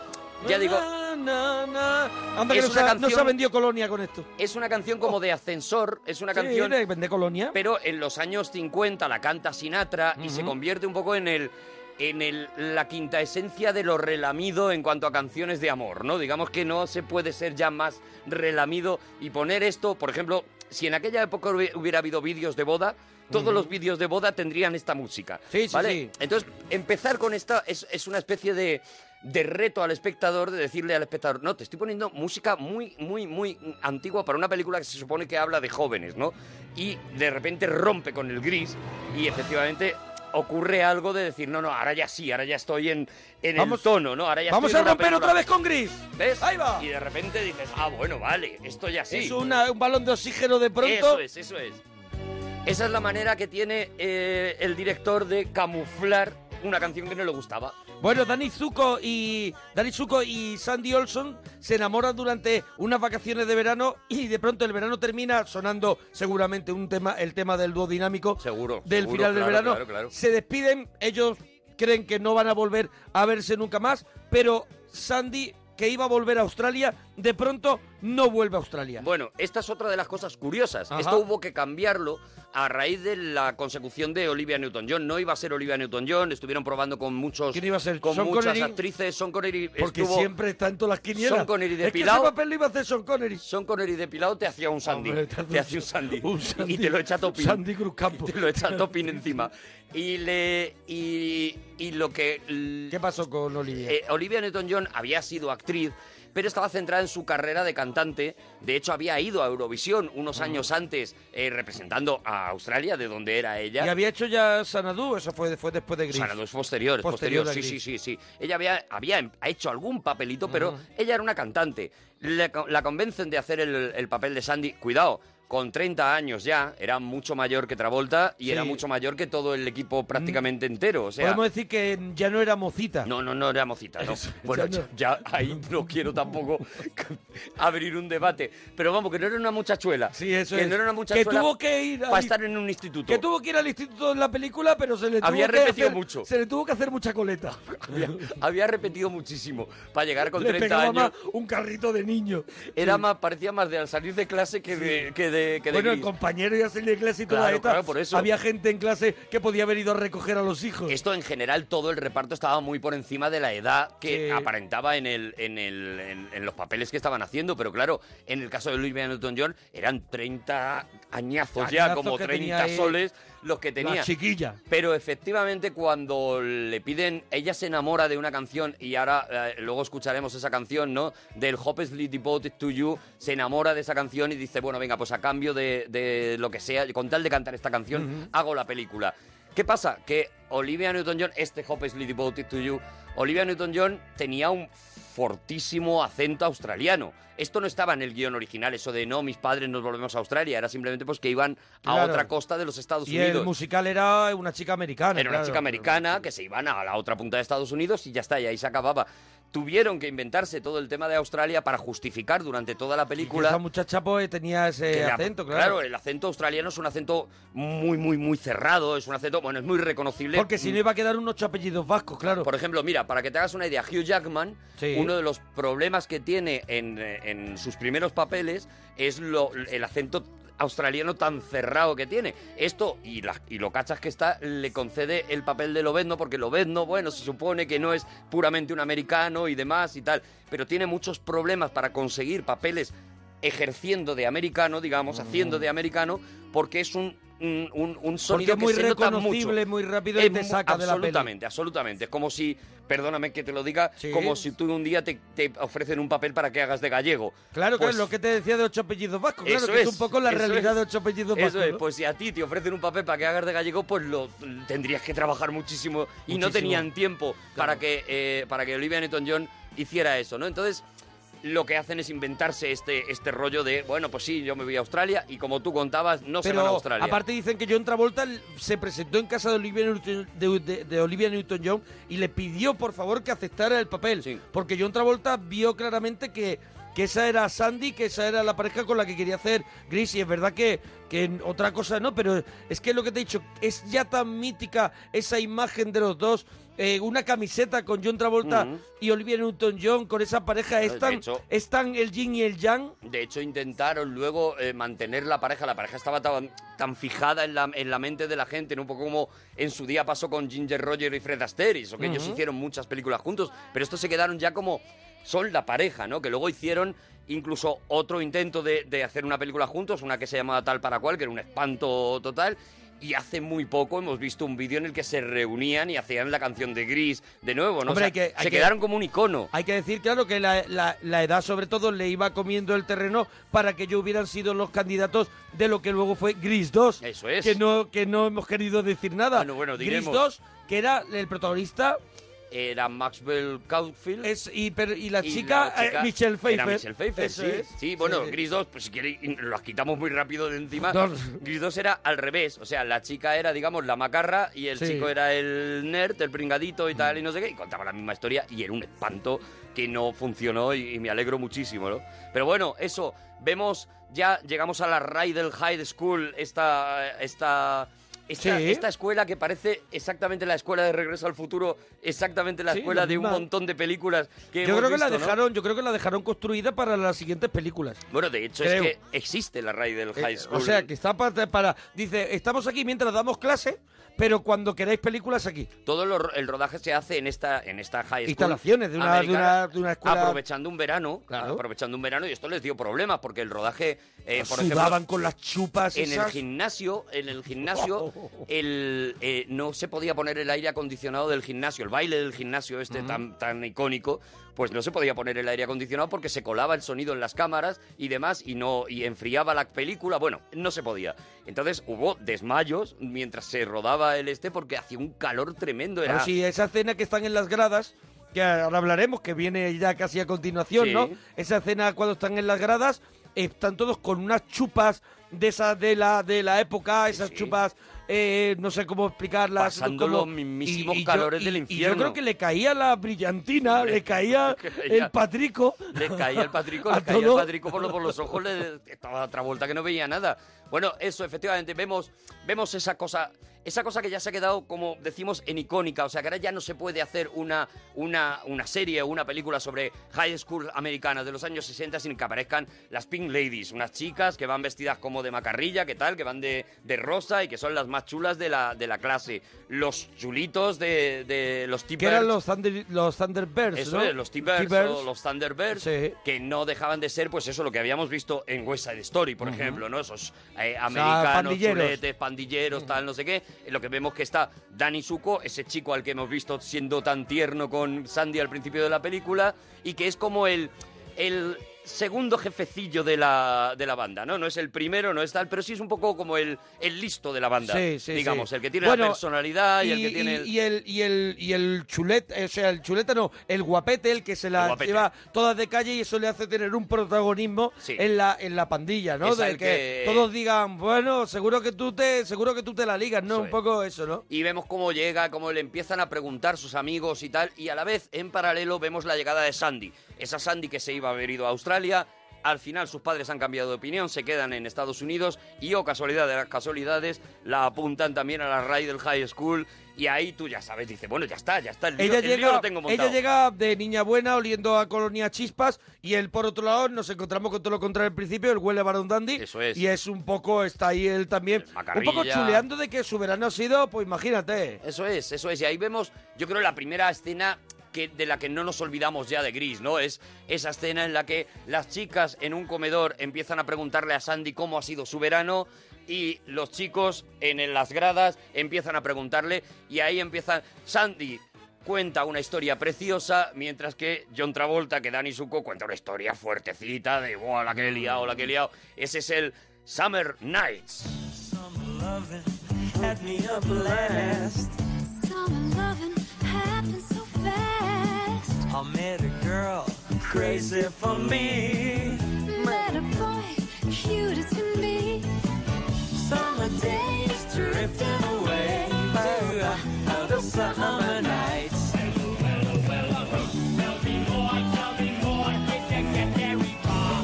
E: ya digo,
C: na, na. Anda que
E: Es
C: no,
E: una
C: se ha, no
E: canción-
C: se ha vendido Colonia con esto.
E: Es una canción como de ascensor, es una
C: Sí,
E: canción...
C: de vender Colonia.
E: Pero en los años 50 la canta Sinatra y se convierte un poco en el en el, la quinta esencia de lo relamido en cuanto a canciones de amor, ¿no? Digamos que no se puede ser ya más relamido y poner esto, por ejemplo, si en aquella época hubi- hubiera habido vídeos de boda, todos los vídeos de boda tendrían esta música.
C: Sí, sí,
E: ¿vale?
C: sí.
E: Entonces, empezar con esta es, es una especie de, de reto al espectador, de decirle al espectador, no, te estoy poniendo música muy, muy, muy antigua para una película que se supone que habla de jóvenes, ¿no? Y de repente rompe con el gris y efectivamente ocurre algo de decir, no, no, ahora ya sí, ahora ya estoy en, en
C: Vamos-
E: el tono, ¿no? Ahora ya
C: Vamos
E: estoy
C: a
E: en una
C: romper
E: película".
C: otra vez con Gris.
E: ¿Ves?
C: Ahí va.
E: Y de repente dices, ah, bueno, vale, esto ya sí.
C: Es una- un balón de oxígeno de pronto.
E: Eso es, eso es. Esa es la manera que tiene eh, el director de camuflar una canción que no le gustaba.
C: Bueno, Dani Zuko y Dani Zuko y Sandy Olson se enamoran durante unas vacaciones de verano y de pronto el verano termina sonando seguramente un tema, el tema del dúo dinámico del
E: seguro,
C: final del
E: claro,
C: verano.
E: claro, claro.
C: Se despiden, ellos creen que no van a volver a verse nunca más, pero Sandy que iba a volver a Australia, de pronto no vuelve a Australia.
E: Bueno, esta es otra de las cosas curiosas.
C: Ajá.
E: Esto hubo que cambiarlo a raíz de la consecución de Olivia Newton-John. No iba a ser Olivia Newton-John, estuvieron probando con muchos...
C: ¿Quién iba a ser?
E: Con
C: Sean
E: muchas
C: Connery.
E: actrices, Sean Connery
C: Porque
E: estuvo...
C: siempre está en todas las quinielas.
E: Sean Connery
C: Es que ese
E: depilado.
C: papel lo iba a hacer Sean Connery.
E: Sean Connery depilado te hacía un Sandy.
C: Hombre, te
E: te,
C: hace un-
E: hacía un Sandy. Y te lo echa a topín.
C: Sandy Cruz Campo.
E: Te lo echa a topín encima. Y le... Y, y lo que...
C: ¿Qué pasó con Olivia?
E: Eh, Olivia Newton-John había sido actriz, pero estaba centrada en su carrera de cantante. De hecho, había ido a Eurovisión unos
C: Ah.
E: años antes eh, representando a Australia, de donde era ella.
C: Y había hecho ya Sanadú, eso fue, fue después de Gris.
E: Sanadú es posterior, es posterior,
C: Posterior a
E: sí, sí,
C: Gris.
E: sí, sí. Ella había, había em- ha hecho algún papelito, pero ella era una cantante. Le co- la convencen de hacer el, el papel de Sandy. Cuidado, con 30 años ya, era mucho mayor que Travolta y
C: Sí. Mm.
E: era mucho mayor que todo el equipo prácticamente entero. O sea,
C: Podemos decir que ya no era mocita.
E: no, no, no era mocita, no. Bueno,
C: ya
E: ya, ya ahí no quiero tampoco [LAUGHS] abrir un debate. Pero vamos, que no era una muchachuela. Sí,
C: eso
E: que
C: es.
E: no era una
C: Que
E: muchachuela.
C: tuvo que ir a-
E: Para estar en un instituto.
C: Que tuvo que ir al instituto en la película, pero se le tuvo
E: Había
C: que
E: repetido
C: hacer-
E: mucho.
C: Se le tuvo que hacer mucha coleta. [LAUGHS]
E: había, había repetido muchísimo. Para llegar con
C: le
E: 30
C: pegaba
E: años.
C: más un carrito de niño.
E: Era
C: Sí.
E: más, parecía más de al salir de clase que de, que de, que de
C: Bueno, el
E: gris.
C: compañero ya salir de clase y toda
E: Claro,
C: esta.
E: claro, por eso. Este
C: Había gente en clase que podía haber ido a recoger a los hijos.
E: Esto en general, todo el reparto estaba muy por encima de la edad que aparentaba en, el, en, el, en, en los papeles que estaban haciendo. Pero claro, en el caso de Olivia Newton-John eran 30 añazos ya,
C: Añazos
E: como
C: que
E: 30
C: tenía, eh,
E: soles los que tenía.
C: La chiquilla.
E: Pero efectivamente cuando le piden, ella se enamora de una canción y ahora eh, luego escucharemos esa canción, ¿no? Del Hopelessly Devoted to You, se enamora de esa canción y dice, bueno, venga, pues a cambio de, de lo que sea, con tal de cantar esta canción,
C: Ujú.
E: hago la película. ¿Qué pasa? Que Olivia Newton-John, este Hopelessly Devoted to You, Olivia Newton-John tenía un fortísimo acento australiano. Esto no estaba en el guión original, eso de no, mis padres nos volvemos a Australia, era simplemente pues que iban a
C: Claro.
E: otra costa de los Estados
C: Y
E: Unidos.
C: el musical era una chica americana.
E: Era una
C: claro.
E: chica americana que se iban a la otra punta de Estados Unidos y ya está, y ahí se acababa. Tuvieron que inventarse todo el tema de Australia para justificar durante toda la
C: Y Esa
E: película.
C: muchacha pues, tenía ese
E: que la-
C: acento, claro.
E: el acento australiano es un acento muy, muy, muy cerrado, es un acento, bueno, es muy reconocible.
C: Porque si no iba a quedar unos apellidos vascos, claro.
E: Por ejemplo, mira, para que te hagas una idea, Hugh Jackman,
C: Sí.
E: uno de los problemas que tiene en, eh, en sus primeros papeles es lo- el acento australiano tan cerrado que tiene. Esto, y, la- y lo cachas que está, le concede el papel de Lobezno, porque Lobezno, bueno, se supone que no es puramente un americano y demás y tal, pero tiene muchos problemas para conseguir papeles ejerciendo de americano, digamos, haciendo de americano, porque es un, un, un- un
C: Mm. Porque
E: sonido
C: es muy
E: que se nota mucho.
C: reconocible, muy rápido
E: Es
C: y te
E: mu-
C: saca de la peli.
E: Absolutamente, absolutamente. Es como si, perdóname que te lo diga,
C: Sí.
E: como si tú un día te, te ofrecen un papel para que hagas de gallego.
C: Claro,
E: Pues,
C: claro, lo que te decía de ocho apellidos vascos, claro,
E: eso
C: que es, un poco la
E: eso
C: realidad
E: es.
C: de ocho apellidos
E: Eso
C: vascos.
E: es,
C: ¿no?
E: pues si a ti te ofrecen un papel para que hagas de gallego, pues lo tendrías que trabajar muchísimo, y no
C: Muchísimo.
E: tenían tiempo para que eh, para que Olivia Newton-John hiciera eso, ¿no? Entonces lo que hacen es inventarse este este rollo de bueno pues sí yo me voy a Australia y como tú contabas no se van a
C: Pero
E: Australia.
C: aparte dicen que John Travolta l- se presentó en casa de Olivia, Newton, de, de- de Olivia Newton-John y le pidió por favor que aceptara el papel, porque John Travolta vio claramente que, que esa era Sandy, que esa era la pareja con la que quería hacer Gris y es verdad que, que en otra cosa no, pero es que lo que te he dicho, es ya tan mítica esa imagen de los dos eh, una camiseta con John Travolta y Olivia Newton-John con esa pareja
E: Claro, de
C: están,
E: hecho-
C: están el yin y el yang.
E: De hecho, intentaron luego eh, mantener la pareja. La pareja estaba tan, tan fijada en la, en la mente de la gente, ¿no? un poco como en su día pasó con Ginger Roger y Fred Astaire, o que ellos
C: Ujú.
E: hicieron muchas películas juntos, pero estos se quedaron ya como son la pareja, ¿no? Que luego hicieron incluso otro intento de, de hacer una película juntos, una que se llamaba Tal para Cual, que era un espanto total. Y hace muy poco hemos visto un vídeo en el que se reunían y hacían la canción de Gris de nuevo, ¿no?
C: Hombre,
E: O sea,
C: hay que- hay
E: se
C: que-
E: quedaron como un icono.
C: Hay que decir, claro, que la, la- la edad sobre todo le iba comiendo el terreno para que ellos hubieran sido los candidatos de lo que luego fue Gris 2.
E: Eso es.
C: Que no, que no hemos querido decir nada.
E: Bueno, bueno,
C: Gris
E: diremos.
C: 2, que era el protagonista.
E: Era Maxwell Caulfield.
C: Es, y, pero- y la chica, eh, Michelle Pfeiffer.
E: Era Michelle Pfeiffer,
C: Eso
E: sí.
C: es.
E: Sí, bueno,
C: Sí, sí.
E: Gris 2, pues si queréis, in- las quitamos muy rápido de encima.
C: No.
E: Gris 2 era al revés. O sea, la chica era, digamos, la macarra y el
C: Sí. Mm.
E: chico era el nerd, el pringadito y tal, y no sé qué. Y contaba la misma historia y era un espanto que no funcionó y, y me alegro muchísimo, ¿no? Pero bueno, eso, vemos, ya llegamos a la Rydell High School, esta... esta esta,
C: Sí.
E: esta escuela que parece exactamente la escuela de Regreso al Futuro, exactamente la
C: Sí,
E: escuela
C: la
E: de un
C: misma.
E: montón de películas que
C: Yo
E: hemos
C: creo que la
E: visto, ¿no?
C: dejaron, yo creo que la dejaron construida para las siguientes películas.
E: Bueno, de hecho es
C: Creo.
E: que existe la raíz del Pues high
C: Eh,
E: school.
C: O sea, que está para, para- Dice, estamos aquí mientras damos clase, pero cuando queráis películas aquí.
E: todo lo- el rodaje se hace en esta en esta high school.
C: Instalaciones de una- de una-
E: americana,
C: de una escuela-
E: Aprovechando un verano, aprovechando un verano y esto les dio problemas porque el rodaje, eh, por ejemplo,
C: Sudaban con las chupas
E: en el
C: esas.
E: gimnasio, en el gimnasio, el, eh, no se podía poner el aire acondicionado del gimnasio, el baile del gimnasio este tan, tan icónico, pues no se podía poner el aire acondicionado porque se colaba el sonido en las cámaras y demás y no y enfriaba la película, bueno, no se podía. Entonces hubo desmayos mientras se rodaba el este porque hacía un calor tremendo. Era,
C: Claro, sí, esa escena que están en las gradas, que ahora hablaremos, que viene ya casi a continuación,
E: Sí.
C: ¿no? Esa escena cuando están en las gradas, están todos con unas chupas de esas de la, de la época, esas chupas, eh, no sé cómo explicarlas.
E: Pasando
C: como-
E: los mismísimos
C: y- y yo-
E: calores
C: y-
E: del
C: Y yo creo
E: infierno.
C: que le caía la brillantina,
E: [LAUGHS]
C: le caía
E: caía-
C: el patrico.
E: Le caía el patrico,
C: A
E: le caía el
C: todo.
E: patrico por, lo- por los ojos, le estaba a otra vuelta que no veía nada. Bueno, eso, efectivamente, vemos, vemos esa cosa, esa cosa que ya se ha quedado, como decimos, en icónica. O sea, que ahora ya no se puede hacer una, una, una serie o una película sobre high school americana de los años 60 sin que aparezcan las Pink Ladies, unas chicas que van vestidas como de macarrilla, que tal, que van de, de rosa y que son las más chulas de la, de la clase. Los chulitos de, de los
C: Que
E: tipos
C: eran los, Thunder, los Thunderbirds,
E: eso
C: ¿no?
E: es, los T-Birds
C: T-Birds.
E: o los Thunderbirds,
C: Sí.
E: que no dejaban de ser, pues eso, lo que habíamos visto en West Side Story, por
C: Ujú.
E: ejemplo, ¿no? Esos eh, americanos,
C: pandilleros.
E: chuletes, pandilleros, tal, no sé qué. Eh, Lo que vemos que está Danny Zuko, ese chico al que hemos visto siendo tan tierno con Sandy al principio de la película, y que es como el... el Segundo jefecillo de la, de la banda, ¿no? No es el primero, no es tal, pero sí es un poco como el, el listo de la banda.
C: Sí, sí,
E: digamos,
C: sí.
E: el que tiene
C: Bueno,
E: la personalidad y, el que tiene. el-
C: y el y el y el chuleta, o sea, el chuleta no, el guapete, el que se
E: El
C: la
E: guapete.
C: lleva todas de calle y eso le hace tener un protagonismo
E: Sí.
C: en la en la pandilla, ¿no?
E: Es
C: de
E: al que-
C: que, todos digan, bueno, seguro que tú te seguro que tú te la ligas, ¿no? un poco eso, ¿no?
E: Y vemos cómo llega, cómo le empiezan a preguntar sus amigos y tal. Y a la vez, en paralelo, vemos la llegada de Sandy. Esa Sandy que se iba a haber ido a Australia. Al final sus padres han cambiado de opinión, se quedan en Estados Unidos y, oh casualidad de las casualidades, la apuntan también a la Rydell High School y ahí tú ya sabes, dice, bueno, ya está, ya está, el lío,
C: Ella
E: el lío
C: llega,
E: lo tengo montado.
C: ella llega de niña buena oliendo a colonia chispas y él por otro lado nos encontramos con todo lo contrario al principio, el huele a Barón Dandy
E: Eso es.
C: y es un poco está ahí él también un poco
E: macarrilla.
C: chuleando de que su verano ha sido, pues imagínate.
E: Eso es, eso es. Y ahí vemos, yo creo, la primera escena que, de la que no nos olvidamos ya de Gris, ¿no? Es esa escena en la que las chicas en un comedor empiezan a preguntarle a Sandy cómo ha sido su verano y los chicos en, en las gradas empiezan a preguntarle y ahí empiezan, Sandy cuenta una historia preciosa, mientras que John Travolta, que Danny Zuko, cuenta una historia fuertecita de, ¡buah, la que he liado, la que he liado! Ese es el Summer Nights.
Q: Had me up last. Summer loving happened so fast. I met a girl crazy for me. Met a boy cute as can be. Summer days drifting away to another summer night.
G: Uh-huh.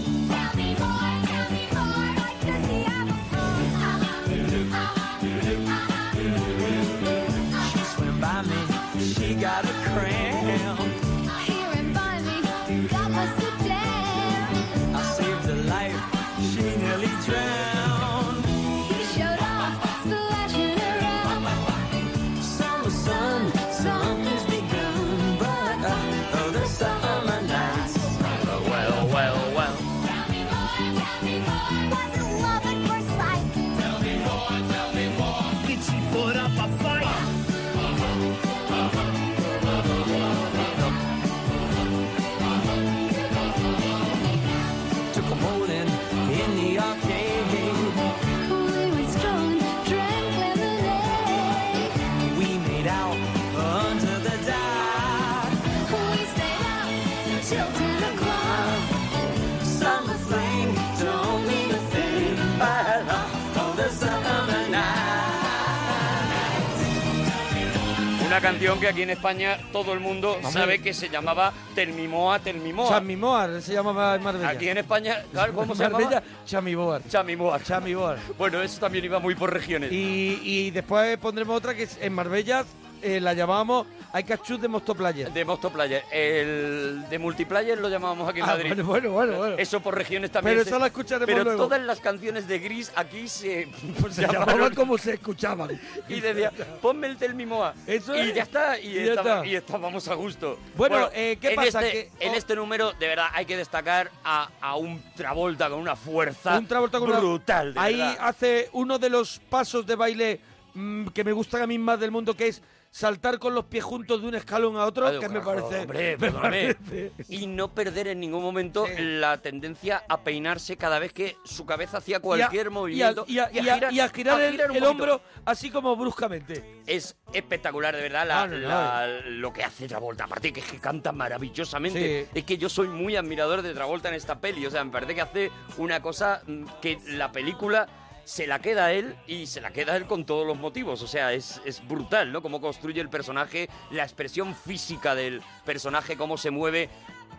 Q: She swam by me, she got am.
G: Here and by me, God was so damn.
Q: I saved her life, she nearly drowned.
G: He showed off, splashing around.
Q: Summer sun, something's begun, but uh, oh, the summer nights. uh, Well, well, well.
N: Did she put up a fight?
Q: Took a morning in the arcade.
G: We went strolling, drank lemonade.
Q: We made out under the dark.
G: We stayed up till ten o'clock.
Q: Summer fling don't mean a thing, but uh, oh, the summer nights.
E: Una canción que aquí en España todo el mundo sabe que se llamaba Telmimoa, Telmimoa.
C: Chamiboar, se llamaba en Marbella.
E: Aquí en España, claro, ¿cómo se
C: Marbella,
E: llamaba?
C: Chamiboar.
E: Chamiboar.
C: Chamiboar.
E: Bueno, eso también iba muy por regiones.
C: Y, y después pondremos otra que es en Marbella eh, la llamábamos Aikachus de Mostoplaya.
E: De Mostoplayer. El de Multiplayer lo llamábamos aquí en
C: Ah,
E: Madrid.
C: bueno, bueno, bueno, bueno.
E: Eso por regiones también.
C: Pero
E: se-
C: eso la escucharemos
E: Pero
C: luego.
E: todas las canciones de Gris aquí se... [LAUGHS]
C: Se llamaban como se escuchaban.
E: Y decía, ponme el Telmimoa.
C: Eso
E: y
C: es.
E: ya está, y,
C: Y ya
E: estaba-
C: está.
E: y estábamos a gusto.
C: Bueno, eh, ¿qué
E: en
C: pasa?
E: Este,
C: Que-
E: En
C: oh.
E: este número, de verdad, hay que destacar a, a un Travolta con una fuerza
C: Un Travolta con una-
E: brutal, de
C: Ahí
E: verdad.
C: hace uno de los pasos de baile mm, que me gustan a mí más del mundo, que es saltar con los pies juntos de un escalón a otro,
E: Claro,
C: que me
E: claro,
C: parece...
E: hombre,
C: me
E: perdóname.
C: parece-
E: Y no perder en ningún momento la tendencia a peinarse cada vez que su cabeza hacía cualquier
C: y a-
E: movimiento.
C: y a, y a- y a girar, el,
E: un
C: el
E: poquito.
C: hombro así como bruscamente.
E: Es espectacular, de verdad, la-
C: Ah, no, no,
E: la- lo que hace Travolta. Aparte que es que canta maravillosamente. Es que yo soy muy admirador de Travolta en esta peli. O sea, me parece que hace una cosa mm, que la película se la queda a él y se la queda a él con todos los motivos. O sea, es, es brutal, ¿no? Cómo construye el personaje, la expresión física del personaje, cómo se mueve.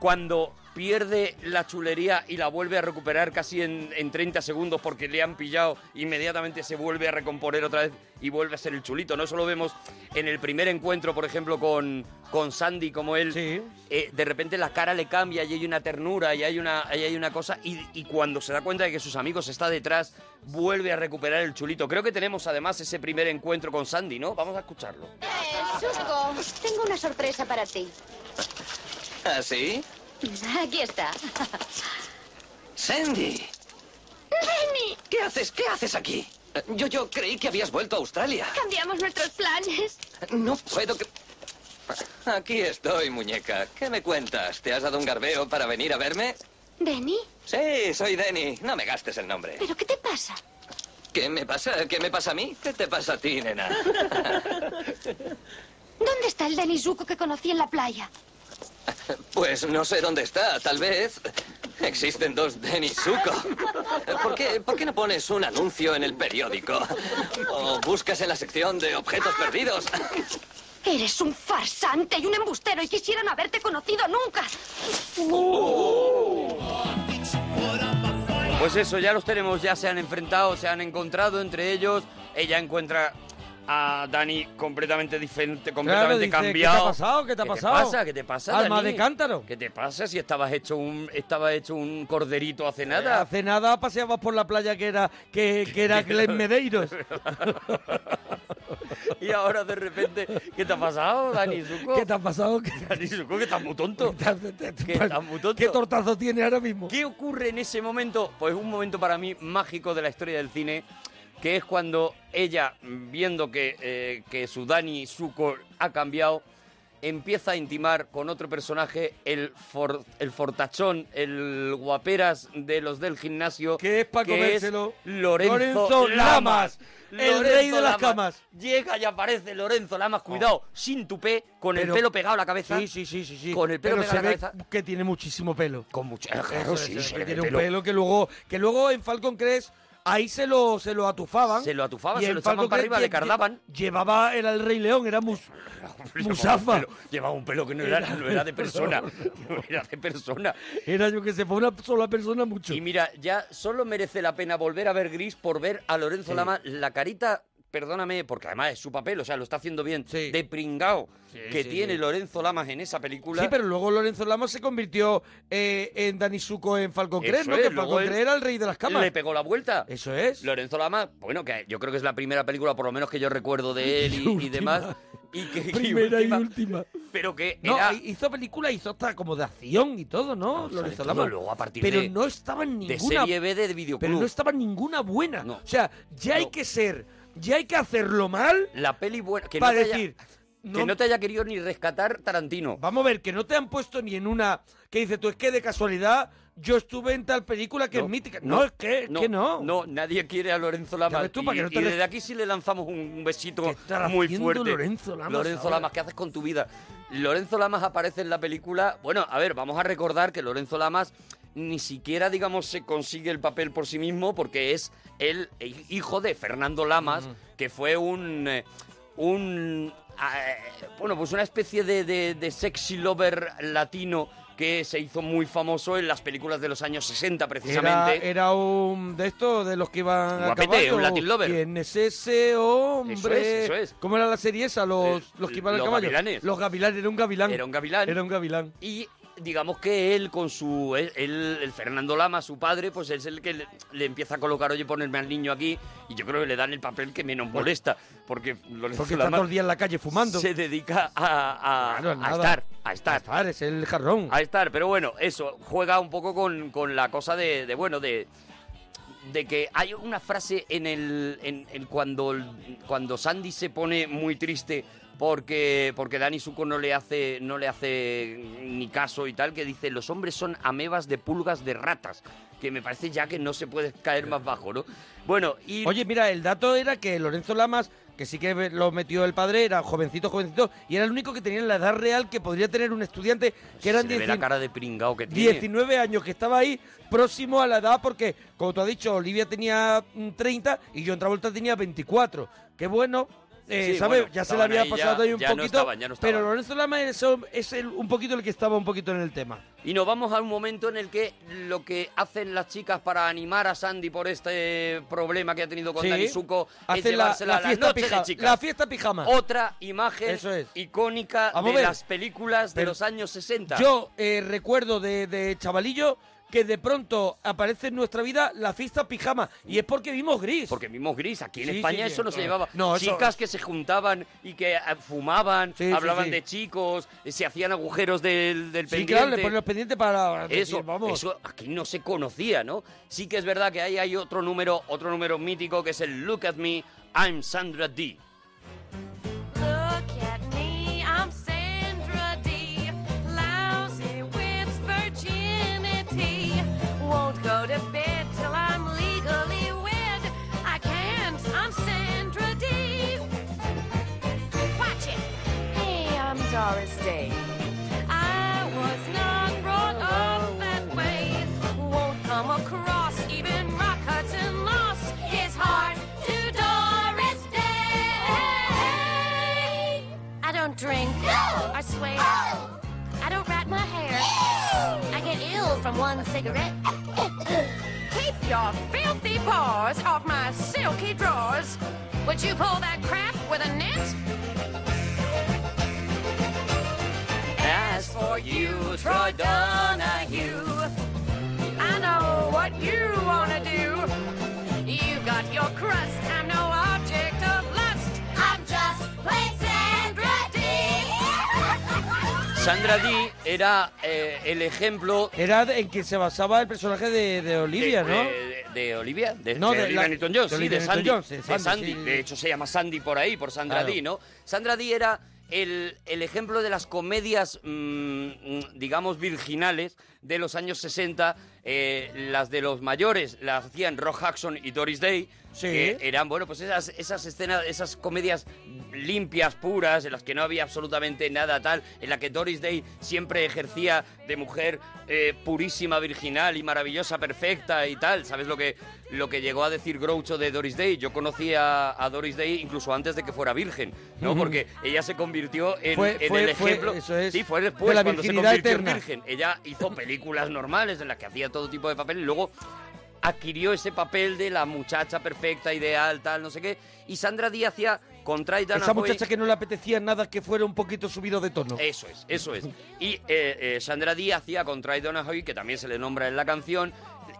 E: Cuando pierde la chulería y la vuelve a recuperar casi en, en 30 segundos porque le han pillado, inmediatamente se vuelve a recomponer otra vez y vuelve a ser el chulito. No eso lo vemos en el primer encuentro, por ejemplo, con, con Sandy, como él, eh, de repente la cara le cambia y hay una ternura y hay una, y hay una cosa. Y, y cuando se da cuenta de que sus amigos está detrás, vuelve a recuperar el chulito. Creo que tenemos además ese primer encuentro con Sandy, ¿no? Vamos a escucharlo.
R: Susco, tengo una sorpresa para ti.
S: ¿Ah, sí?
R: Aquí está.
S: Sandy,
R: Benny,
S: ¿qué haces? ¿Qué haces aquí? Eh, Yo, yo creí que habías vuelto a Australia.
R: cambiamos nuestros planes.
S: No puedo que... Aquí estoy, muñeca. ¿Qué me cuentas? ¿Te has dado un garbeo para venir a verme?
R: Benny,
S: Sí, soy Denny. No me gastes el nombre.
R: ¿pero qué te pasa?
S: ¿Qué me pasa? ¿Qué me pasa a mí? ¿Qué te pasa a ti, nena?
R: ¿Dónde está el Denny Zuko que conocí en la playa?
S: Pues no sé dónde está. Tal vez existen dos Denny Zuko. ¿Por qué, por qué no pones un anuncio en el periódico? ¿O buscas en la sección de objetos perdidos?
R: Eres un farsante y un embustero y quisiera no haberte conocido nunca.
E: Pues eso, ya los tenemos, ya se han enfrentado, se han encontrado entre ellos. Ella encuentra a Dani completamente diferente, completamente
C: dice, ¿qué te ha
E: cambiado.
C: pasado? ¿Qué te ha pasado?
E: ¿Qué te pasa? ¿Qué te pasa?
C: Alma
E: Dani?
C: de cántaro.
E: ¿Qué te pasa si estabas hecho un, estabas hecho un corderito hace
C: [LAUGHS]
E: nada?
C: Hace nada paseabas por la playa que era que,
E: [LAUGHS]
C: que era Glen Medeiros.
E: y ahora de repente, ¿qué te ha pasado, Dani Zuko?
C: ¿Qué te ha pasado? ¿Qué,
E: Dani Zuko, que estás muy tonto. Que estás muy tonto.
C: qué tortazo tiene ahora mismo?
E: ¿Qué ocurre en ese momento? Pues un momento para mí mágico de la historia del cine, que es cuando ella, viendo que, eh, que su Dani Zuko ha cambiado, empieza a intimar con otro personaje, el, for- el fortachón, el guaperas de los del gimnasio. Que es para
C: comérselo,
E: Lorenzo,
C: Lorenzo
E: Lamas.
C: Lamas, el rey de las camas. Oh.
E: Llega y aparece Lorenzo Lamas, cuidado, sin tupé, con el
C: Pero-
E: pelo pegado a la cabeza.
C: Sí, sí, sí, sí, sí.
E: Con el pelo
C: Pero
E: pegado a
C: se
E: la
C: ve
E: cabeza.
C: que tiene muchísimo pelo.
E: Con mucho, claro, sí, se le ve
C: tiene
E: pelo.
C: un pelo que luego que luego en Falcon Crest ahí se lo se lo atufaban.
E: Se lo atufaban,
C: Y
E: se
C: en
E: lo echaban
C: Falcon
E: para
C: Crest
E: arriba, le
C: lle- [LAUGHS]
E: cardaban.
C: Llevaba era el Rey León, era mus, Musafa.
E: Llevaba un pelo que no era, no
C: [LAUGHS]
E: era de persona. [LAUGHS] No era de persona.
C: Era yo que se fue una sola persona mucho.
E: Y mira, ya solo merece la pena volver a ver Gris por ver a Lorenzo Lama la carita perdóname, porque además es su papel, o sea, lo está haciendo bien, de pringao que
C: sí,
E: tiene
C: sí.
E: Lorenzo Lamas en esa película.
C: Sí, pero luego Lorenzo Lamas se convirtió eh, en Dani Suco en Falcon Crest,
E: Eso
C: ¿no?
E: es,
C: que
E: luego
C: Falcon
E: él
C: Crest era el rey de las camas.
E: Le pegó la vuelta.
C: Eso es.
E: Lorenzo Lama, bueno, que yo creo que es la primera película, por lo menos que yo recuerdo
C: [LAUGHS]
E: de él y- y, demás. Y que, [LAUGHS] y
C: Primera y
E: última,
C: última.
E: Pero que
C: No,
E: era.
C: hizo película, hizo hasta como de acción y todo, ¿no?
E: sale
C: Lorenzo
E: todo
C: Lamas.
E: luego a partir
C: pero
E: de-
C: no estaba en
E: de
C: ninguna.
E: serie B de videoclub.
C: Pero no estaba en ninguna buena. o sea, ya hay que ser, ya hay que hacerlo mal.
E: La peli buena. Que
C: para
E: no te haya-
C: decir.
E: que no te haya querido ni rescatar Tarantino.
C: Vamos a ver, que no te han puesto ni en una que dice tú, es que de casualidad yo estuve en tal película que es mítica. No, es que es que no.
E: No, nadie quiere a Lorenzo Lamas.
C: ves tú, para
E: y,
C: que no te
E: y
C: re-
E: desde aquí sí le lanzamos un, un besito
C: estará
E: muy
C: haciendo
E: fuerte.
C: Lorenzo Lamas
E: Lorenzo
C: ahora?
E: Lamas, ¿qué haces con tu vida? Lorenzo Lamas aparece en la película. Bueno, a ver, vamos a recordar que Lorenzo Lamas ni siquiera, digamos, se consigue el papel por sí mismo porque es el hi- hijo de Fernando Lamas, que fue un. eh, un ah, eh, bueno, pues una especie de, de- de sexy lover latino que se hizo muy famoso en las películas de los años 60,
C: Era,
E: precisamente.
C: era un de estos, de los que iban a
E: Guapete,
C: caballo.
E: un Latin lover.
C: ¿Quién es ese hombre?
E: Eso es, eso es. Eh,
C: ¿Cómo era la serie esa? Los, los que iban
E: los
C: a caballo.
E: gavilanes.
C: Los gavilanes, era un gavilán.
E: Era un gavilán.
C: Era un gavilán.
E: Y digamos que él con su él, él- el Fernando Lama, su padre, pues es el que le, le empieza a colocar, oye, ponerme al niño aquí, y yo creo que le dan el papel que menos molesta, porque Lorenzo
C: Porque está
E: Lama
C: todo el día en la calle fumando.
E: se dedica a, a-
C: Claro,
E: a
C: nada.
E: estar, a estar.
C: es el jarrón.
E: A estar, pero bueno, eso, juega un poco con, con la cosa de, de, bueno, de, de que hay una frase en el en, en cuando el- cuando Sandy se pone muy triste porque porque Dani Suco no le hace no le hace ni caso y tal que dice los hombres son amebas de pulgas de ratas que me parece ya que no se puede caer más bajo no bueno y
C: Oye, mira, el dato era que Lorenzo Lamas, que sí que lo metió el padre, era jovencito, jovencito, y era el único que tenía la edad real que podría tener un estudiante, que eran
E: se le ve
C: 19
E: la cara de pringao que tiene
C: 19 años que estaba ahí, próximo a la edad, porque, como tú has dicho, Olivia tenía mm, 30 y John Travolta tenía 24. Qué bueno, eh,
E: Sí,
C: ¿sabes?
E: bueno,
C: ya se le
E: estaban
C: había
E: ahí,
C: pasado
E: ya-
C: ahí un
E: ya no
C: poquito.
E: estaban, ya no estaban.
C: Pero Lorenzo Lama es, es el- un poquito el que estaba un poquito en el tema.
E: Y nos vamos a un momento en el que lo que hacen las chicas para animar a Sandy por este problema que ha tenido con
C: Sí.
E: Dani Suco es
C: Hace la-
E: llevársela
C: la
E: a la
C: fiesta
E: noche
C: pija-
E: de chicas.
C: la fiesta pijama.
E: Otra imagen
C: Eso es.
E: icónica
C: Vamos a
E: de
C: ver.
E: las películas de
C: Pero-
E: los años 60.
C: Yo eh, recuerdo de, de chavalillo que de pronto aparece en nuestra vida la fiesta pijama. Y es porque vimos gris.
E: Porque vimos gris. Aquí en
C: Sí,
E: España
C: sí,
E: eso no
C: sí.
E: se llevaba.
C: No, eso-
E: Chicas que se juntaban y que eh, fumaban,
C: Sí, sí,
E: hablaban
C: sí.
E: de chicos, eh, se hacían agujeros del, del
C: Sí,
E: pendiente.
C: claro, le ponen los pendientes para...
E: Eso,
C: decir, vamos.
E: eso aquí no se conocía, ¿no? Sí que es verdad que ahí hay otro número, otro número mítico que es el Look at Me, I'm Sandra D.
G: Look at me, I'm Sandra D. Lousy with virginity. Won't go to bed till I'm legally wed. I can't, I'm Sandra D. Watch it. Hey, I'm Doris Day. I was not brought up that way. Won't come across, even Rockharton lost his heart to Doris Day. I don't drink. I swear. I don't rat my hair. I get ill from one cigarette. Keep your filthy paws off my silky drawers. Would you pull that crap with a net?
E: As for you,
G: Troy Donahue. I know what you wanna do. You got your crust. I'm no object of lust. I'm just plain Sandra [LAUGHS] D.
E: Sandra D era eh, el ejemplo
C: Era de- en que se basaba el personaje de, de Olivia, ¿no?
E: de, de- de Olivia, de,
C: No,
E: de
C: de
E: Olivia
C: la-
E: Newton-John,
C: de
E: sí,
C: Olivia
E: de Sandy.
C: Newton-John, sí,
E: de
C: Sandy,
E: Sandy.
C: sí.
E: De hecho, se llama Sandy por ahí, por Sandra
C: Claro.
E: Dee, ¿no? Sandra Dee era el, el ejemplo de las comedias, mm, mm, digamos, virginales de los años 60. Eh, las de los mayores las hacían Rock Jackson y Doris Day.
C: Sí.
E: Que eran, bueno, pues esas, esas escenas, esas comedias limpias, puras, en las que no había absolutamente nada tal, en la que Doris Day siempre ejercía de mujer eh, purísima, virginal y maravillosa, perfecta y tal. ¿Sabes lo que, lo que llegó a decir Groucho de Doris Day? Yo conocí a, a Doris Day incluso antes de que fuera virgen, ¿no?
C: Ujú.
E: Porque ella se convirtió en,
C: Fue-
E: en
C: fue-
E: el
C: fue-
E: ejemplo...
C: eso es,
E: sí, fue
C: de
E: después
C: la
E: cuando se
C: virginidad
E: convirtió
C: eterna.
E: en virgen. Ella hizo películas normales en las que hacía todo tipo de papel y luego adquirió ese papel de la muchacha perfecta, ideal, tal, no sé qué. Y Sandra Díaz hacía con Traidan
C: Esa muchacha que no le apetecía nada que fuera un poquito subido de tono.
E: Eso es, eso es. Y eh, eh, Sandra Díaz hacía con Try Donahoe, que también se le nombra en la canción,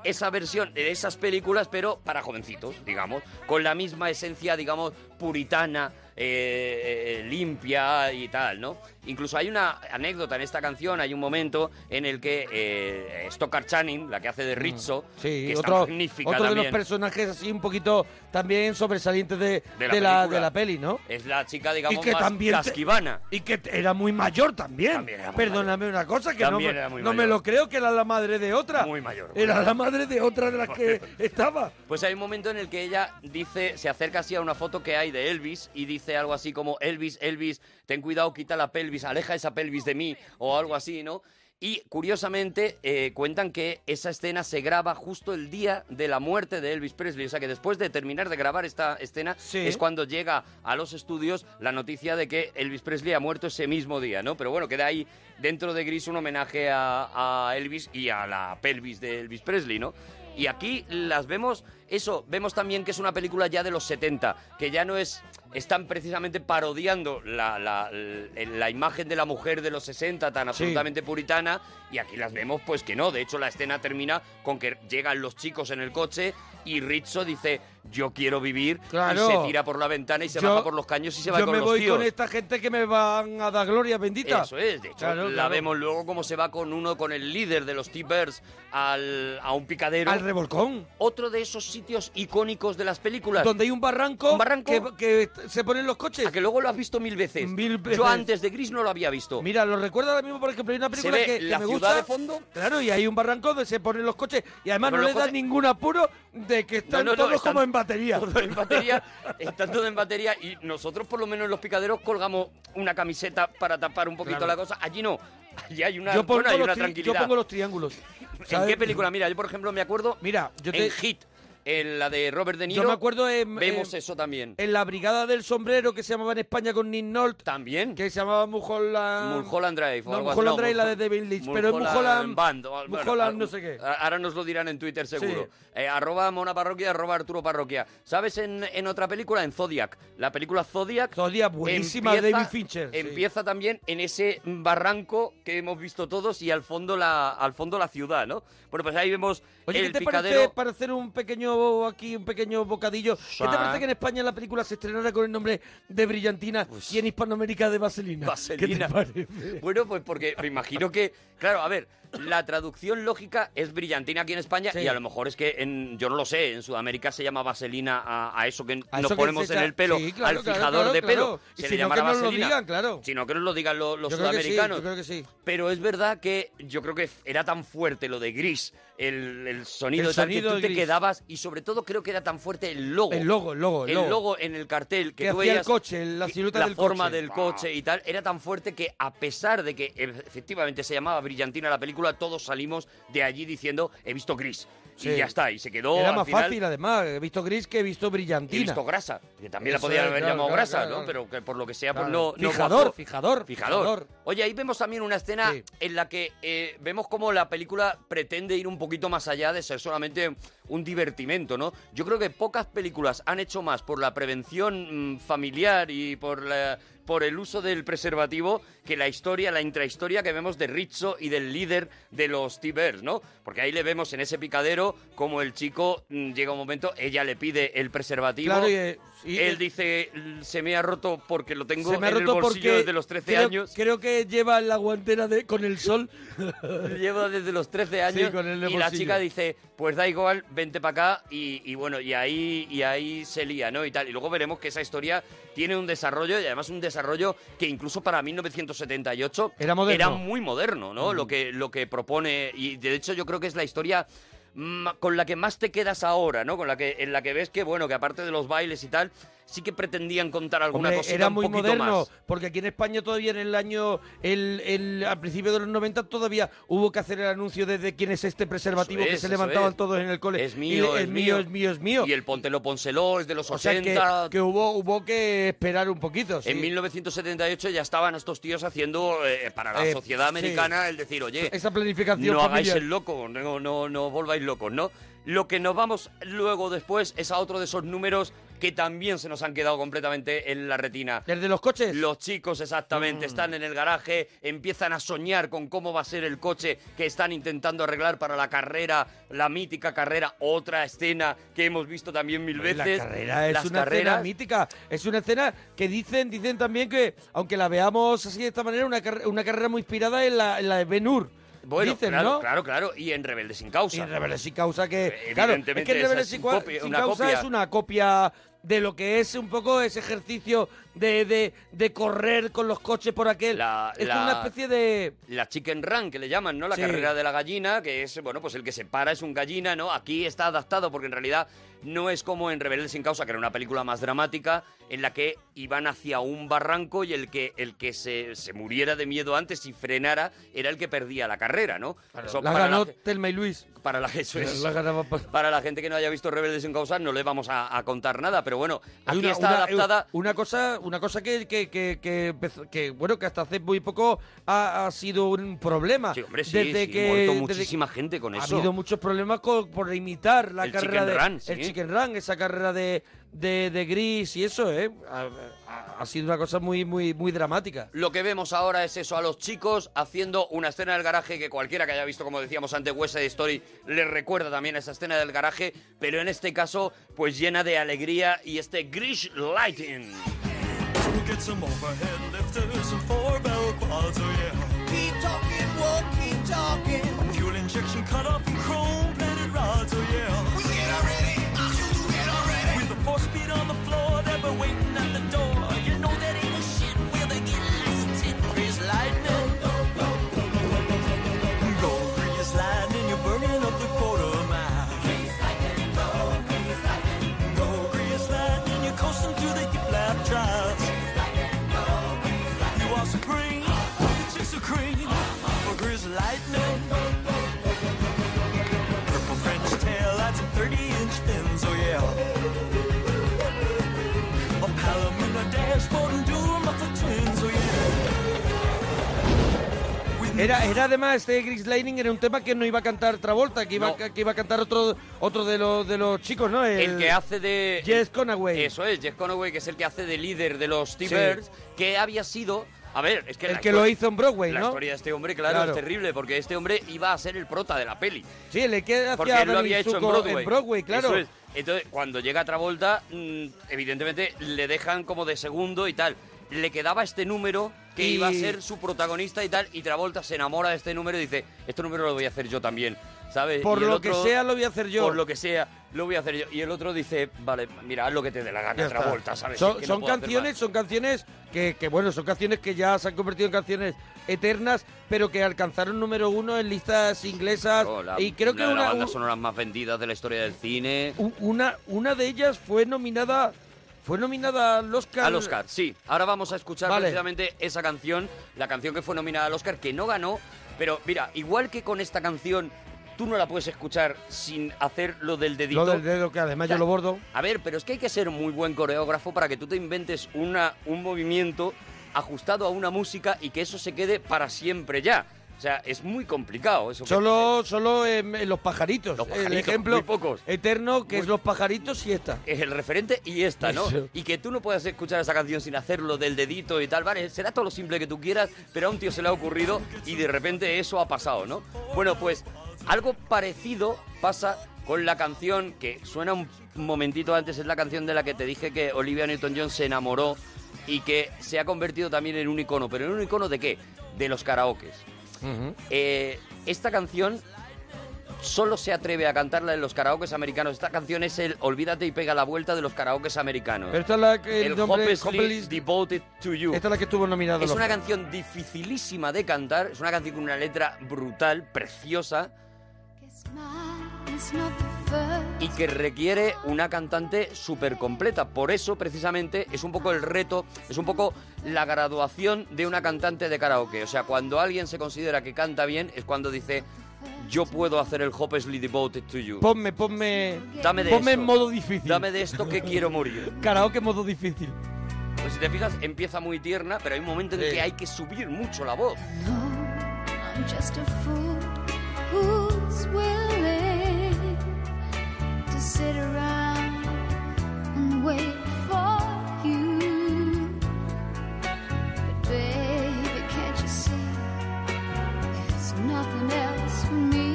E: esa versión de esas películas, pero para jovencitos, digamos, con la misma esencia, digamos, puritana, eh, eh, limpia y tal, ¿no? Incluso hay una anécdota en esta canción, hay un momento en el que eh, Stockard Channing, la que hace de Rizzo,
C: Mm. Sí,
E: que
C: otro,
E: está magnífica
C: otro de los
E: también,
C: personajes así un poquito también sobresalientes de,
E: De
C: de
E: la
C: la,
E: película.
C: de la peli, ¿no?
E: es la chica, digamos,
C: y que
E: más
C: también te-
E: casquivana.
C: y que te- era muy mayor también.
E: era muy
C: Perdóname una cosa que no,
E: También
C: me,
E: era muy
C: no me
E: mayor.
C: lo creo que era la madre de otra.
E: Muy mayor, muy
C: Era
E: mayor.
C: la madre de otra de las que estaba.
E: Pues hay un momento en el que ella dice, se acerca así a una foto que hay de Elvis y dice algo así como Elvis, Elvis, ten cuidado, quita la pelvis, aleja esa pelvis de mí o algo así, ¿no? Y curiosamente eh, cuentan que esa escena se graba justo el día de la muerte de Elvis Presley. O sea que después de terminar de grabar esta escena es cuando llega a los estudios la noticia de que Elvis Presley ha muerto ese mismo día, ¿no? Pero bueno, queda ahí dentro de Gris un homenaje a, a Elvis y a la pelvis de Elvis Presley, ¿no? Y aquí las vemos, eso, vemos también que es una película ya de los 70, que ya no es, están precisamente parodiando la, la- la imagen de la mujer de los 60 tan absolutamente puritana, y aquí las vemos pues que no, de hecho la escena termina con que llegan los chicos en el coche y Rizzo dice, yo quiero vivir,
C: Claro.
E: y se tira por la ventana y se
C: Yo-
E: baja por los caños y se va
C: Yo
E: con
C: me
E: los
C: voy
E: tíos.
C: con esta gente que me van a dar gloria bendita.
E: Eso es, de hecho,
C: Claro,
E: la
C: claro.
E: vemos luego como se va con uno, con el líder de los T-Birds al, a un picadero.
C: Al revolcón.
E: Otro de esos sitios icónicos de las películas.
C: Donde hay un barranco, Que, que se ponen los coches.
E: Ah, que luego lo has visto mil veces.
C: Mil
E: Yo
C: veces.
E: antes de Gris no lo había visto.
C: Mira, lo recuerdo ahora mismo, por ejemplo, hay una película
E: ve
C: que, que
E: la
C: me
E: ciudad
C: gusta.
E: de fondo.
C: Claro, y hay un barranco donde se ponen los coches. Y además
E: Pero
C: no
E: los
C: le da
E: coches-
C: ningún apuro de que están
E: no, no,
C: todos
E: están
C: como en batería.
E: todo en batería, [LAUGHS] están todo en batería y nosotros por lo menos en los picaderos colgamos una camiseta para tapar un poquito
C: Claro.
E: la cosa. Allí no, allí hay una,
C: yo, pongo
E: bueno, hay
C: los
E: una
C: tri- yo
E: tranquilidad.
C: pongo los triángulos.
E: ¿En
C: ¿sabes?
E: qué película? Mira, yo por ejemplo me acuerdo
C: Mira, yo te-
E: en Hit, en la de Robert De Niro.
C: Yo me acuerdo eh, en,
E: Vemos
C: en-
E: eso también.
C: en la brigada del sombrero que se llamaba en España con Nick Nolte.
E: También.
C: Que se llamaba Mulholland...
E: Mulholland Drive. o
C: No,
E: algo así.
C: Mulholland Drive
E: Mul-
C: la de David Lynch. Pero es
E: Mulholland
C: Mulholland...
E: Band, o- bueno,
C: Mulholland
E: a-
C: no sé qué.
E: a- Ahora nos lo dirán en Twitter seguro. Eh, arroba Mona Parroquia, arroba Arturo Parroquia. ¿Sabes en, en otra película? En Zodiac. La película Zodiac.
C: Zodiac, buenísima, David Fincher, sí.
E: Empieza también en ese barranco que hemos visto todos y al fondo la, al fondo la ciudad, ¿no? Bueno, pues ahí vemos
C: Oye,
E: el
C: ¿qué te
E: picadero.
C: parece para hacer un pequeño aquí, un pequeño bocadillo? ¿Qué te parece que en España la película se estrenara con el nombre de Brillantina y en Hispanoamérica de Vaselina?
E: Pues Vaselina.
C: ¿Qué te parece?
E: Bueno, pues porque me imagino que, claro, a ver, la traducción lógica es brillantina aquí en España
C: Sí.
E: y a lo mejor es que, en, yo no lo sé, en Sudamérica se llama vaselina a, a eso que
C: A
E: nos
C: eso que
E: ponemos
C: se
E: en
C: echa-
E: el pelo,
C: sí, claro,
E: al
C: claro,
E: fijador
C: claro,
E: de
C: claro.
E: pelo.
C: Y
E: Se
C: si
E: le
C: no,
E: llamará
C: que nos lo
E: vaselina.
C: digan, claro.
E: Si no, que nos lo digan lo- los
C: Yo creo que sí,
E: sudamericanos.
C: yo creo que sí.
E: Pero es verdad que yo creo que f- era tan fuerte lo de gris, el, el sonido,
C: El
E: tal, que
C: sonido
E: tú
C: de
E: te
C: Gris.
E: quedabas y sobre todo creo que era tan fuerte el logo.
C: El logo, el logo, el
E: El
C: logo.
E: logo en el cartel que
C: Que
E: tú
C: hacía el
E: veías
C: coche, la silueta
E: la
C: del
E: forma
C: coche.
E: del coche y tal era tan fuerte que a pesar de que e- efectivamente se llamaba Brillantina la película, todos salimos de allí diciendo he visto gris
C: Sí.
E: y ya está y se quedó
C: Era
E: al
C: más
E: final,
C: fácil, además. He visto gris que he visto
E: he
C: Brillantina.
E: visto grasa, que también la
C: Eso
E: podían
C: es,
E: haber
C: claro,
E: llamado
C: claro,
E: grasa,
C: claro,
E: ¿no?
C: claro.
E: Pero que por lo que sea pues no,
C: Claro.
E: no
C: Fijador,
E: cuajó.
C: fijador,
E: fijador.
C: fijador.
E: Oye, ahí vemos también una escena en la que eh, vemos cómo la película pretende ir un poquito más allá de ser solamente un divertimento, ¿no? Yo creo que pocas películas han hecho más por la prevención mm, familiar y por la- por el uso del preservativo que la historia, la intrahistoria que vemos de Rizzo y del líder de los T-Birds, ¿no? Porque ahí le vemos en ese picadero como el chico mm, llega un momento, ella le pide el preservativo,
C: Claro, y, eh, y-
E: él dice, se me ha roto porque lo tengo
C: Se me ha
E: en el
C: roto
E: bolsillo
C: porque
E: desde los 13
C: creo-
E: años.
C: Creo que lleva la guantera de, con el sol.
E: Llevo desde los 13 años
C: Sí, con el
E: y la
C: bolsillo.
E: chica dice, pues da igual, vente para acá y, y bueno, y ahí, y ahí se lía, ¿no? Y tal. Y luego veremos que esa historia tiene un desarrollo y además un desarrollo que incluso para 1978
C: Era moderno. Mm.
E: muy moderno, ¿no? Lo, que, lo que propone y de hecho yo creo que es la historia ma- con la que más te quedas ahora, ¿no? Con la que en la que ves que bueno, que aparte de los bailes y tal, sí que pretendían contar alguna
C: Hombre,
E: cosita
C: era
E: un
C: muy
E: poquito
C: moderno,
E: más.
C: porque aquí en España todavía en el año, el, el, al principio de los 90 todavía hubo que hacer el anuncio de, de quién es este preservativo
E: Eso
C: que
E: es,
C: se
E: eso
C: levantaban
E: es.
C: todos en el cole.
E: Es mío,
C: Y le-
E: es, mío,
C: es mío, es mío.
E: Y el Pontelo Ponceló es de los
C: O sea,
E: 80.
C: que, que hubo, hubo que esperar un poquito. sí.
E: En 1978 ya estaban estos tíos haciendo eh, para la
C: Eh,
E: sociedad
C: sí.
E: americana el decir, oye,
C: Esa planificación
E: no hagáis
C: familiar.
E: el loco, no, no, no os volváis locos, ¿no? Lo que nos vamos luego después es a otro de esos números que también se nos han quedado completamente en la retina.
C: ¿El de los coches?
E: Los chicos,
C: Mm.
E: exactamente, están en el garaje, empiezan a soñar con cómo va a ser el coche que están intentando arreglar para la carrera, la mítica carrera, otra escena que hemos visto también mil
C: Hombre,
E: veces.
C: La carrera es
E: Las
C: una escena
E: carreras.
C: mítica. Es una escena que dicen, dicen también que, aunque la veamos así de esta manera, una, carre- una carrera muy inspirada en la, en la de Ben Hur.
E: Bueno,
C: dicen,
E: claro,
C: ¿no?
E: claro, claro. Y en Rebelde sin causa.
C: Y Rebeldes sin causa que. Claro, es que
E: Evidentemente, esa
C: Rebeldes
E: es
C: sin,
E: un
C: cua-
E: copia-
C: sin
E: una
C: causa
E: copia.
C: es una copia de lo que es un poco ese ejercicio de, de, de correr con los coches por aquel. es como una
E: la-
C: especie de.
E: La chicken run, que le llaman, ¿no? La
C: Sí.
E: carrera de la gallina, que es, bueno, pues el que se para es un gallina, ¿no? Aquí está adaptado porque en realidad no es como en Rebelde sin causa, que era una película más dramática, en la que iban hacia un barranco y el que, el que se, se muriera de miedo antes y frenara era el que perdía la carrera, ¿no? Eso
C: La
E: para
C: ganó
E: la-
C: Telma y Luis.
E: para la, [LAUGHS] eso es.
C: La ganaba pa-
E: Para la gente que no haya visto Rebelde sin causa no le vamos a, a contar nada, pero bueno,
C: Hay
E: aquí
C: una,
E: está
C: una- eh,
E: adaptada
C: una cosa, una cosa que, que, que, que empezó- que, bueno, que hasta hace muy poco ha, ha sido un problema.
E: Sí, hombre, sí,
C: desde
E: sí,
C: que
E: muerto
C: desde-
E: muchísima gente con
C: ha
E: eso.
C: habido muchos problemas con- por imitar la
E: El
C: carrera
E: chicken
C: de
E: run, sí.
C: el chicken run, esa carrera de, de, de gris y eso, ¿eh? Ha, ha- ha sido una cosa muy muy muy dramática.
E: Lo que vemos ahora es eso, a los chicos haciendo una escena del garaje que cualquiera que haya visto, como decíamos antes, West Side Story, les recuerda también a esa escena del garaje, pero en este caso, pues llena de alegría y este Grish Lighting.
N: We'll get some overhead lifters and four bell quads, oh yeah. Keep talking, we'll keep talking. Fuel injection cut off and chrome plated rods, oh yeah. We get already, I do get already. With the four speed on the floor, they've been waiting at the door. You know that ain't no shit, will they get licensed? Grease lightning. Go, grease lightning, you're burning up the quarter mile. Grease lightning, go, grease lightning. Go, grease lightning, you're coasting through the hip lap trials. You are supreme, you're just a cream for Grizz Lightning. Purple French tail lights and 30 inch fins, oh yeah. A Palomino dashboard and doom of the twins, oh yeah.
C: Era, era además este Gris Lightning era un tema que no iba a cantar Travolta, que iba, a ca- que iba a cantar otro otro de los de los chicos, ¿no?
E: El que hace de...
C: Jess Conaway.
E: Eso es, Jeff Conaway, que es el que hace de líder de los
C: Sí.
E: T-Birds, que había sido... A ver, es que...
C: El
E: la
C: que lo
E: histori-
C: hizo en Broadway,
E: La
C: ¿no?
E: historia de este hombre, claro,
C: Claro.
E: es terrible, porque este hombre iba a ser el prota de la peli.
C: Sí, el que hacía
E: Porque él lo
C: Danny
E: había hecho en
C: Zuko
E: Broadway.
C: claro.
E: Eso es. Entonces, cuando llega Travolta, mm, evidentemente le dejan como de segundo y tal. Le quedaba este número que
C: Y-
E: iba a ser su protagonista y tal, y Travolta se enamora de este número y dice, este número lo voy a hacer yo también, ¿sabes?
C: Por
E: Y el
C: lo que
E: otro,
C: sea lo voy a hacer yo.
E: Por lo que sea, lo voy a hacer yo. Y el otro dice, vale, mira, haz lo que te dé la gana,
C: Ya está.
E: Travolta, ¿sabes?
C: Son,
E: Es que no
C: son
E: puedo hacer
C: canciones, son canciones que, que, bueno, son canciones que ya se han convertido en canciones eternas, pero que alcanzaron número uno en listas inglesas.
E: más. La-
C: y creo que
E: una de las
C: una,
E: bandas sonoras más vendidas de la historia del cine.
C: u- una, una de ellas fue nominada, fue nominada al Oscar.
E: Al Oscar, sí. Ahora vamos a escuchar
C: Vale.
E: precisamente esa canción, la canción que fue nominada al Oscar, que no ganó, pero mira, igual que con esta canción, tú no la puedes escuchar sin hacer lo del dedito.
C: Lo del dedo, que además yo lo bordo.
E: A ver, pero es que hay que ser muy buen coreógrafo para que tú te inventes una, un movimiento ajustado a una música y que eso se quede para siempre ya. O sea, es muy complicado eso. que-
C: Solo, solo en, en los pajaritos. El
E: pajaritos,
C: ejemplo
E: muy pocos.
C: eterno que es los pajaritos y esta.
E: es el referente y esta, ¿no?
C: Eso.
E: Y que tú no puedas escuchar esa canción sin hacerlo del dedito y tal, ¿vale? Será todo lo simple que tú quieras, pero a un tío se le ha ocurrido y de repente eso ha pasado, ¿no? Bueno, pues algo parecido pasa con la canción que suena un momentito antes, es la canción de la que te dije que Olivia Newton-John se enamoró y que se ha convertido también en un icono, pero en un icono de qué? De los karaokes. Eh, esta canción solo se atreve a cantarla en los karaokes americanos. Esta canción es el Olvídate y pega la vuelta de los karaokes americanos.
C: Pero esta es la que el
E: el
C: nombre-
E: Hopelessly
C: Hopeless-
E: Devoted to You.
C: Esta es la que estuvo nominada.
E: Es
C: al
E: una
C: Oscar.
E: canción dificilísima de cantar, es una canción con una letra brutal, preciosa,
T: It's not the
E: y que requiere una cantante súper completa. Por eso, precisamente, es un poco el reto, es un poco la graduación de una cantante de karaoke. O sea, cuando alguien se considera que canta bien, es cuando dice, yo puedo hacer el Hopelessly Devoted to You.
C: Ponme, ponme.
E: Dame de
C: ponme
E: esto.
C: en modo difícil.
E: Dame de esto que quiero morir.
C: Karaoke modo difícil.
E: Pues si te fijas, empieza muy tierna, pero hay un momento en que hay que subir mucho la voz.
B: I'm just a fool who's willing to sit around and wait for you. But baby, can't you see? There's nothing else for me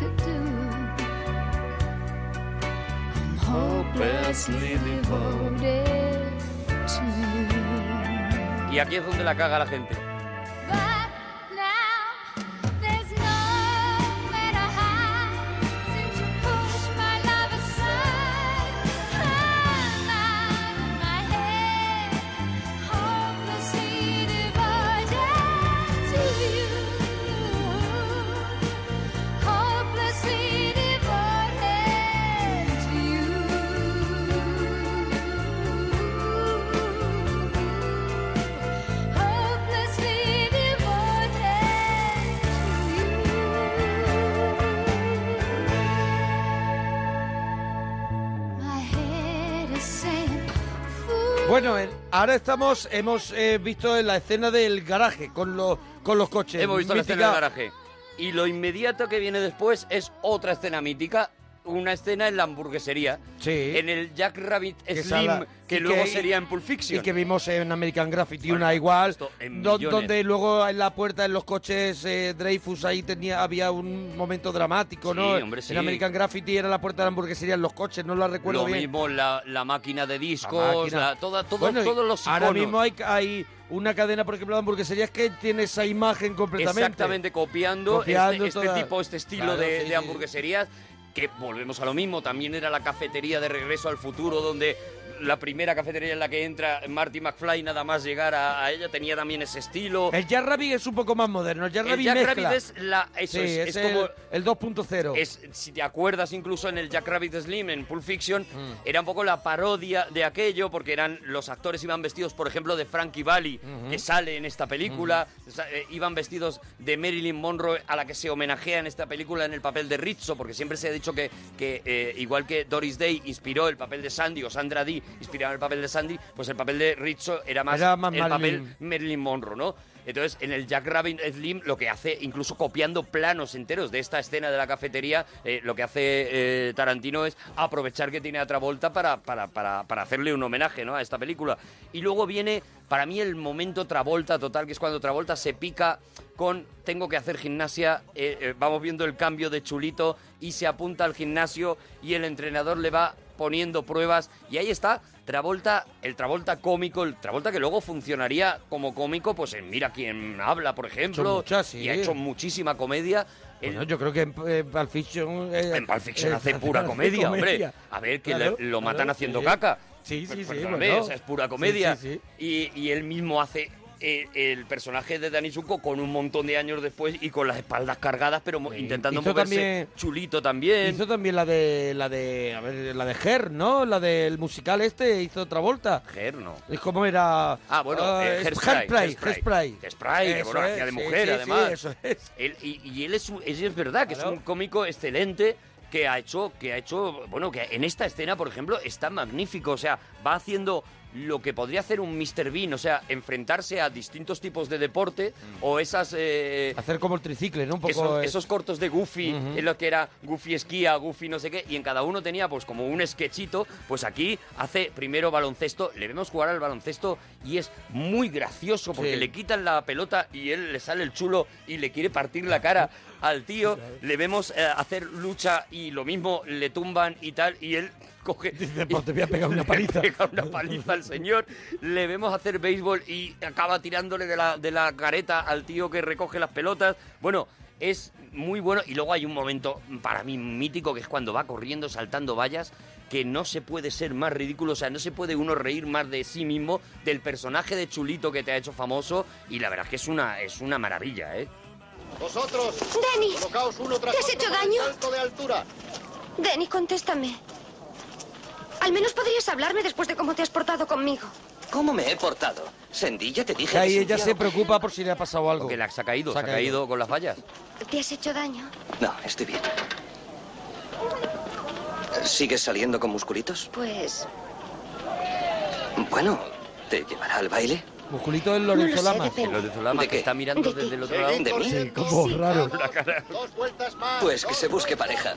B: to do. I'm hopelessly devoted to you.
E: Y aquí es donde la caga la gente.
B: There's nowhere to hide since you pushed my love aside. I'm out of my head, hopelessly devoted to you. Hopelessly devoted to you. Hopelessly devoted. My head is saying,
C: Bueno, en- ahora estamos, hemos eh, visto en la escena del garaje con los con los coches.
E: Hemos visto la escena
C: Mítica-
E: del garaje. Y lo inmediato que viene después es otra escena mítica, una escena en la hamburguesería. En el Jack Rabbit
C: que
E: Slim,
C: sala-
E: que
C: y
E: luego
C: y-
E: sería en Pulp Fiction.
C: Y que vimos en American Graffiti, una igual,
E: en
C: do-
E: millones.
C: donde luego en la puerta, en los coches, eh, Dreyfus ahí tenía había un momento dramático,
E: Sí,
C: ¿no?
E: hombre, sí.
C: En American Graffiti era la puerta de la hamburguesería en los coches, no la recuerdo
E: lo
C: bien.
E: mismo la, la máquina de discos,
C: La máquina.
E: la- toda- todo-
C: Bueno, y
E: todos los
C: Ahora
E: iconos.
C: mismo hay, hay una cadena, por ejemplo, de hamburgueserías que tiene esa imagen completamente.
E: Exactamente, copiando, este-
C: Copiando
E: este,
C: toda-
E: tipo, este estilo
C: Claro,
E: de,
C: sí,
E: de
C: sí.
E: hamburgueserías, que volvemos a lo mismo, también era la cafetería de Regreso al Futuro, donde la primera cafetería en la que entra Marty McFly nada más llegar a, a ella tenía también ese estilo.
C: El Jack Rabbit es un poco más moderno. El Jack
E: El
C: Rabbit
E: Jack
C: mezcla.
E: Rabbit es la- eso
C: Sí,
E: es, es
C: el-
E: como-
C: el 2.0.
E: Es, si te acuerdas incluso en el Jack Rabbit Slim, en Pulp Fiction, era un poco la parodia de aquello, porque eran los actores iban vestidos, por ejemplo, de Frankie Valli,
C: Ujú.
E: que sale en esta película, sa- eh, iban vestidos de Marilyn Monroe, a la que se homenajea en esta película en el papel de Rizzo, porque siempre se ha dicho que, que, eh, igual que Doris Day inspiró el papel de Sandy, o Sandra Dee inspiraba el papel de Sandy, pues el papel de Rizzo era más,
C: Era más
E: el
C: Marilyn.
E: papel Marilyn Monroe, ¿no? Entonces, en el Jack Rabbit Slim, lo que hace, incluso copiando planos enteros de esta escena de la cafetería, eh, lo que hace eh, Tarantino es aprovechar que tiene a Travolta para, para, para, para hacerle un homenaje ¿no? a esta película. Y luego viene, para mí, el momento Travolta total, que es cuando Travolta se pica con tengo que hacer gimnasia, eh, eh, vamos viendo el cambio de chulito y se apunta al gimnasio y el entrenador le va poniendo pruebas y ahí está Travolta, el Travolta cómico, el Travolta que luego funcionaría como cómico, pues en Mira quién habla, por ejemplo,
C: hecho muchas, sí.
E: y ha hecho muchísima comedia. El-
C: Bueno, yo creo que en eh, Pulp Fiction... eh,
E: en Pulp Fiction
C: eh,
E: hace
C: [LAUGHS]
E: pura comedia, hombre. A ver, que
C: Claro,
E: le- lo matan
C: claro,
E: haciendo
C: sí.
E: caca.
C: Sí, sí,
E: Pues,
C: sí,
E: perdóname,
C: bueno.
E: o sea, es pura comedia.
C: Sí, sí,
E: Y, y él mismo hace eh, el personaje de Danny Zuko con un montón de años después y con las espaldas cargadas, pero mo- intentando
C: Hizo
E: moverse.
C: también-
E: Chulito también.
C: Hizo también la de la de a ver, la de Her, ¿no? La del musical este hizo otra vuelta.
E: Her no.
C: Es como era
E: Ah, bueno,
C: ah,
E: eh,
C: es
E: Hairspray,
C: Hairspray,
E: Hairspray.
C: Hairspray.
E: Hairspray, que
C: Eso
E: bueno,
C: es,
E: hacía de
C: sí,
E: mujer,
C: sí, sí,
E: además.
C: eso es.
E: Él- y, y él es, un- es, es verdad que es un cómico excelente que ha hecho, que ha hecho, bueno, que en esta escena, por ejemplo, está magnífico. O sea, va haciendo lo que podría hacer un Mr. Bean, o sea, enfrentarse a distintos tipos de deporte o esas eh,
C: Hacer como el tricicle, ¿no? Un poco
E: esos,
C: eh,
E: esos cortos de Goofy,
C: Ujú.
E: en lo que era Goofy esquía, Goofy no sé qué, y en cada uno tenía pues como un sketchito, pues aquí hace primero baloncesto, le vemos jugar al baloncesto y es muy gracioso porque
C: Sí.
E: le quitan la pelota y él le sale el chulo y le quiere partir la cara al
C: [LAUGHS]
E: tío, le vemos eh, hacer lucha y lo mismo le tumban y tal, y él [LAUGHS] coge...
C: pues te voy a pegar una paliza.
E: [LAUGHS] Le pega una paliza al señor, le vemos hacer béisbol y acaba tirándole de la, de la careta al tío que recoge las pelotas. Bueno, es muy bueno. Y luego hay un momento para mí mítico que es cuando va corriendo, saltando vallas, que no se puede ser más ridículo. O sea, no se puede uno reír más de sí mismo, del personaje de Chulito que te ha hecho famoso. Y la verdad es que es una, es una maravilla, ¿eh?
N: Vosotros, Denis, uno tras
U: ¿te has
N: otro
U: hecho
N: con el
U: daño?
N: salto de altura. Denny, contéstame. Al menos podrías hablarme después de cómo te has portado conmigo.
G: ¿Cómo me he portado? Sendilla, te dije.
C: Ahí
G: que
C: ella se
G: Santiago-
C: preocupa por si le ha pasado algo.
E: Que la se ha caído, se ha caído. con las vallas.
N: ¿Te has hecho daño?
G: No, estoy bien. ¿Sigues saliendo con musculitos?
N: Pues
G: Bueno, ¿te llevará al baile?
C: Musculito del
G: No lo sé,
C: Lorenzolama.
G: depende. El Lorenzolama
E: que está mirando
G: ¿De
E: desde
G: ti?
E: el otro lado.
G: ¿De mí? Sí,
C: como raro.
G: Pues que se busque pareja.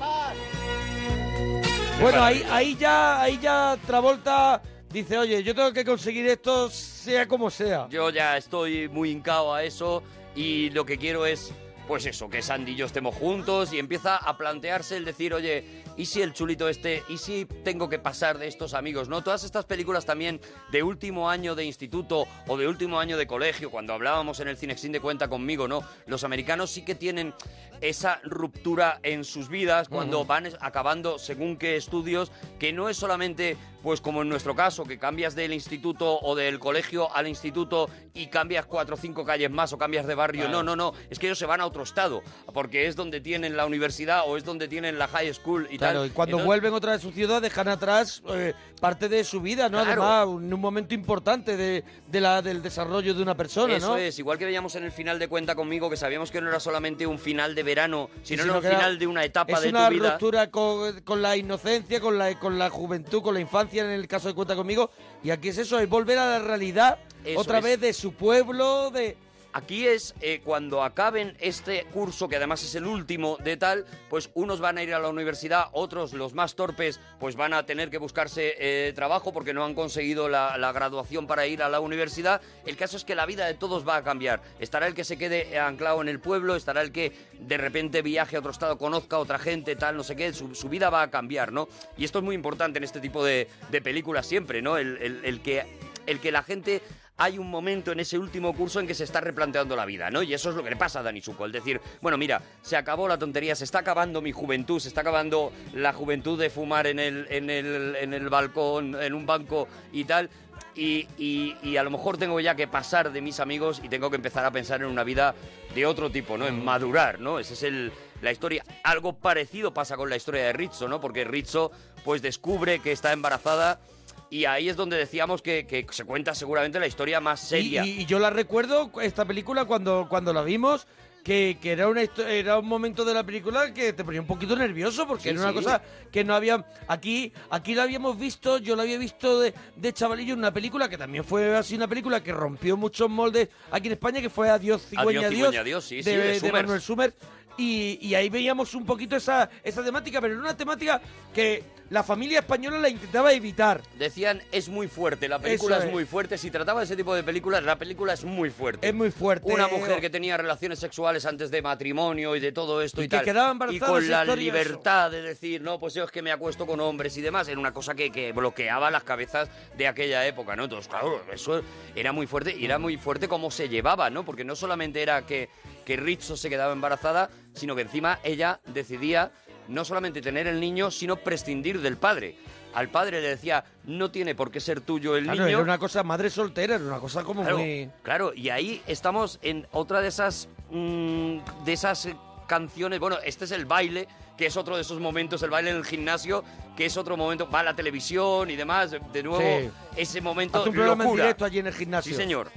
C: Bueno, ahí, ahí ya, ahí ya Travolta dice, oye, yo tengo que conseguir esto sea como sea.
E: Yo ya estoy muy hincado a eso y lo que quiero es, pues eso, que Sandy y yo estemos juntos y empieza a plantearse el decir, oye, ¿y si el chulito este? ¿Y si tengo que pasar de estos amigos? ¿No? Todas estas películas también de último año de instituto o de último año de colegio, cuando hablábamos en el Cinexin de Cuenta Conmigo, ¿no? Los americanos sí que tienen esa ruptura en sus vidas cuando
C: Ujú.
E: van es- acabando según qué estudios, que no es solamente, pues como en nuestro caso, que cambias del instituto o del colegio al instituto y cambias cuatro o cinco calles más o cambias de barrio.
C: Claro.
E: No, no, no. Es que ellos se van a otro estado, porque es donde tienen la universidad o es donde tienen la high school y
C: Claro,
E: tal.
C: y cuando
E: Entonces,
C: vuelven otra vez a su ciudad dejan atrás eh, parte de su vida, ¿no?
E: Claro.
C: Además, en un momento importante de, de la, del desarrollo de una persona,
E: Eso
C: ¿no?
E: es, igual que veíamos en el final de Cuenta conmigo, que sabíamos que no era solamente un final de verano, sino,
C: sino
E: era un
C: que era-
E: final de una etapa
C: es
E: de
C: una
E: tu vida.
C: ruptura con, con la inocencia, con la, con la juventud, con la infancia en el caso de Cuenta Conmigo. Y aquí es eso, es volver a la realidad
E: Eso
C: otra
E: es.
C: vez de su pueblo, de...
E: Aquí es eh, cuando acaben este curso, que además es el último de tal, pues unos van a ir a la universidad, otros, los más torpes, pues van a tener que buscarse eh, trabajo porque no han conseguido la, la graduación para ir a la universidad. El caso es que la vida de todos va a cambiar. Estará el que se quede anclado en el pueblo, estará el que de repente viaje a otro estado, conozca a otra gente, tal, no sé qué, su, su vida va a cambiar, ¿no? Y esto es muy importante en este tipo de, de películas siempre, ¿no? El- el- el que el que la gente hay un momento en ese último curso en que se está replanteando la vida, ¿no? Y eso es lo que le pasa a Dani Suco, el decir, bueno, mira, se acabó la tontería, se está acabando mi juventud, se está acabando la juventud de fumar en el, en el, en el balcón, en un banco y tal, y, y- y a lo mejor tengo ya que pasar de mis amigos y tengo que empezar a pensar en una vida de otro tipo, ¿no? En madurar, ¿no? Esa es el, la historia. Algo parecido pasa con la historia de Rizzo, ¿no? Porque Rizzo, pues, descubre que está embarazada y ahí es donde decíamos que, que se cuenta seguramente la historia más
C: Y,
E: seria.
C: y- y yo la recuerdo, esta película, cuando, cuando la vimos, que, que era, una, histo- era un momento de la película que te ponía un poquito nervioso, porque
E: Sí,
C: era una
E: sí.
C: cosa que no había... Aquí, aquí la habíamos visto, yo la había visto de, de chavalillo en una película que también fue así una película que rompió muchos moldes aquí en España, que fue Adiós, Cigüeña,
E: Adiós,
C: Adiós,
E: Cigüeña, Adiós, sí, sí, de Summers.
C: Manuel Summers. Y, y ahí veíamos un poquito esa, esa temática, pero era una temática que la familia española la intentaba evitar.
E: Decían, es muy fuerte, la película
C: Eso
E: es.
C: es.
E: muy fuerte. Si trataba de ese tipo de películas, la película es muy fuerte.
C: Es muy fuerte.
E: Una mujer que tenía relaciones sexuales antes de matrimonio y de todo esto y,
C: que
E: tal.
C: quedaba embarazada,
E: Y con
C: esa
E: la
C: historia,
E: libertad de decir, no, pues yo es que me acuesto con hombres y demás. Era una cosa que, que bloqueaba las cabezas de aquella época, ¿no? Entonces, claro, eso era muy fuerte y era muy fuerte cómo se llevaba, ¿no? Porque no solamente era que, que Rizzo se quedaba embarazada, sino que encima ella decidía no solamente tener el niño, sino prescindir del padre. Al padre le decía, no tiene por qué ser tuyo el
C: Claro,
E: niño.
C: era una cosa madre soltera, era una cosa como
E: Claro,
C: muy...
E: claro, y ahí estamos en otra de esas mm, de esas eh, canciones. Bueno, este es el baile, que es otro de esos momentos, el baile en el gimnasio, que es otro momento. Va la televisión y demás. De nuevo,
C: Sí.
E: ese momento.
C: Hace un programa en
E: locura.
C: directo allí en el gimnasio.
E: Sí, señor.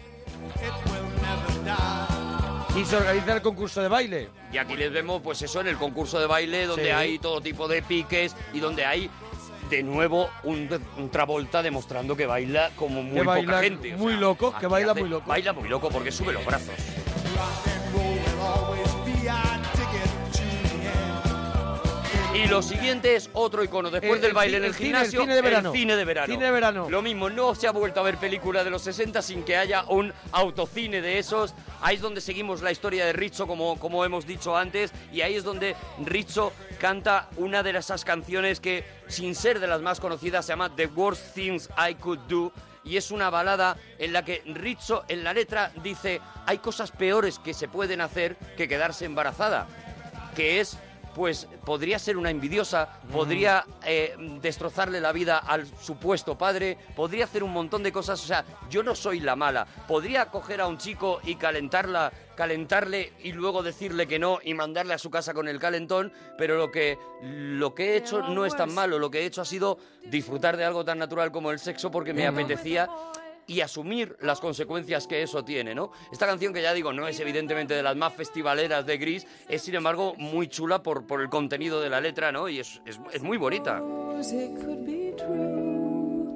C: Y se organiza el concurso de baile.
E: Y aquí les vemos, pues eso, en el concurso de baile, donde
C: Sí.
E: hay todo tipo de piques y donde hay. De nuevo, un, un Travolta demostrando que baila como muy
C: que baila
E: poca gente. o
C: muy
E: sea,
C: loco, que
E: aquí
C: baila
E: hace-
C: muy loco.
E: Baila muy loco porque sube los brazos. Y lo siguiente es otro icono. Después
C: Eh,
E: del
C: el
E: baile
C: ci-
E: en el,
C: el cine, el
E: gimnasio,
C: cine de verano.
E: cine de verano.
C: Cine de verano.
E: Lo mismo, no se ha vuelto a ver película de los 60 sin que haya un autocine de esos. Ahí es donde seguimos la historia de Rizzo, como, como hemos dicho antes. Y ahí es donde Rizzo canta una de esas canciones que, sin ser de las más conocidas, se llama The Worst Things I Could Do. Y es una balada en la que Rizzo, en la letra, dice: Hay cosas peores que se pueden hacer que quedarse embarazada que es pues podría ser una envidiosa, podría eh, destrozarle la vida al supuesto padre, podría hacer un montón de cosas. O sea, yo no soy la mala. Podría coger a un chico y calentarla, calentarle y luego decirle que no y mandarle a su casa con el calentón, pero lo que, lo que he hecho no es tan malo. Lo que he hecho ha sido disfrutar de algo tan natural como el sexo porque me
C: Ujú.
E: apetecía y asumir las consecuencias que eso tiene, ¿no? Esta canción que ya digo no es evidentemente de las más festivaleras de Gris, es sin embargo muy chula por, por el contenido de la letra, ¿no? Y es, es- es muy bonita.
G: Suppose it could be true,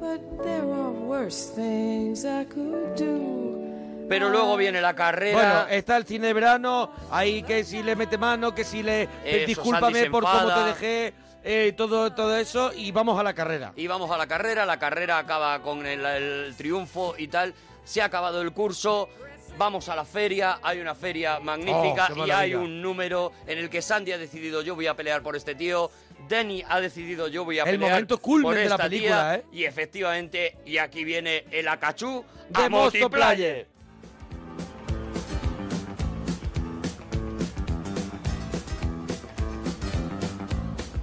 G: but there are worse things I could do.
E: Pero luego viene la
C: Bueno,
E: carrera...
C: está el cine de verano, ahí que si le mete mano, que si le...
E: Eso, Sandy
C: discúlpame
E: se
C: por cómo te
E: enfada.
C: dejé, eh, todo, todo eso, y vamos a la carrera.
E: Y vamos a la carrera, la carrera acaba con el, el triunfo y tal. Se ha acabado el curso, vamos a la feria, hay una feria magnífica
C: Oh, qué
E: y hay
C: maravilla.
E: un número en el que Sandy ha decidido yo voy a pelear por este tío. Danny ha decidido yo voy a
C: El
E: pelear
C: momento culmen
E: por
C: de la
E: esta
C: película,
E: tía".
C: ¿eh?
E: Y efectivamente, y aquí viene el Acachú
C: De
E: a
C: Mosto
E: Multiplayer.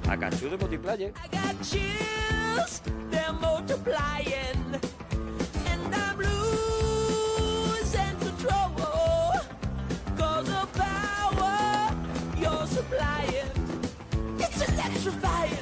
E: Acachú de Multiplayer.
B: got chills, they're multiplying, and I'm losing control. Cause the power you're supplying, it's electrifying.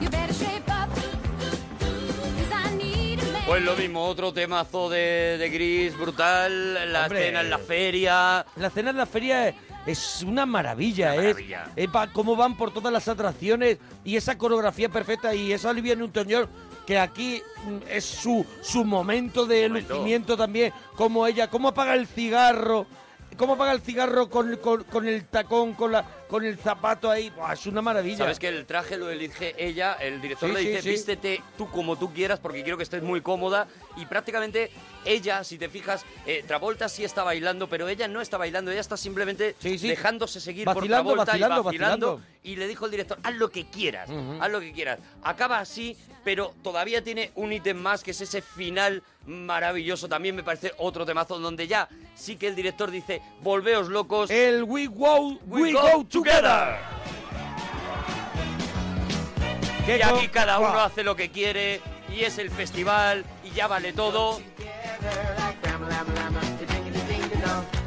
V: You better shape up, 'cause I need a man.
E: Pues lo mismo, otro temazo de, de Gris, brutal, la
C: Hombre.
E: escena en la feria.
C: La cena en la feria es, es una maravilla,
E: Una
C: es-
E: maravilla.
C: es pa- cómo van por todas las atracciones y esa coreografía perfecta y esa Olivia Newton-John que aquí mm, es su, su momento de lucimiento también, como ella, cómo apaga el cigarro, cómo apaga el cigarro con, con- con el tacón, con la con el zapato ahí, Buah, es una maravilla.
E: Sabes que el traje lo elige ella, el director
C: Sí,
E: le
C: sí,
E: dice,
C: sí.
E: vístete tú como tú quieras porque quiero que estés muy cómoda. Y prácticamente ella, si te fijas, eh, Travolta sí está bailando, pero ella no está bailando, ella está simplemente dejándose seguir
C: Vacilando,
E: por Travolta
C: vacilando,
E: y vacilando.
C: vacilando.
E: Y le dijo el director, haz lo que quieras,
C: Ujú.
E: haz lo que quieras. Acaba así, pero todavía tiene un ítem más, que es ese final maravilloso. También me parece otro temazo donde ya sí que el director dice, volveos locos.
C: El We Wow,
E: We,
C: Eh, We
E: go,
C: Go
E: together.
C: Qué
E: Y aquí
C: co-
E: cada uno
C: Buah.
E: hace lo que quiere y es el festival y ya vale todo.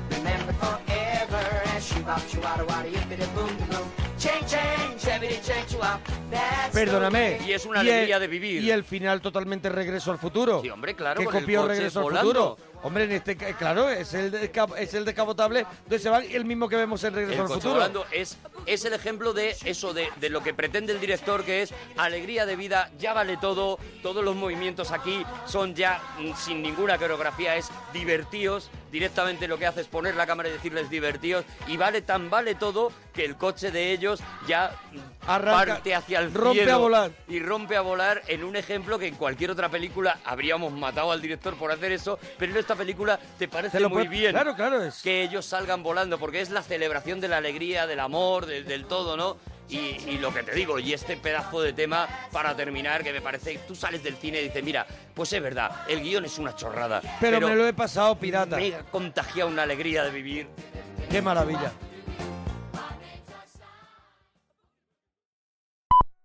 B: Remember forever as she bop, she wada wada, yippity boom da boom. Ching ching, chibbity ching chua. That's the
C: Perdóname.
E: Y es una
C: el-
E: alegría de vivir.
C: Y el final totalmente regreso al futuro. Sí,
E: hombre, claro,
C: Que
E: con el
C: copió
E: coche
C: regreso
E: volando.
C: al futuro. Hombre, en este ca- claro, es el desca- es el descapotable donde se va el mismo que vemos en regreso
E: El
C: al
E: coche
C: futuro.
E: volando es, es el ejemplo de eso, de, de lo que pretende el director, que es alegría de vida, ya vale todo, todos los movimientos aquí son ya mm, sin ninguna coreografía, es divertidos, directamente lo que hace es poner la cámara y decirles divertidos, y vale tan vale todo que el coche de ellos ya mm,
C: Arranca,
E: parte hacia el
C: rompe
E: cielo
C: a volar.
E: y rompe a volar en un ejemplo que en cualquier otra película habríamos matado al director por hacer eso, pero en esta película te parece
C: Te lo
E: muy
C: puedes-
E: bien
C: Claro, claro, es.
E: que ellos salgan volando, porque es la celebración de la alegría, del amor, de- del todo, ¿no? Y, y lo que te digo, y este pedazo de tema para terminar, que me parece, tú sales del cine y dices, mira, pues es verdad, el guión es una chorrada,
C: Pero, me lo he pasado pirata.
E: me contagia una alegría de vivir.
C: Qué maravilla.